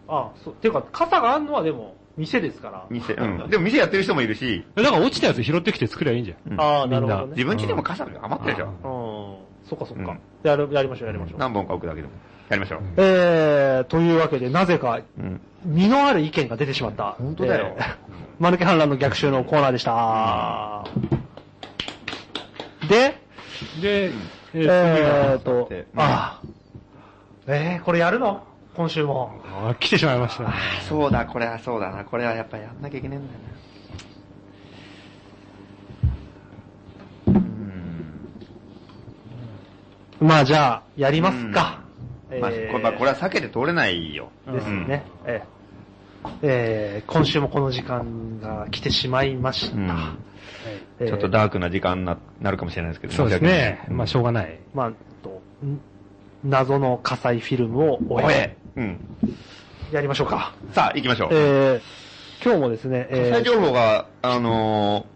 Speaker 4: あ、そう。ていうか、傘があるのはでも、店ですから。
Speaker 2: 店、うん。でも店やってる人もいるし、
Speaker 3: だから落ちたやつ拾ってきて作りゃいいんじゃん。
Speaker 2: うん
Speaker 4: ああ、なるほど
Speaker 3: み
Speaker 4: ね。
Speaker 2: 自分家でも傘が余ってるでしょ。
Speaker 4: うん。そっかそっ
Speaker 2: う
Speaker 4: か
Speaker 2: ん。
Speaker 4: やる、やりましょう、やりましょう。
Speaker 2: 何本か置くだけでも。やりましょう。
Speaker 4: えー、というわけで、なぜか、
Speaker 2: うん。
Speaker 4: 身のある意見が出てしまった。
Speaker 2: 本当だよ
Speaker 4: えー。 *laughs* マヌケ反乱の逆襲のコーナーでした。で、
Speaker 3: で、え
Speaker 4: え
Speaker 3: ー
Speaker 4: ー
Speaker 2: うん
Speaker 4: と、ああ。えー、これやるの今週も。
Speaker 3: あ来てしまいましたね。
Speaker 2: そうだ、これはそうだな。これはやっぱやんなきゃいけないんだよな。
Speaker 4: まあじゃあ、やりますか。
Speaker 2: まあ、こ
Speaker 4: えー
Speaker 2: れまあこれは避けて通れないよ。
Speaker 4: ですね。えーえー今週もこの時間が来てしまいました。
Speaker 2: うん。
Speaker 4: えー
Speaker 2: ちょっとダークな時間にななるかもしれないですけど、
Speaker 3: そうですね。まあ、しょう
Speaker 2: が
Speaker 3: がない。
Speaker 4: まあ、えっと、ん謎の火災フィルムを終え、
Speaker 2: うん。
Speaker 4: やりましょうか。
Speaker 2: さあ、行きましょう。
Speaker 4: えー、今日もですね、
Speaker 2: 火災
Speaker 4: えー、
Speaker 2: 情報が、あの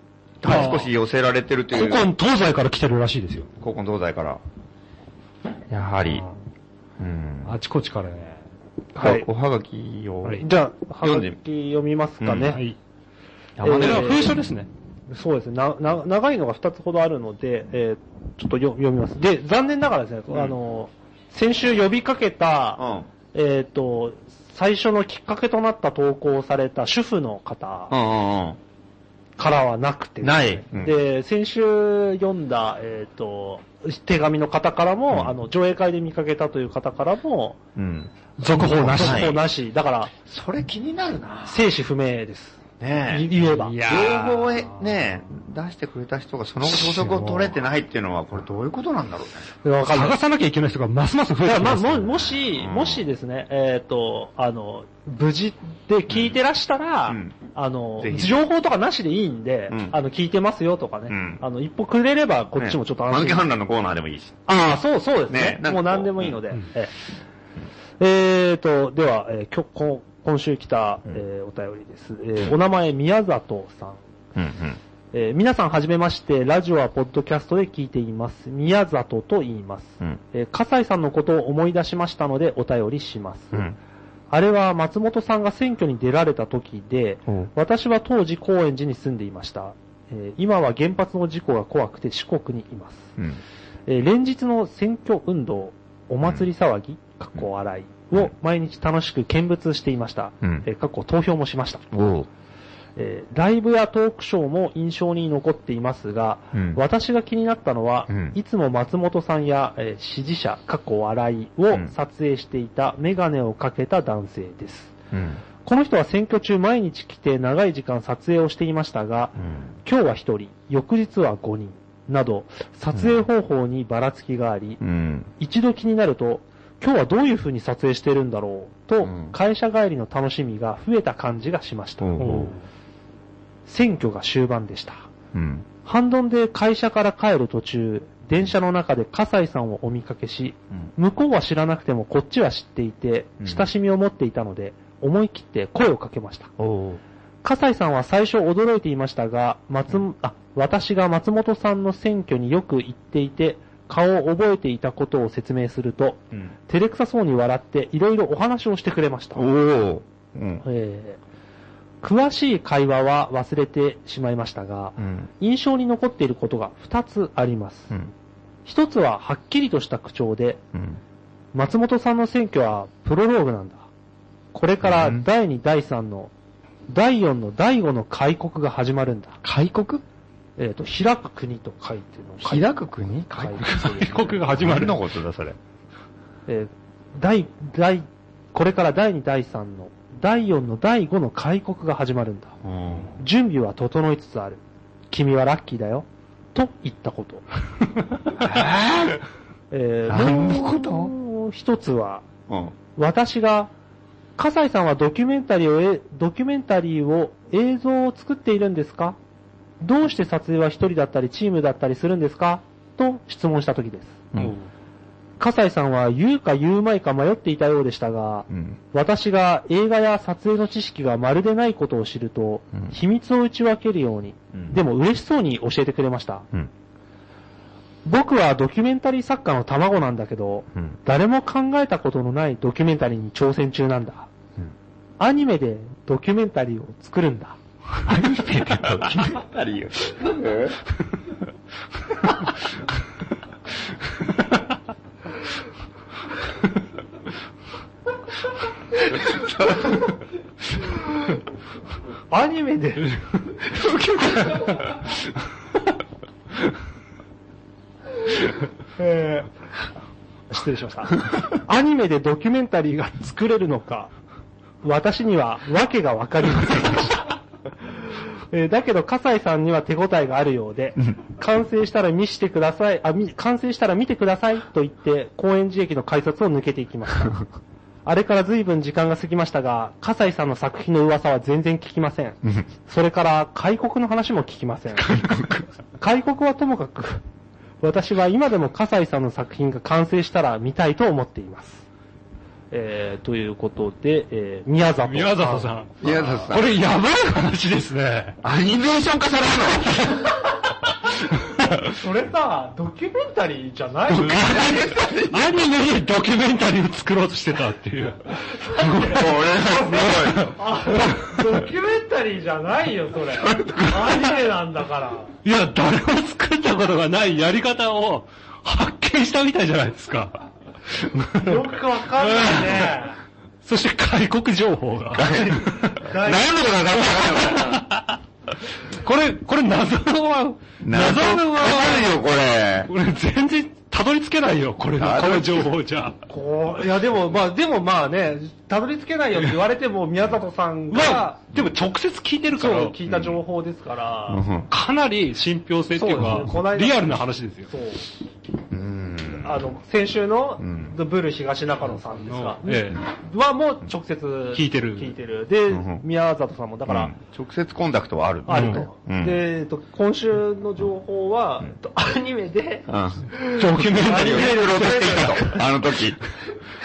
Speaker 2: ー
Speaker 4: あー
Speaker 2: 少し寄せられてるとい
Speaker 3: 古
Speaker 2: う。
Speaker 3: 今東西から来てるらしいですよ。
Speaker 2: 古今東西から。やはり、うん。
Speaker 3: あちこちからね。
Speaker 4: はい
Speaker 2: おはがきを。
Speaker 3: はい
Speaker 4: じゃあ、は
Speaker 2: 読
Speaker 4: が
Speaker 2: んで
Speaker 4: き読みますかね。
Speaker 2: うん
Speaker 3: はい。
Speaker 4: えー
Speaker 3: これは封書ですね。
Speaker 4: そうですねなな。長いのが2つほどあるので、えー、ちょっとよ読みます。で、残念ながらですね、
Speaker 2: うん
Speaker 4: あの、先週呼びかけた、
Speaker 2: うん。
Speaker 4: えっ、と、最初のきっかけとなった投稿をされた主婦の方
Speaker 2: うんうんうん。
Speaker 4: からはなくて、
Speaker 2: ないうん
Speaker 4: で、先週読んだ、えっ、と、手紙の方からも、
Speaker 2: うん
Speaker 4: あの、上映会で見かけたという方からも、
Speaker 2: うん。
Speaker 3: 続報なし。
Speaker 2: はい
Speaker 4: そうなし、だから、
Speaker 2: それ気になるな。
Speaker 4: 生死不明です。
Speaker 2: ね
Speaker 4: い言えば。
Speaker 3: いやー
Speaker 2: 情報をね、出してくれた人がその消息を取れてないっていうのは、これどういうことなんだろうね。
Speaker 4: わ
Speaker 2: *laughs*
Speaker 4: かんない
Speaker 3: 探さなきゃいけない人がますます増えてき
Speaker 4: まあ、
Speaker 3: ますから
Speaker 4: も、
Speaker 3: ね。
Speaker 4: もし、
Speaker 2: うん
Speaker 4: もしですね、えっ、と、あの、無事で聞いてらしたら、
Speaker 2: うん
Speaker 4: あの
Speaker 2: ぜ、ひ
Speaker 4: 情報とかなしでいいんで、
Speaker 2: うん
Speaker 4: あの、聞いてますよとかね、
Speaker 2: うん
Speaker 4: あの、一歩くれれば、こっちもちょっと
Speaker 2: マ
Speaker 4: 安
Speaker 2: ヌケ
Speaker 4: 心。
Speaker 2: 反乱のコーナーでもいいし。
Speaker 4: ああ、そう、そうですね。
Speaker 2: ねなんかこう
Speaker 4: もう何でもいいので。
Speaker 3: うん
Speaker 4: えええーと、では、えー今日こ、今週来た、
Speaker 2: うん
Speaker 4: えーお便りです。えーお名前、宮里さん。
Speaker 2: うんうん。
Speaker 4: えー皆さんはじめまして、ラジオはポッドキャストで聞いています。宮里と言います。
Speaker 2: うん
Speaker 4: えー笠井さんのことを思い出しましたのでお便りします。
Speaker 2: うん。
Speaker 4: あれは松本さんが選挙に出られた時で、
Speaker 2: うん
Speaker 4: 私は当時高円寺に住んでいました。えー今は原発の事故が怖くて四国にいます。
Speaker 2: うん。
Speaker 4: えー連日の選挙運動、お祭り騒ぎ、かっこ笑いを毎日楽しく見物していました。
Speaker 2: うん
Speaker 4: えーかっこ投票もしました。
Speaker 2: おう。
Speaker 4: えーライブやトークショーも印象に残っていますが、
Speaker 2: うん
Speaker 4: 私が気になったのは、
Speaker 2: うん
Speaker 4: いつも松本さんや、えー支持者、過去笑いを
Speaker 2: うん
Speaker 4: 撮影していたメガネをかけた男性です。
Speaker 2: うん。
Speaker 4: この人は選挙中毎日来て長い時間撮影をしていましたが、
Speaker 2: うん。
Speaker 4: 今日は1人、翌日は5人、など、撮影方法にばらつきがあり、
Speaker 2: うん。
Speaker 4: 一度気になると、今日はどういう風に撮影してるんだろうと、
Speaker 2: うん
Speaker 4: 会社帰りの楽しみが増えた感じがしました。
Speaker 2: おう。
Speaker 4: 選挙が終盤でした。
Speaker 2: うん。
Speaker 4: ハンドンで会社から帰る途中、電車の中で笠井さんをお見かけし、
Speaker 2: うん
Speaker 4: 向こうは知らなくてもこっちは知っていて、
Speaker 2: うん
Speaker 4: 親しみを持っていたので、思い切って声をかけました。
Speaker 2: おう。
Speaker 4: 笠井さんは最初驚いていましたが、松、あ、私が松本さんの選挙によく行っていて、顔を覚えていたことを説明すると、
Speaker 2: うん。
Speaker 4: 照れくさそうに笑っていろいろお話をしてくれました。
Speaker 2: おう。うん。
Speaker 4: えー詳しい会話は忘れてしまいましたが、
Speaker 2: うん。
Speaker 4: 印象に残っていることが2つあります。
Speaker 2: うん。
Speaker 4: 1つははっきりとした口調で、
Speaker 2: うん。
Speaker 4: 松本さんの選挙はプロローグなんだ。これから
Speaker 2: うん
Speaker 4: 第2、第3の、第4の第5の開国が始まるんだ。
Speaker 8: 開国
Speaker 4: えっ、と、開く国と書いての開
Speaker 8: 開く国
Speaker 4: 開国
Speaker 3: 帰国が始ま
Speaker 2: 何
Speaker 3: る
Speaker 2: の
Speaker 3: の。
Speaker 2: ことだ、それ。
Speaker 4: えー第、第、これから第2、第3の、第4の第5の開国が始まるんだ。
Speaker 2: うん。
Speaker 4: 準備は整いつつある。君はラッキーだよ。と言っ
Speaker 2: *laughs*
Speaker 4: たこと。えー
Speaker 2: 何のこと
Speaker 4: もう一つは、
Speaker 2: うん。
Speaker 4: 私が、笠井さんはドキュメンタリーをえ、ドキュメンタリーを映像を作っているんですかどうして撮影は一人だったりチームだったりするんですかと質問した時です。
Speaker 2: うん。
Speaker 4: 笠井さんは言うか言うまいか迷っていたようでしたが、
Speaker 2: うん。
Speaker 4: 私が映画や撮影の知識がまるでないことを知ると、
Speaker 2: うん
Speaker 4: 秘密を打ち分けるように、
Speaker 2: うん
Speaker 4: でも嬉しそうに教えてくれました。
Speaker 2: うん。
Speaker 4: 僕はドキュメンタリー作家の卵なんだけど、
Speaker 2: うん
Speaker 4: 誰も考えたことのないドキュメンタリーに挑戦中なんだ。
Speaker 2: うん
Speaker 4: アニメでドキュメンタリーを作るんだ。
Speaker 2: アニメでドキュメンタリ *laughs* ーを。
Speaker 4: アニメでえー失礼しました。アニメでドキュメンタリーが作れるのか、私には訳がわかりませんでした。えーだけど、笠井さんには手応えがあるようで、完成したら見してください、あ、み完成したら見てくださいと言って、高円寺駅の改札を抜けていきました。 *laughs* あれから随分時間が過ぎましたが、笠井さんの作品の噂は全然聞きません。それから、開国の話も聞きません。開国はともかく、私は今でも笠井さんの作品が完成したら見たいと思っています。えー、ということで、えー、宮里
Speaker 3: 宮里さん。
Speaker 2: 宮里さん。
Speaker 3: これやばい話ですね。
Speaker 2: アニメーション化されるの
Speaker 3: *laughs*
Speaker 4: それさ、ドキュメンタリーじゃな
Speaker 3: ア
Speaker 4: い
Speaker 3: ニメでドキュメンタリーを作ろうとしてたっていう。
Speaker 2: これす
Speaker 4: ドキュメンタリーじゃないよ、それ。アニメなんだから。
Speaker 3: いや、誰も作ったことがないやり方を発見したみたいじゃないですか。
Speaker 4: よくわかんないね。
Speaker 3: そして開国情報が。
Speaker 2: ごい。悩むことが分か
Speaker 3: これ、これ謎は、
Speaker 2: るな
Speaker 3: 謎
Speaker 2: 分
Speaker 3: は、
Speaker 2: かるよ、こ
Speaker 3: 俺全然たどり着けないよ、これの、この情報じゃ。
Speaker 4: こう、いやでも、まあ、でもまあね、たどり着けないよって言われても、宮里さん
Speaker 3: まあ
Speaker 4: が、、
Speaker 3: でも直接聞いてるか
Speaker 4: そう
Speaker 3: ら、
Speaker 4: 聞いた情報ですから、
Speaker 2: れ。うん
Speaker 3: かなり信憑性っていう
Speaker 4: そうですねこの
Speaker 3: か、
Speaker 4: 間
Speaker 3: リアルな話ですよ。
Speaker 4: そう。
Speaker 2: うん。
Speaker 4: あの、先週の、
Speaker 2: うん
Speaker 4: ブル東中野さんですか、
Speaker 3: ええ
Speaker 4: はもう直接
Speaker 3: 聞いてる
Speaker 4: 聞いてる。で、
Speaker 2: うん
Speaker 4: 宮里さんも、だから、
Speaker 2: 直接コンタクトはある。
Speaker 4: あると。
Speaker 2: うん
Speaker 4: で、えっと、今週の情報は、えっとアニメで、
Speaker 2: うん。
Speaker 3: ドキュメンタ
Speaker 2: ア
Speaker 3: リー
Speaker 2: ニメーションとしていたと。あの時。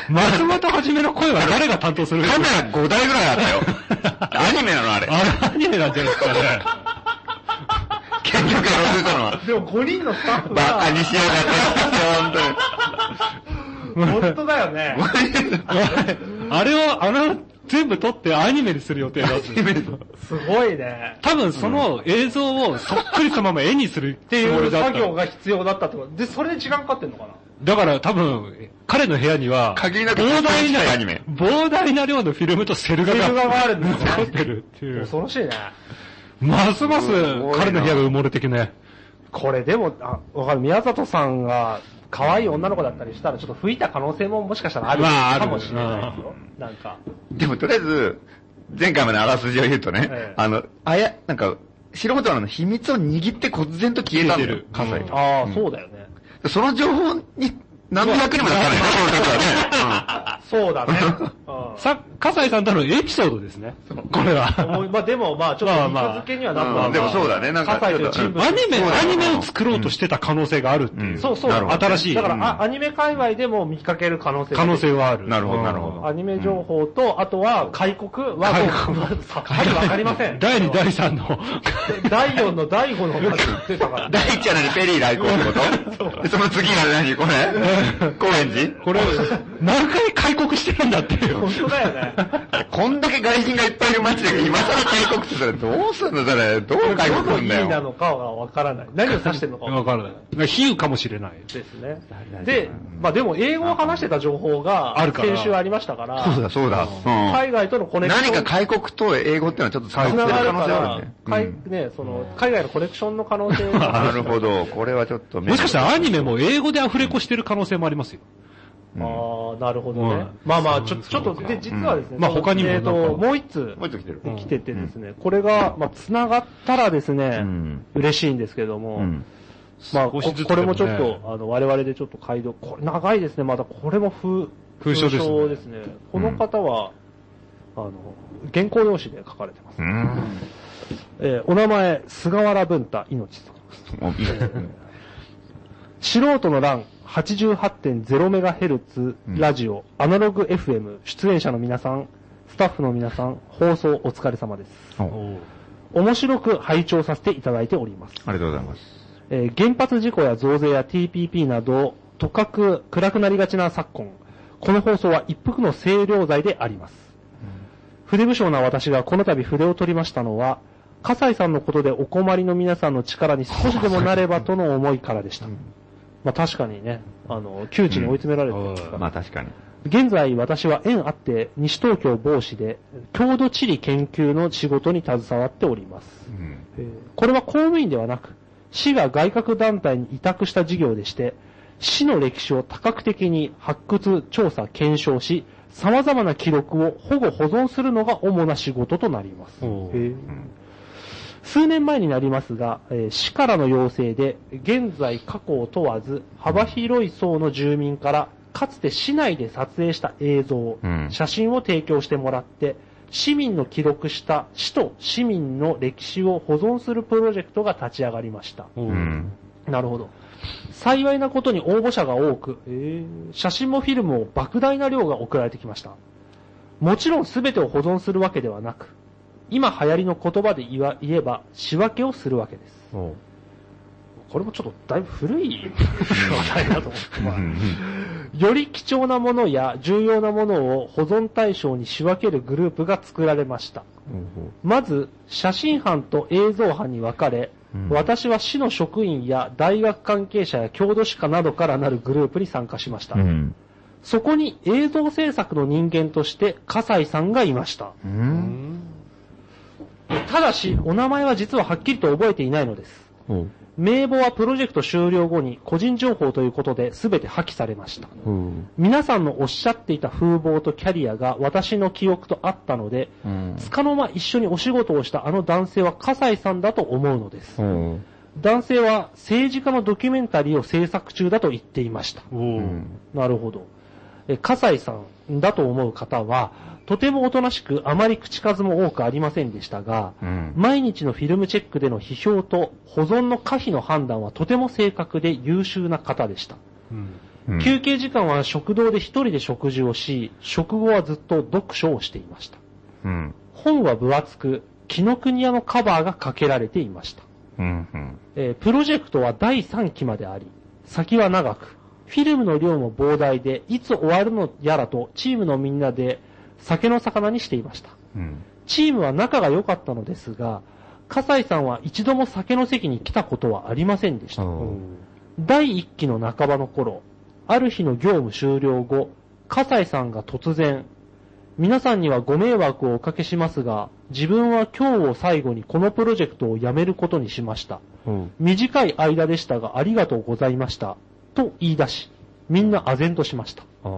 Speaker 3: 松本はじめの声は誰が担当する
Speaker 2: カメラ5台ぐらいあった *laughs* よ。アニメなのあれ。
Speaker 3: あれアニメなんじゃないですかね。
Speaker 2: 結局やらせたのは。
Speaker 4: でも5人のスタッフ
Speaker 2: バカ
Speaker 4: が、
Speaker 2: にしやがって。
Speaker 4: 本当だよね。
Speaker 3: あれを、あの、全部撮ってアニメにする予定だったんですよ。
Speaker 4: すごいね。
Speaker 3: 多分その映像をそっくりそのまま絵にするって
Speaker 4: そ
Speaker 3: いうう
Speaker 4: いう
Speaker 3: だっ
Speaker 4: 作
Speaker 3: た
Speaker 4: 業が必要だったってこと。で、それで時間かかってんのかな
Speaker 3: だから多分、彼の部屋には、
Speaker 2: 限りなく
Speaker 3: 膨大な
Speaker 2: アニメ、
Speaker 3: 膨大な量のフィルムとセル画
Speaker 4: フィルムがあ
Speaker 3: が
Speaker 4: るんですね
Speaker 3: 残ってるっていう。
Speaker 4: 恐ろしいね。
Speaker 3: ますます
Speaker 2: ごいな
Speaker 3: 彼の部屋が埋もれてきね。
Speaker 4: これでも、あ、わかる。宮里さんが、可愛い女の子だったりしたら、ちょっと吹いた可能性ももしかしたらある
Speaker 3: まあある
Speaker 4: かもしれないですよ。なんか。
Speaker 2: でもとりあえず、前回まであらすじを言うとね、
Speaker 4: ええ
Speaker 2: あの、あや、なんか、素人なのに秘密を握って忽然と消えたんだよ。火災と。
Speaker 4: ああ、そうだよね。
Speaker 2: その情報に何の役にもならないね、その時はね。
Speaker 4: そ
Speaker 3: *laughs*
Speaker 4: うだね。うん
Speaker 3: さ、笠井さんとのエピソードですね。これ
Speaker 4: 思い
Speaker 3: は。
Speaker 4: まあでもまあちょっと
Speaker 3: まあ
Speaker 4: 言い
Speaker 3: まあ
Speaker 4: 続けにはなった
Speaker 2: うん
Speaker 4: わ
Speaker 2: でもそうだねなんか
Speaker 4: 葛西というチーム。
Speaker 3: アニメ、
Speaker 2: そうだ
Speaker 3: アニメを作ろうとしてた可能性があるっていう。
Speaker 2: うん
Speaker 4: そうそう。
Speaker 2: なるほど
Speaker 3: 新しい
Speaker 4: だから、あアニメ界隈でも見かける可能性が
Speaker 3: 可能性はあ
Speaker 2: う
Speaker 3: る。
Speaker 2: んなるほ
Speaker 3: う
Speaker 2: ど、
Speaker 3: ん
Speaker 2: なるほど。
Speaker 4: アニメ情報と、あとは、開国 *laughs* は
Speaker 3: 開
Speaker 4: もう、
Speaker 3: 国
Speaker 4: まあさっぱりわかりません。
Speaker 3: 第2、第3の。
Speaker 4: 第4の第5の話って
Speaker 3: *laughs*
Speaker 4: たから。
Speaker 2: 第1話にペリー来航ってこ
Speaker 4: そう
Speaker 2: とでその次が何これ高円寺
Speaker 3: これ、何回開国してるんだっていう。
Speaker 4: 本当だよね。
Speaker 2: こんだけ外人がいっぱいいる街で今更開国ってそれどうすんのそれ。どう開
Speaker 4: ど
Speaker 2: 国す
Speaker 4: の
Speaker 2: ん
Speaker 4: 意
Speaker 2: だ
Speaker 4: 味な
Speaker 2: よ。
Speaker 4: のかはわからない。何を指してるのか
Speaker 3: わ
Speaker 4: わ
Speaker 3: か
Speaker 4: からら
Speaker 3: な
Speaker 4: ないい。。
Speaker 3: 比喩かもしれない。
Speaker 4: ですね。で、まあでも英語を話してた情報が、
Speaker 3: あるから
Speaker 4: 先週ありましたから、
Speaker 2: そうだ、そうだ。うん
Speaker 4: 海外とのコネクシ
Speaker 2: 何
Speaker 4: ョン
Speaker 2: か開国と英語ってのはちょっと差別
Speaker 4: つな
Speaker 2: する可
Speaker 4: がるか
Speaker 2: 能性あ
Speaker 4: ら
Speaker 2: るね、う
Speaker 4: 海
Speaker 2: ん。
Speaker 4: ね、その、海外のコレクションの可能性
Speaker 2: *laughs* な
Speaker 4: が
Speaker 2: るほど。これはちょっと。
Speaker 3: もしかしたらアニメも英語でアフレコしてる可能性もありますよ。
Speaker 4: ああ、なるほどね。
Speaker 3: うん
Speaker 4: まあまあ、ちょ、
Speaker 3: そう
Speaker 4: ちょっと、で、実はですね、
Speaker 3: まあ
Speaker 4: その
Speaker 3: 他にも
Speaker 4: えっ、
Speaker 3: なんか
Speaker 4: と、もう一通
Speaker 2: もう一つ来てる。
Speaker 4: 来ててですね、これが、まあ、繋がったらですね、
Speaker 2: うん
Speaker 4: 嬉しいんですけども、
Speaker 2: うん。
Speaker 4: まあ、こ
Speaker 3: 少しずつでもね
Speaker 4: これもちょっと、あの、我々でちょっと解読、これ長いですね、まだこれも風、
Speaker 3: 封書ですね
Speaker 4: 封ですね。この方は、あの、原稿用紙で書かれてます。
Speaker 2: うん。
Speaker 4: えーお名前、菅原文太、命さん。
Speaker 2: もういいです
Speaker 4: 素人の欄88.0メガヘルツラジオ、アナログ FM 出演者の皆さん、スタッフの皆さん、放送お疲れ様です。
Speaker 2: お
Speaker 4: 面白く拝聴させていただいております。
Speaker 2: ありがとうございます。
Speaker 4: えー原発事故や増税や TPP など、とかく暗くなりがちな昨今、この放送は一服の清涼剤であります。筆武将な私がこの度筆を取りましたのは、笠井さんのことでお困りの皆さんの力に少しでもなればとの思いからでした。まあ確かにね、あの、窮地に追い詰められてますから
Speaker 2: まあ確かに。
Speaker 4: 現在私は縁あって西東京某市で郷土地理研究の仕事に携わっております。
Speaker 2: うん。
Speaker 4: えーこれは公務員ではなく、市が外郭団体に委託した事業でして、市の歴史を多角的に発掘、調査、検証し、様々な記録を保護保存するのが主な仕事となります。
Speaker 3: おう
Speaker 4: へー数年前になりますが、えー市からの要請で、現在過去を問わず、幅広い層の住民から、かつて市内で撮影した映像、
Speaker 2: うん
Speaker 4: 写真を提供してもらって、市民の記録した市と市民の歴史を保存するプロジェクトが立ち上がりました。
Speaker 3: おう
Speaker 2: うん。
Speaker 4: なるほど。幸いなことに応募者が多く、写真もフィルムも莫大な量が送られてきました。もちろん全てを保存するわけではなく、今流行りの言葉で言わ言えば仕分けをするわけです。これもちょっとだいぶ古い *laughs* 話題だと思ってま
Speaker 2: う
Speaker 4: す
Speaker 2: ん
Speaker 4: より貴重なものや重要なものを保存対象に仕分けるグループが作られました。まず、写真班と映像班に分かれ、私は市の職員や大学関係者や郷土史家などからなるグループに参加しました。
Speaker 2: うん。
Speaker 4: そこに映像制作の人間として、笠井さんがいました。
Speaker 2: うん。
Speaker 4: ただし、お名前は実ははっきりと覚えていないのです。
Speaker 2: おう
Speaker 4: 名簿はプロジェクト終了後に個人情報ということで全て破棄されました。
Speaker 2: うん。
Speaker 4: 皆さんのおっしゃっていた風貌とキャリアが私の記憶とあったので、
Speaker 2: うん
Speaker 4: つかの間一緒にお仕事をしたあの男性は笠井さんだと思うのです。
Speaker 2: うん。
Speaker 4: 男性は政治家のドキュメンタリーを制作中だと言っていました。
Speaker 3: おう
Speaker 4: なるほど。え、笠井さんだと思う方は、とてもおとなしくあまり口数も多くありませんでしたが、
Speaker 2: うん。
Speaker 4: 毎日のフィルムチェックでの批評と保存の可否の判断はとても正確で優秀な方でした。
Speaker 3: うん
Speaker 2: うん
Speaker 4: 休憩時間は食堂で一人で食事をし、食後はずっと読書をしていました。
Speaker 2: うん。
Speaker 4: 本は分厚く、紀ノ国屋のカバーがかけられていました。
Speaker 2: うん。うん。
Speaker 4: えープロジェクトは第3期まであり、先は長く、フィルムの量も膨大で、いつ終わるのやらとチームのみんなで酒の魚にしていました。
Speaker 2: うん。
Speaker 4: チームは仲が良かったのですが、笠井さんは一度も酒の席に来たことはありませんでした。
Speaker 2: うん
Speaker 4: 第1期の半ばの頃、ある日の業務終了後、笠井さんが突然、皆さんにはご迷惑をおかけしますが、自分は今日を最後にこのプロジェクトをやめることにしました。短い間でしたがありがとうございました。と言い出し、みんな唖然としました。ま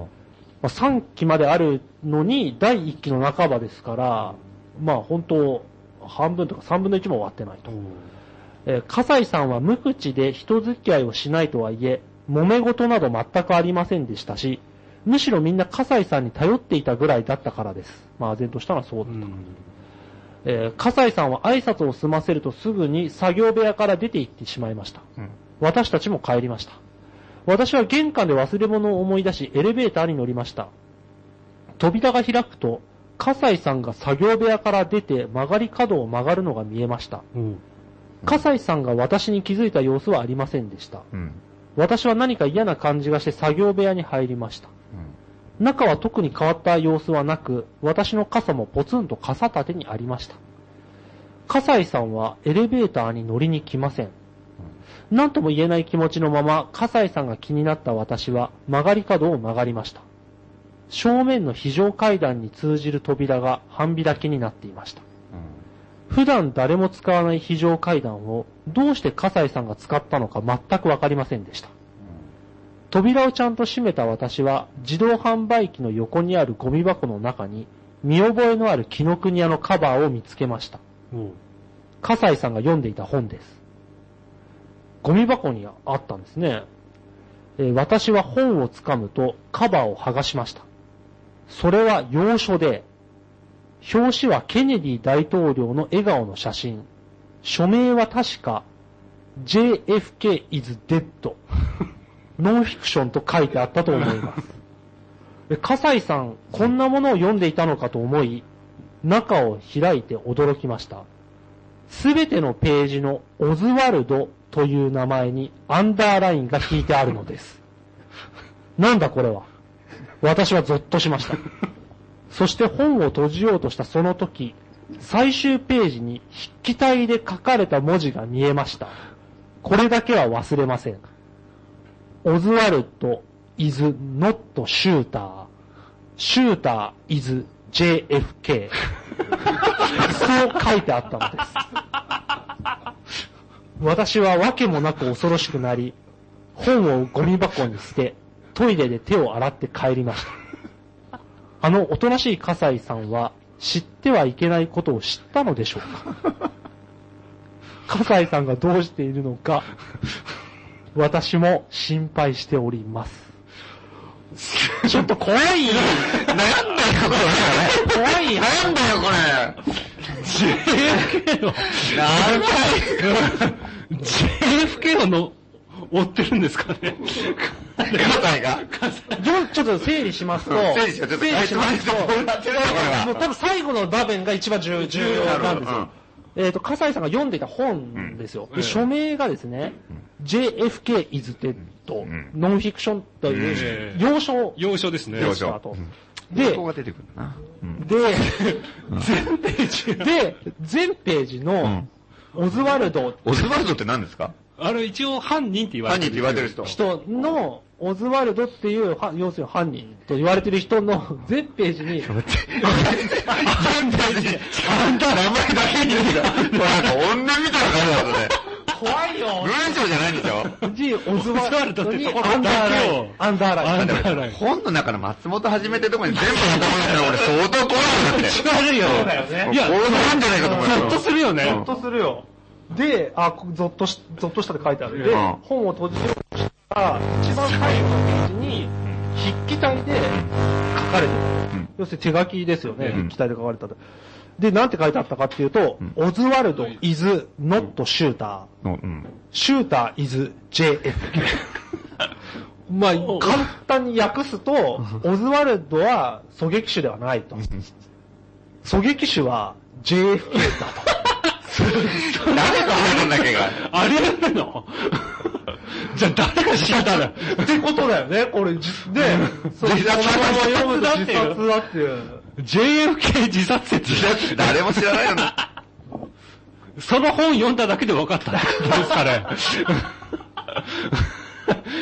Speaker 4: あ、3期まであるのに、第1期の半ばですから、まあ本当、半分とか3分の1も終わってないと。えー笠井さんは無口で人付き合いをしないとはいえ、揉め事など全くありませんでしたし、むしろみんな笠井さんに頼っていたぐらいだったからです。まあ、唖然としたのはそうだった。えー笠井さんは挨拶を済ませるとすぐに作業部屋から出て行ってしまいました。私たちも帰りました。私は玄関で忘れ物を思い出し、エレベーターに乗りました。扉が開くと、笠井さんが作業部屋から出て曲がり角を曲がるのが見えました。笠井さんが私に気づいた様子はありませんでした。
Speaker 2: うん。
Speaker 4: 私は何か嫌な感じがして作業部屋に入りました。中は特に変わった様子はなく、私の傘もポツンと傘立てにありました。笠井さんはエレベーターに乗りに来ません。何とも言えない気持ちのまま、笠井さんが気になった私は曲がり角を曲がりました。正面の非常階段に通じる扉が半開きになっていました。普段誰も使わない非常階段をどうして笠井さんが使ったのか全くわかりませんでした。扉をちゃんと閉めた私は自動販売機の横にあるゴミ箱の中に見覚えのある紀ノ国屋のカバーを見つけました。笠井さんが読んでいた本です。ゴミ箱にあったんですね。えー私は本をつかむとカバーを剥がしました。それは要所で、表紙はケネディ大統領の笑顔の写真。署名は確か JFK is dead ノンフィクションと書いてあったと思います。で笠井さん、こんなものを読んでいたのかと思い、中を開いて驚きました。すべてのページのオズワルドという名前にアンダーラインが引いてあるのです。なんだこれは。私はゾッとしました。そして本を閉じようとしたその時、最終ページに筆記体で書かれた文字が見えました。これだけは忘れません。オズワルド is not shooter. shooter is JFK. *laughs* そう書いてあったのです。私は訳もなく恐ろしくなり、本をゴミ箱に捨て、トイレで手を洗って帰りました。あのおとなしい笠井さんは知ってはいけないことを知ったのでしょうか笠井さんがどうしているのか、私も心配しております。ちょっと怖い
Speaker 2: 悩んだよ、これ。
Speaker 4: 怖い
Speaker 2: 悩んだよ、これ。
Speaker 3: *laughs*
Speaker 2: 長い。
Speaker 3: JFK をの追ってるんです
Speaker 2: *laughs*
Speaker 3: かね。
Speaker 2: 硬いが。
Speaker 4: よちょっと整理しますと、
Speaker 2: 整理しよう、ちょっと。
Speaker 4: 整理しますと、
Speaker 2: どうなってるの、これは。
Speaker 4: もう多分最後の場面が一番重重要なんですよ。えっ、と、笠井さんが読んでいた本ですよ。で、署名がですね、JFK is dead、
Speaker 2: ん
Speaker 4: ノンフィクションというう、
Speaker 3: ん
Speaker 4: 要所
Speaker 3: 要所ですね。
Speaker 4: で
Speaker 2: 要
Speaker 4: し
Speaker 2: 所
Speaker 4: たと。
Speaker 2: で、
Speaker 4: で
Speaker 2: こ、こが出てくるんだな。うん。
Speaker 4: で、全ページ。で、全ページの、オズワルド
Speaker 2: オズワルドって何ですか
Speaker 3: *laughs* あれ一応犯人って言わ
Speaker 2: 犯
Speaker 3: れてる。
Speaker 2: 人って言われてる人。
Speaker 4: 人の、オズワルドっていう、は要するに犯人と言われてる人の全ページに、
Speaker 2: あんた、あんた名前だけ
Speaker 3: *laughs*
Speaker 2: に出てくる。これなんか女みたいな感じだね。
Speaker 4: 怖いよ
Speaker 2: 文章じゃないんでしょ
Speaker 4: に、オズワル
Speaker 3: オズ
Speaker 4: ドに、
Speaker 3: ワルドってところ
Speaker 4: アンダーライン。アンダーライン。
Speaker 3: アンダーライン
Speaker 2: 本の中の松本はじめってとこに全部頭にったら俺相当怖いんだって。
Speaker 3: 悪いよ。
Speaker 4: だよね
Speaker 2: いや、俺のなんじゃないかと思う
Speaker 3: ゾッとするよね。
Speaker 4: ゾッとするよ。で、あ、こゾッとし、ゾッとしたって書いてある。で、
Speaker 2: うん
Speaker 4: 本を閉じようとしたら、一番最後のページに、筆記体で書かれてる。要するに手書きですよね、
Speaker 2: うん
Speaker 4: 筆記体で書かれたと。で、なんて書いてあったかっていうと、
Speaker 2: ん
Speaker 4: オズワルド is not shooter,
Speaker 2: うん。 *laughs*
Speaker 4: shooter is JFK。まあ、簡単に訳すと、オズワルドは狙撃手ではないと。狙撃手は JFK だ
Speaker 2: 誰が話んだっけが。
Speaker 3: あれやってんの *laughs* じゃあ誰が死んだの
Speaker 4: と。ってことだよね、これ、じで、
Speaker 3: *laughs*
Speaker 4: そう
Speaker 2: 自殺
Speaker 4: このまま読むと自殺だっていう。
Speaker 3: ?JFK 自殺説。
Speaker 2: だって誰も知らないよな。
Speaker 3: その本読んだだけで分かったんですかね。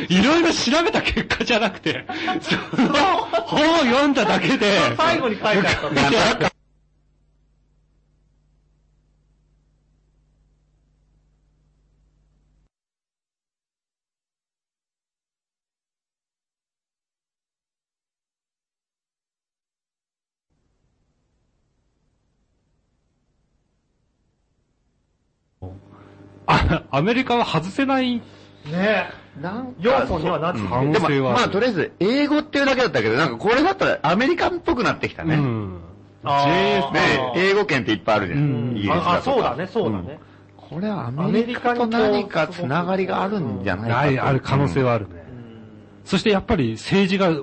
Speaker 3: *laughs* いろいろ調べた結果じゃなくて、その本を読んだだけで、
Speaker 4: 最後に書いてあったんだ
Speaker 3: *laughs* あアメリカは外せない。
Speaker 4: ね
Speaker 2: なん
Speaker 4: 要素にはなって
Speaker 3: 可能
Speaker 2: で
Speaker 3: 性
Speaker 2: も、
Speaker 3: はあ
Speaker 2: ま
Speaker 3: る
Speaker 2: あとりあえず、英語っていうだけだったけど、なんかこれだったらアメリカンっぽくなってきたね。
Speaker 3: うん。
Speaker 4: あー
Speaker 3: JF、
Speaker 2: ね英語圏っていっぱいあるじゃん。
Speaker 3: うん
Speaker 2: イギリスとか
Speaker 4: あ、あそうだね、そうだね。
Speaker 2: これはアメリカと何かつながりがあるんじゃないかと
Speaker 3: ない、ある可能性はあるね。そしてやっぱり政治が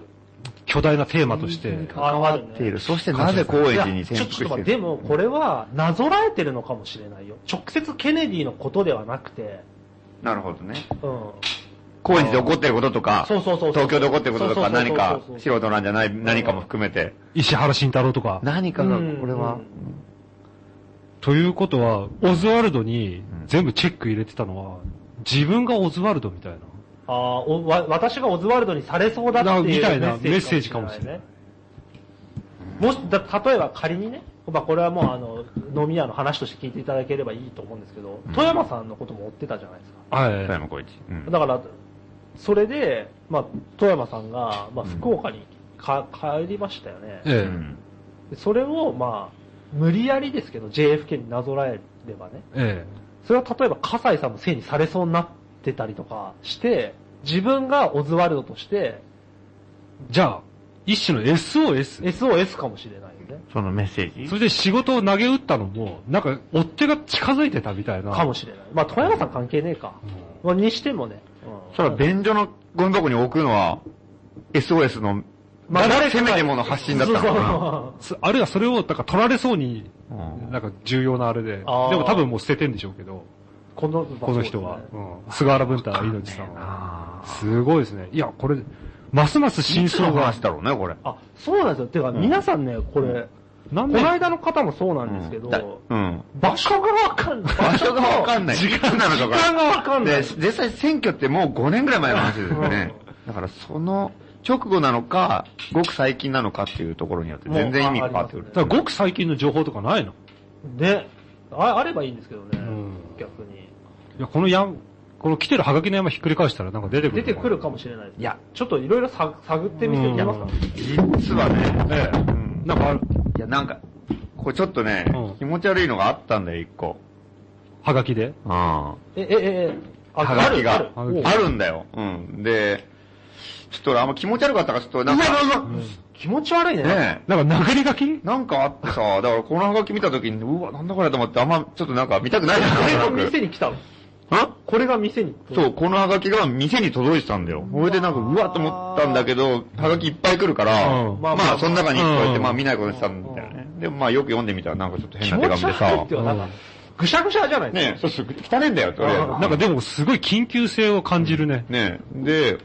Speaker 3: 巨大なテーマとして、
Speaker 4: 関わ
Speaker 2: うんっている。そしてなぜ高円寺に
Speaker 4: ち
Speaker 2: 潜伏
Speaker 4: ょっと
Speaker 2: し
Speaker 4: 待
Speaker 2: て
Speaker 4: って
Speaker 2: る
Speaker 4: でもこれはなぞらえてるのかもしれないよ。直接ケネディのことではなくて、
Speaker 2: なるほどね。
Speaker 4: うん。
Speaker 2: 高円寺で起こってることとか、
Speaker 4: そうそうそうそう
Speaker 2: 東京で起こってることとか、
Speaker 4: そうそう
Speaker 2: 何
Speaker 4: そうそう
Speaker 2: か
Speaker 4: そうそう
Speaker 2: 素人なんじゃない、何かも含めて。
Speaker 3: 石原慎太郎とか。
Speaker 2: 何かが、これ
Speaker 4: う
Speaker 2: は
Speaker 4: ん、
Speaker 3: ということは、オズワルドに全部チェック入れてたのは、自分がオズワルドみたいな。
Speaker 4: ああ、おわ私がオズワルドにされそうだっていう
Speaker 3: なみたいな
Speaker 4: メッセージかもしれないね。もし、だ例えば仮にね、まあこれはもうあの、飲み屋の話として聞いていただければいいと思うんですけど、富山さんのことも追ってたじゃないですか。
Speaker 2: 富
Speaker 3: はい。
Speaker 2: 山高一。うん
Speaker 4: だから、それで、まあ、富山さんが、まあ、福岡にか、帰りましたよね。
Speaker 2: う
Speaker 3: ええ。
Speaker 2: ん
Speaker 4: でそれを、まあ、無理やりですけど、JFK になぞらえればね。
Speaker 3: え
Speaker 4: それは例えば、笠井さんのせいにされそうになってたりとかして、自分がオズワルドとして、
Speaker 3: え。じゃあ、一種の SOS。
Speaker 4: SOS かもし *laughs* れないよね。
Speaker 2: そのメッセー
Speaker 3: それ
Speaker 2: ジ
Speaker 3: で仕事を投げ打ったのも、なんか、追っ手が近づいてたみたいな。
Speaker 4: かもしれない。まあ、富山さん関係ねえか。まあ、にしてもね。うん
Speaker 2: それは便所のゴミ箱に置くのは、SOS の、
Speaker 4: まあ
Speaker 2: 誰せめてもの発信だったのかな。
Speaker 3: そあるいはそれを、なんか取られそうに、
Speaker 2: うん
Speaker 3: なんか重要なあれで。で
Speaker 4: あー
Speaker 3: も多分もう捨ててんでしょうけど、
Speaker 4: *laughs* この、
Speaker 3: この人は。うん菅原文太猪さんは。すごいですね。いや、これ、ますます真相が
Speaker 2: 話し。たろうね、これ。
Speaker 4: あ、そうなんですよ。てか、皆さんね、これ、
Speaker 3: なん
Speaker 4: こ
Speaker 3: で
Speaker 4: の間の方もそうなんですけど、
Speaker 2: だうん。
Speaker 4: 場所がわかん *laughs* ない。
Speaker 2: 場所がわかんない。時間なのか
Speaker 4: 時間がわかんな
Speaker 2: で、。
Speaker 4: い
Speaker 2: 実際選挙ってもう5年ぐらい前の話ですよね。だからその直後なのか、ごく最近なのかっていうところによって全然意味が変わってくる
Speaker 3: だ。からごく最近の情報とかないの
Speaker 4: ね。ああればいいんですけどね、
Speaker 3: ん
Speaker 4: 逆に。
Speaker 3: いや、このやん、この来てるハガキの山ひっくり返したらなんか出てく
Speaker 4: 出
Speaker 3: る。
Speaker 4: てくるかもしれないです。
Speaker 2: いや、
Speaker 4: ちょっといろいろさ探ってみてみますか。
Speaker 2: 実はね、
Speaker 3: ええ。
Speaker 2: うん
Speaker 3: なんかある、
Speaker 2: いやなんか、これちょっとね、
Speaker 3: うん
Speaker 2: 気持ち悪いのがあったんだよ、一個。
Speaker 3: ハガキで。
Speaker 2: あ
Speaker 4: え、え、え、え、あ
Speaker 2: あ。はがき
Speaker 4: あ
Speaker 2: が
Speaker 4: る
Speaker 2: あ
Speaker 4: あ
Speaker 3: る
Speaker 4: る
Speaker 3: あ
Speaker 2: るんだよ。うん。で、ちょっと俺あんま気持ち悪かったから、ちょっとなんか、
Speaker 4: 気持ち悪いね。
Speaker 2: ねえ
Speaker 3: なんか殴り書き
Speaker 2: なんかあってさ、だからこのハガキ見たときに、うわ、なんだこれと思って、あんまちょっとなんか見たくないじゃん
Speaker 4: これが
Speaker 2: なんとなく
Speaker 4: 店に来たの。
Speaker 2: ん
Speaker 4: これが店に。
Speaker 2: そう、このハガキが店に届いてたんだよ。それでなんか、うわっと思ったんだけど、ハガキいっぱい来るから、
Speaker 3: うん
Speaker 2: まあ、
Speaker 4: まあ
Speaker 2: その中に一個やって、
Speaker 3: うん
Speaker 2: まあ見ないことにしたんだよね。でもまあよく読んでみたら、なんかちょっと変
Speaker 4: 気
Speaker 2: な
Speaker 4: 持
Speaker 2: 手
Speaker 4: ち
Speaker 2: 紙で
Speaker 4: 悪い
Speaker 2: さ
Speaker 4: って、いうのはなんか、ぐしゃぐしゃじゃないですか。
Speaker 2: ねえ、そうそう、汚ねえんだよ、とりあえず。
Speaker 3: なんかでもすごい緊急性を感じるね。
Speaker 2: ねえ、で、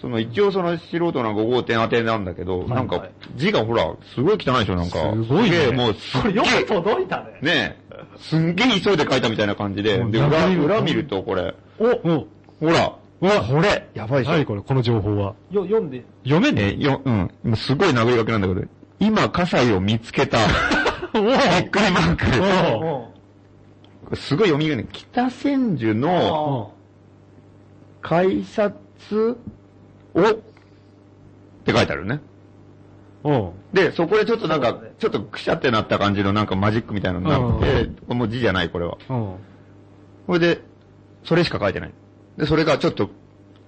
Speaker 2: その一応その素人なんか5号店当てなんだけど、なんか字がほら、すごい汚いでしょ、なんか。
Speaker 3: すごいね
Speaker 2: すげえもうす
Speaker 4: こ
Speaker 2: っ
Speaker 4: れ
Speaker 2: げ
Speaker 4: よ
Speaker 2: え
Speaker 4: く、届いたね。
Speaker 2: ねえ、すんげえ急いで書いたみたいな感じで、
Speaker 3: うん
Speaker 2: で、裏、
Speaker 3: うん
Speaker 2: 裏見るとこれ、
Speaker 3: おお
Speaker 2: ほら、ほら、これ、やばいでしょ
Speaker 3: 何。これ、この情報は。
Speaker 4: よ、読んで。
Speaker 3: 読め
Speaker 2: え
Speaker 3: ね
Speaker 2: ーよ、うん。今すごい殴り書きなんだけど、今、葛西を見つけた。びっくりマーク。
Speaker 4: う
Speaker 3: お
Speaker 4: ん。
Speaker 2: すごい読みがね、北千住
Speaker 4: あ
Speaker 2: の
Speaker 4: ー
Speaker 2: 改札を、って書いてあるね。
Speaker 3: お
Speaker 2: で、そこでちょっとなん
Speaker 4: そ
Speaker 2: か
Speaker 4: うだね、
Speaker 2: ちょっとくしゃってなった感じのなんかマジックみたいなのになって、もう字じゃない、これは。
Speaker 3: お
Speaker 2: これで、それしか書いてない。で、それがちょっと、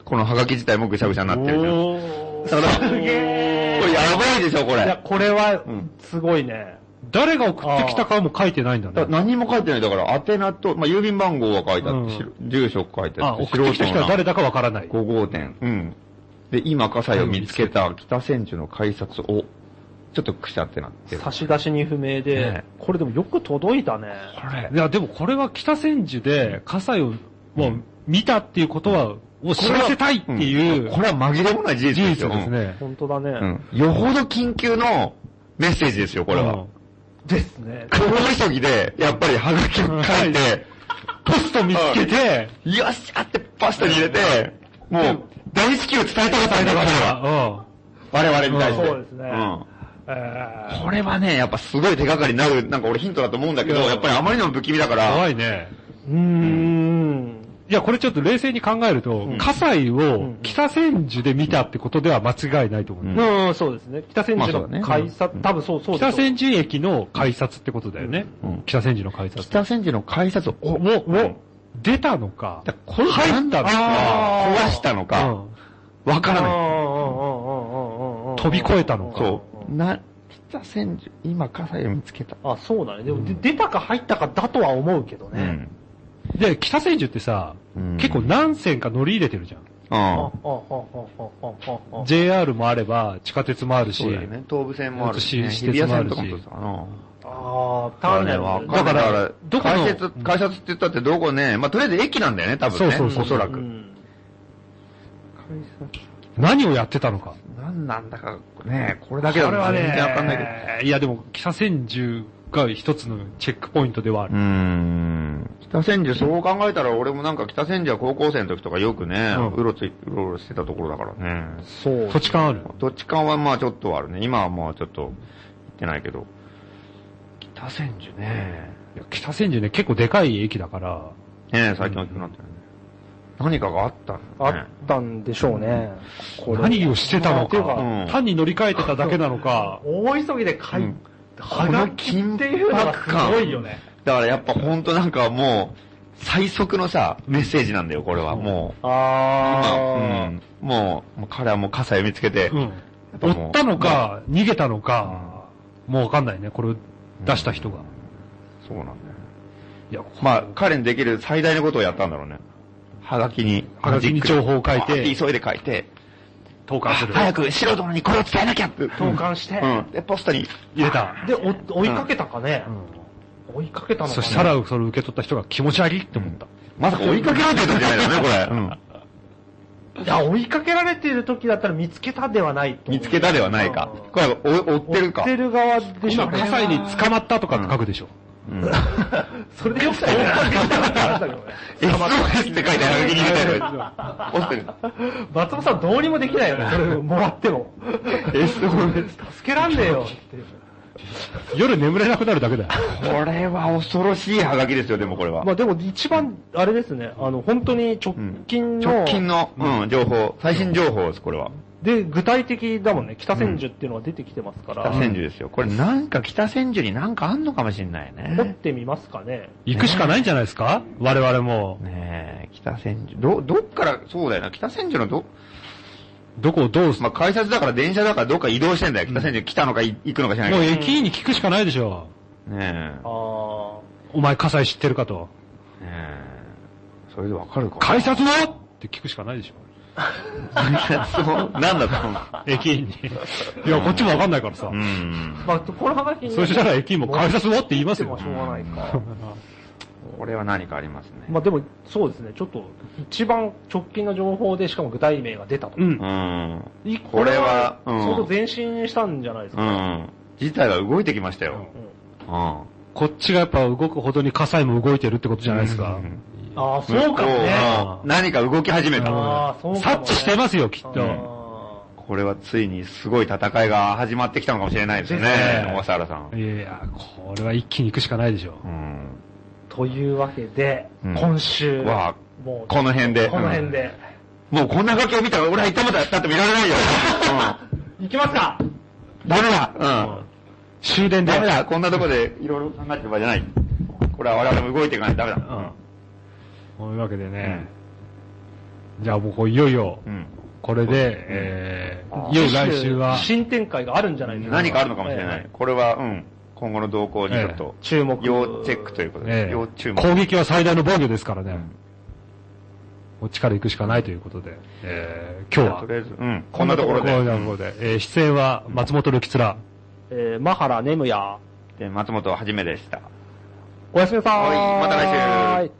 Speaker 2: このハガキ自体もぐしゃぐしゃになってるじゃん。ただ、これやばいでしょ、こ
Speaker 4: いや、
Speaker 2: れ。
Speaker 4: これは
Speaker 2: ん、
Speaker 4: すごいね。
Speaker 3: 誰が送ってきたかも書いてないんだ
Speaker 2: だ
Speaker 3: ね。
Speaker 2: 何も書いてない。だから、宛名と、まあ、郵便番号は書いてあ
Speaker 3: うん
Speaker 2: って、しろ住所書いてあ
Speaker 3: あ、
Speaker 2: って、
Speaker 3: 送ってきた人は誰
Speaker 2: だ
Speaker 3: だかわからない。
Speaker 2: ?5 号店。うん。で、今、葛西を見つけた北千住の改札を、ちょっとくしゃってなってる。
Speaker 4: 差し出しに不明で、
Speaker 2: ね
Speaker 4: これでもよく届いたね。
Speaker 3: いや、でもこれは北千住で、葛西を、もう、見たっていうことは、を知らせたいっていう、
Speaker 2: これは紛れもない事実
Speaker 3: 事
Speaker 2: です
Speaker 3: 実
Speaker 2: よ。
Speaker 3: ですね。
Speaker 4: 本当だね。
Speaker 2: うん。よほど緊急のメッセージですよ、これ
Speaker 3: う
Speaker 2: は
Speaker 3: ん。。
Speaker 4: ですね。
Speaker 2: 大急ぎで、やっぱりハガキを書いて、
Speaker 3: ポスト見つけて、
Speaker 2: よっしゃってパスタに入れて、もう、大至急伝えたかったんだから、
Speaker 3: あ
Speaker 2: 我々に対して。
Speaker 4: そうですね
Speaker 2: ん
Speaker 4: えー
Speaker 2: これはね、やっぱすごい手がかりになる、なんか俺ヒントだと思うんだけど、やっぱりあまりの不気味だ
Speaker 3: う
Speaker 2: か
Speaker 3: ん。
Speaker 2: ら、
Speaker 3: 怖いね。
Speaker 4: うーん。
Speaker 3: いや、これちょっと冷静に考えると、葛西を北千住で見たってことでは間違いないと思う。
Speaker 2: うん
Speaker 4: うん、そうですね。北千住
Speaker 2: まあそうだ
Speaker 4: の
Speaker 2: ね
Speaker 4: 改札、多分そうそうで
Speaker 3: 北
Speaker 4: す
Speaker 3: 千住駅の改札ってことだよね。
Speaker 2: うん
Speaker 3: 北千住の改札。
Speaker 2: 北千住の改札を、お、お、お、
Speaker 3: 出たのか、
Speaker 2: だからこれなんだろう
Speaker 4: あー
Speaker 2: 壊したのか、
Speaker 3: うん
Speaker 2: わから
Speaker 4: うんう
Speaker 2: ない。
Speaker 4: んうんうんうんうん
Speaker 3: 飛び越えたのか。
Speaker 2: そう。な、北千住、今、葛西を見つけた。
Speaker 4: あ、そうだね。でも、で出たか入ったかだとは思うけどね。
Speaker 3: で、北千住ってさ、
Speaker 2: うん
Speaker 3: 結構何線か乗り入れてるじゃん。
Speaker 2: うん。
Speaker 4: ああああああああ
Speaker 3: JR もあれば、地下鉄もあるし、
Speaker 2: そうだよね。東武線もある
Speaker 3: 私
Speaker 2: し、ね、
Speaker 3: 私
Speaker 2: 日
Speaker 3: 鉄
Speaker 2: 比谷
Speaker 3: もあ
Speaker 2: 線
Speaker 3: る
Speaker 2: と
Speaker 3: し
Speaker 2: かもそうだな。
Speaker 4: ああ、ターミナル
Speaker 2: わ
Speaker 4: は
Speaker 2: かん
Speaker 4: だ
Speaker 2: ないだ
Speaker 4: から、
Speaker 2: から、
Speaker 3: どこの
Speaker 2: 改札、改札って言ったってどこね、まあ、とりあえず駅なんだよね、多分ね。
Speaker 3: そうそうそう
Speaker 2: おそら
Speaker 4: う
Speaker 2: く。
Speaker 4: ん
Speaker 3: 何をやってたのか。
Speaker 2: 何なんだか、ね、これだけだと全然わかんないけど。
Speaker 3: いや、でも、北千住が一つのチェックポイントではあ
Speaker 2: う
Speaker 3: る。
Speaker 2: ーん。北千住、そう考えたら俺もなんか北千住は高校生の時とかよくね、
Speaker 3: うん
Speaker 2: うろつい、うろうろしてたところだからね。
Speaker 4: そう。
Speaker 3: 土地勘ある。
Speaker 2: どっちかはまあちょっとはあるね。今はまあちょっと行ってないけど。北千住ね。
Speaker 3: いや北千住ね、結構でかい駅だから、
Speaker 2: ねえ、最近大きくなったよね。何かがあったん
Speaker 4: あ
Speaker 2: だね
Speaker 4: っ。たんでしょうね。これ
Speaker 3: 何をしてたの
Speaker 4: っていう
Speaker 3: か、
Speaker 4: か
Speaker 2: うん
Speaker 3: 単に乗り換えてただけなのか、
Speaker 4: 大急ぎで書
Speaker 2: う
Speaker 4: い
Speaker 2: ん
Speaker 4: た、はがきっていうのがすごいよね。
Speaker 2: だからやっぱほんとなんかもう、最速のさ、メッセージなんだよ、これは。もう。
Speaker 4: あ
Speaker 2: うんもう、もう彼はもう傘を見つけて
Speaker 3: う。ん。
Speaker 2: やっぱもう
Speaker 3: 追ったのか、逃げたのか、もうわかんないね、これを出した人が。
Speaker 2: そうなんだよね。
Speaker 3: いや、
Speaker 2: まあ、彼にできる最大のことをやったんだろうね。はがきに、
Speaker 3: はがきに情報を書いて
Speaker 2: はがき急いで書いて、
Speaker 3: 投函
Speaker 2: あ
Speaker 3: する。
Speaker 2: 早く素人のにこれを伝えなきゃって。
Speaker 4: あ、投函して
Speaker 2: う、ん。で、ポストに、
Speaker 3: 入れた。
Speaker 4: で、お追いかけたかね。追いかけたのかね。
Speaker 3: そしたら、それを受け取った人が気持ち悪いって思った。
Speaker 2: まさか追いかけられてたんじゃないだろうね、これ。うん。
Speaker 4: いや、追いかけられてる時だったら見つけたではないと思う
Speaker 2: 見つけたではないか。これは追追ってる
Speaker 4: 追っ
Speaker 2: か。
Speaker 4: てる側でしょ
Speaker 3: 今、
Speaker 4: う
Speaker 3: 火
Speaker 4: ね。
Speaker 3: 災に捕まったとかって書くでしょ。
Speaker 2: うん。
Speaker 4: それでよく追いかけたって話だけどね。
Speaker 2: SOS って書いてはがきに入れてる。ポストに。
Speaker 4: 松本さんどうにもできないよね、それもらっても。
Speaker 2: SOS。
Speaker 4: 助けらんねえよっていう。
Speaker 3: 夜眠れなくなるだけだよ。
Speaker 2: これは恐ろしいはがきですよ、でもこれは
Speaker 4: ま。あでも一番、あれですね、あの、本当に直近の、
Speaker 2: 直近の、うん、情報。最新情報です、これは。
Speaker 4: で、具体的だもんね、北千住っていうのが出てきてますから、
Speaker 2: 北千住ですよ。これなんか北千住になんかあんのかもしれないね。
Speaker 4: 掘ってみますかね。
Speaker 3: 行くしかないんじゃないですか我々も。
Speaker 2: ねえ、北千住。ど、どっから、そうだよな、北千住のど、
Speaker 3: どこをどうす、
Speaker 2: まあ、改札だから電車だからどっか移動してんだよ。北千住来たのかい行くのか知らな
Speaker 3: もう
Speaker 2: い
Speaker 3: 駅員に聞くしかないでしょ。
Speaker 2: けど。ね
Speaker 4: ああ
Speaker 3: お前、火災知ってるかと。
Speaker 2: え。ねえ。それでわかるか
Speaker 3: 改札のって聞くしかないでしょ。
Speaker 2: 改札を、なんだと思う。
Speaker 3: 駅員に。いや、こっちもわかんないからさ
Speaker 2: う。ん。
Speaker 4: まあ、この話に、
Speaker 3: そしたら駅員も改札のって言いま
Speaker 4: ですも
Speaker 3: よ
Speaker 4: し。ょうがないか。
Speaker 2: これは何かありますね。
Speaker 4: *laughs* まあでも、そうですね、ちょっと、一番直近の情報で、しかも具体名が出たと。
Speaker 3: うん。
Speaker 2: うん。
Speaker 4: い
Speaker 2: これは
Speaker 4: これ
Speaker 2: うん
Speaker 4: 相当前進したんじゃないです
Speaker 2: う
Speaker 4: か。
Speaker 2: ん。事態が動いてきましたよ。うん。
Speaker 3: こっちがやっぱ動くほどに火災も動いてるってことじゃないですか
Speaker 2: う。ん
Speaker 4: ああ、そうかもね。
Speaker 2: うん何か動き始めた。
Speaker 4: ああ、そうかも、ね。
Speaker 3: 察知してますよ、きっ
Speaker 4: あ
Speaker 3: と。
Speaker 4: ー
Speaker 2: これはついにすごい戦いが始まってきたのかもしれないです
Speaker 4: です
Speaker 2: ね。小笠原さん。
Speaker 3: いやいや、これは一気に行くしかないでしょ。
Speaker 2: うん。
Speaker 4: というわけで、
Speaker 2: うん
Speaker 4: 今週
Speaker 2: わあ
Speaker 4: は、もう、
Speaker 2: この辺で。
Speaker 4: この辺で。
Speaker 2: もうこんなガキを見たら俺は痛まだったって見られないよ。
Speaker 4: いきますか
Speaker 2: うん。ダメだ。うん。
Speaker 3: 終電で。
Speaker 2: ダメだ。こんなとこでいろいろ考えてる場合じゃない。これは我々も動いていかないとダメだ。
Speaker 3: というわけでね、じゃあもうこういよいよ、
Speaker 2: うん。
Speaker 3: これで、えー、いよいよ来週は、
Speaker 4: 新展開があるんじゃないですか。
Speaker 2: 何かあるのかもしれな
Speaker 4: え
Speaker 2: い。これは、うん。今後の動向にちょっと
Speaker 4: え。注目。
Speaker 2: 要チェックということで
Speaker 3: え
Speaker 2: す。
Speaker 3: ー
Speaker 2: 要注目。
Speaker 3: 攻撃は最大の防御ですからね。もう力行くしかないということで、えー、今日は、
Speaker 2: とりあえず、うん。こんなところ
Speaker 3: こん
Speaker 2: で。
Speaker 3: なところで、えー、出演は松本るきつら。
Speaker 4: えー、マハラネムヤ。
Speaker 2: で、松本はじめでした。
Speaker 9: おやすみなさーい。
Speaker 2: はいまた来週
Speaker 9: はい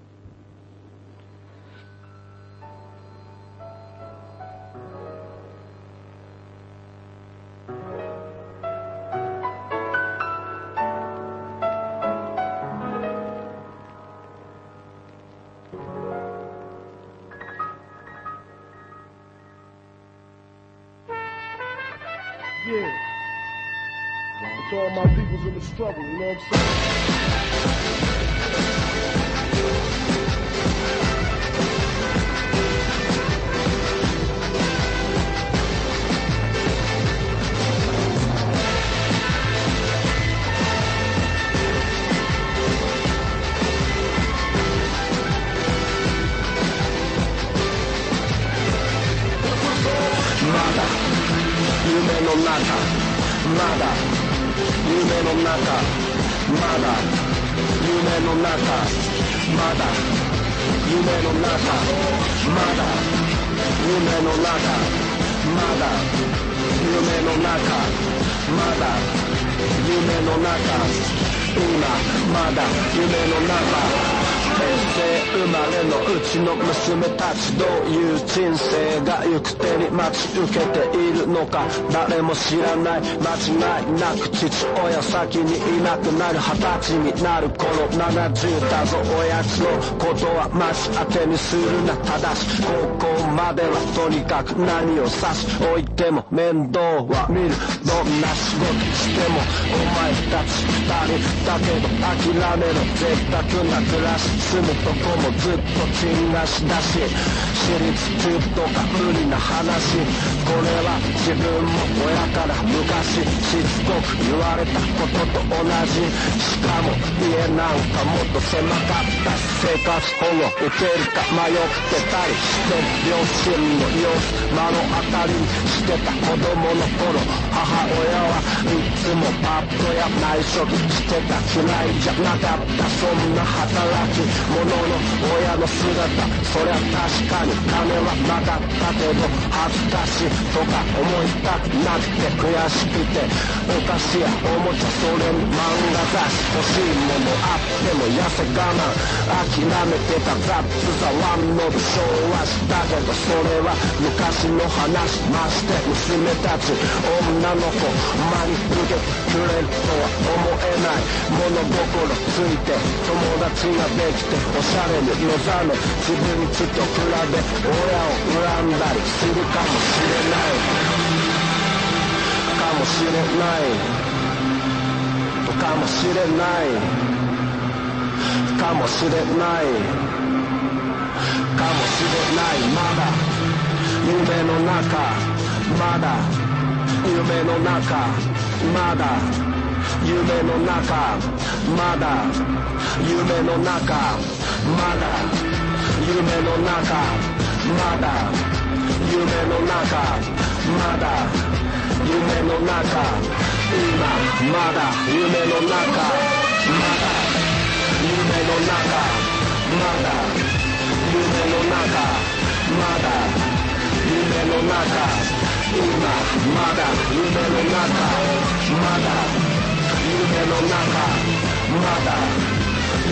Speaker 7: まだ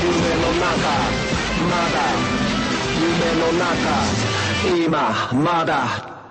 Speaker 7: 夢の中まだ夢の中まだ夢の中今まだ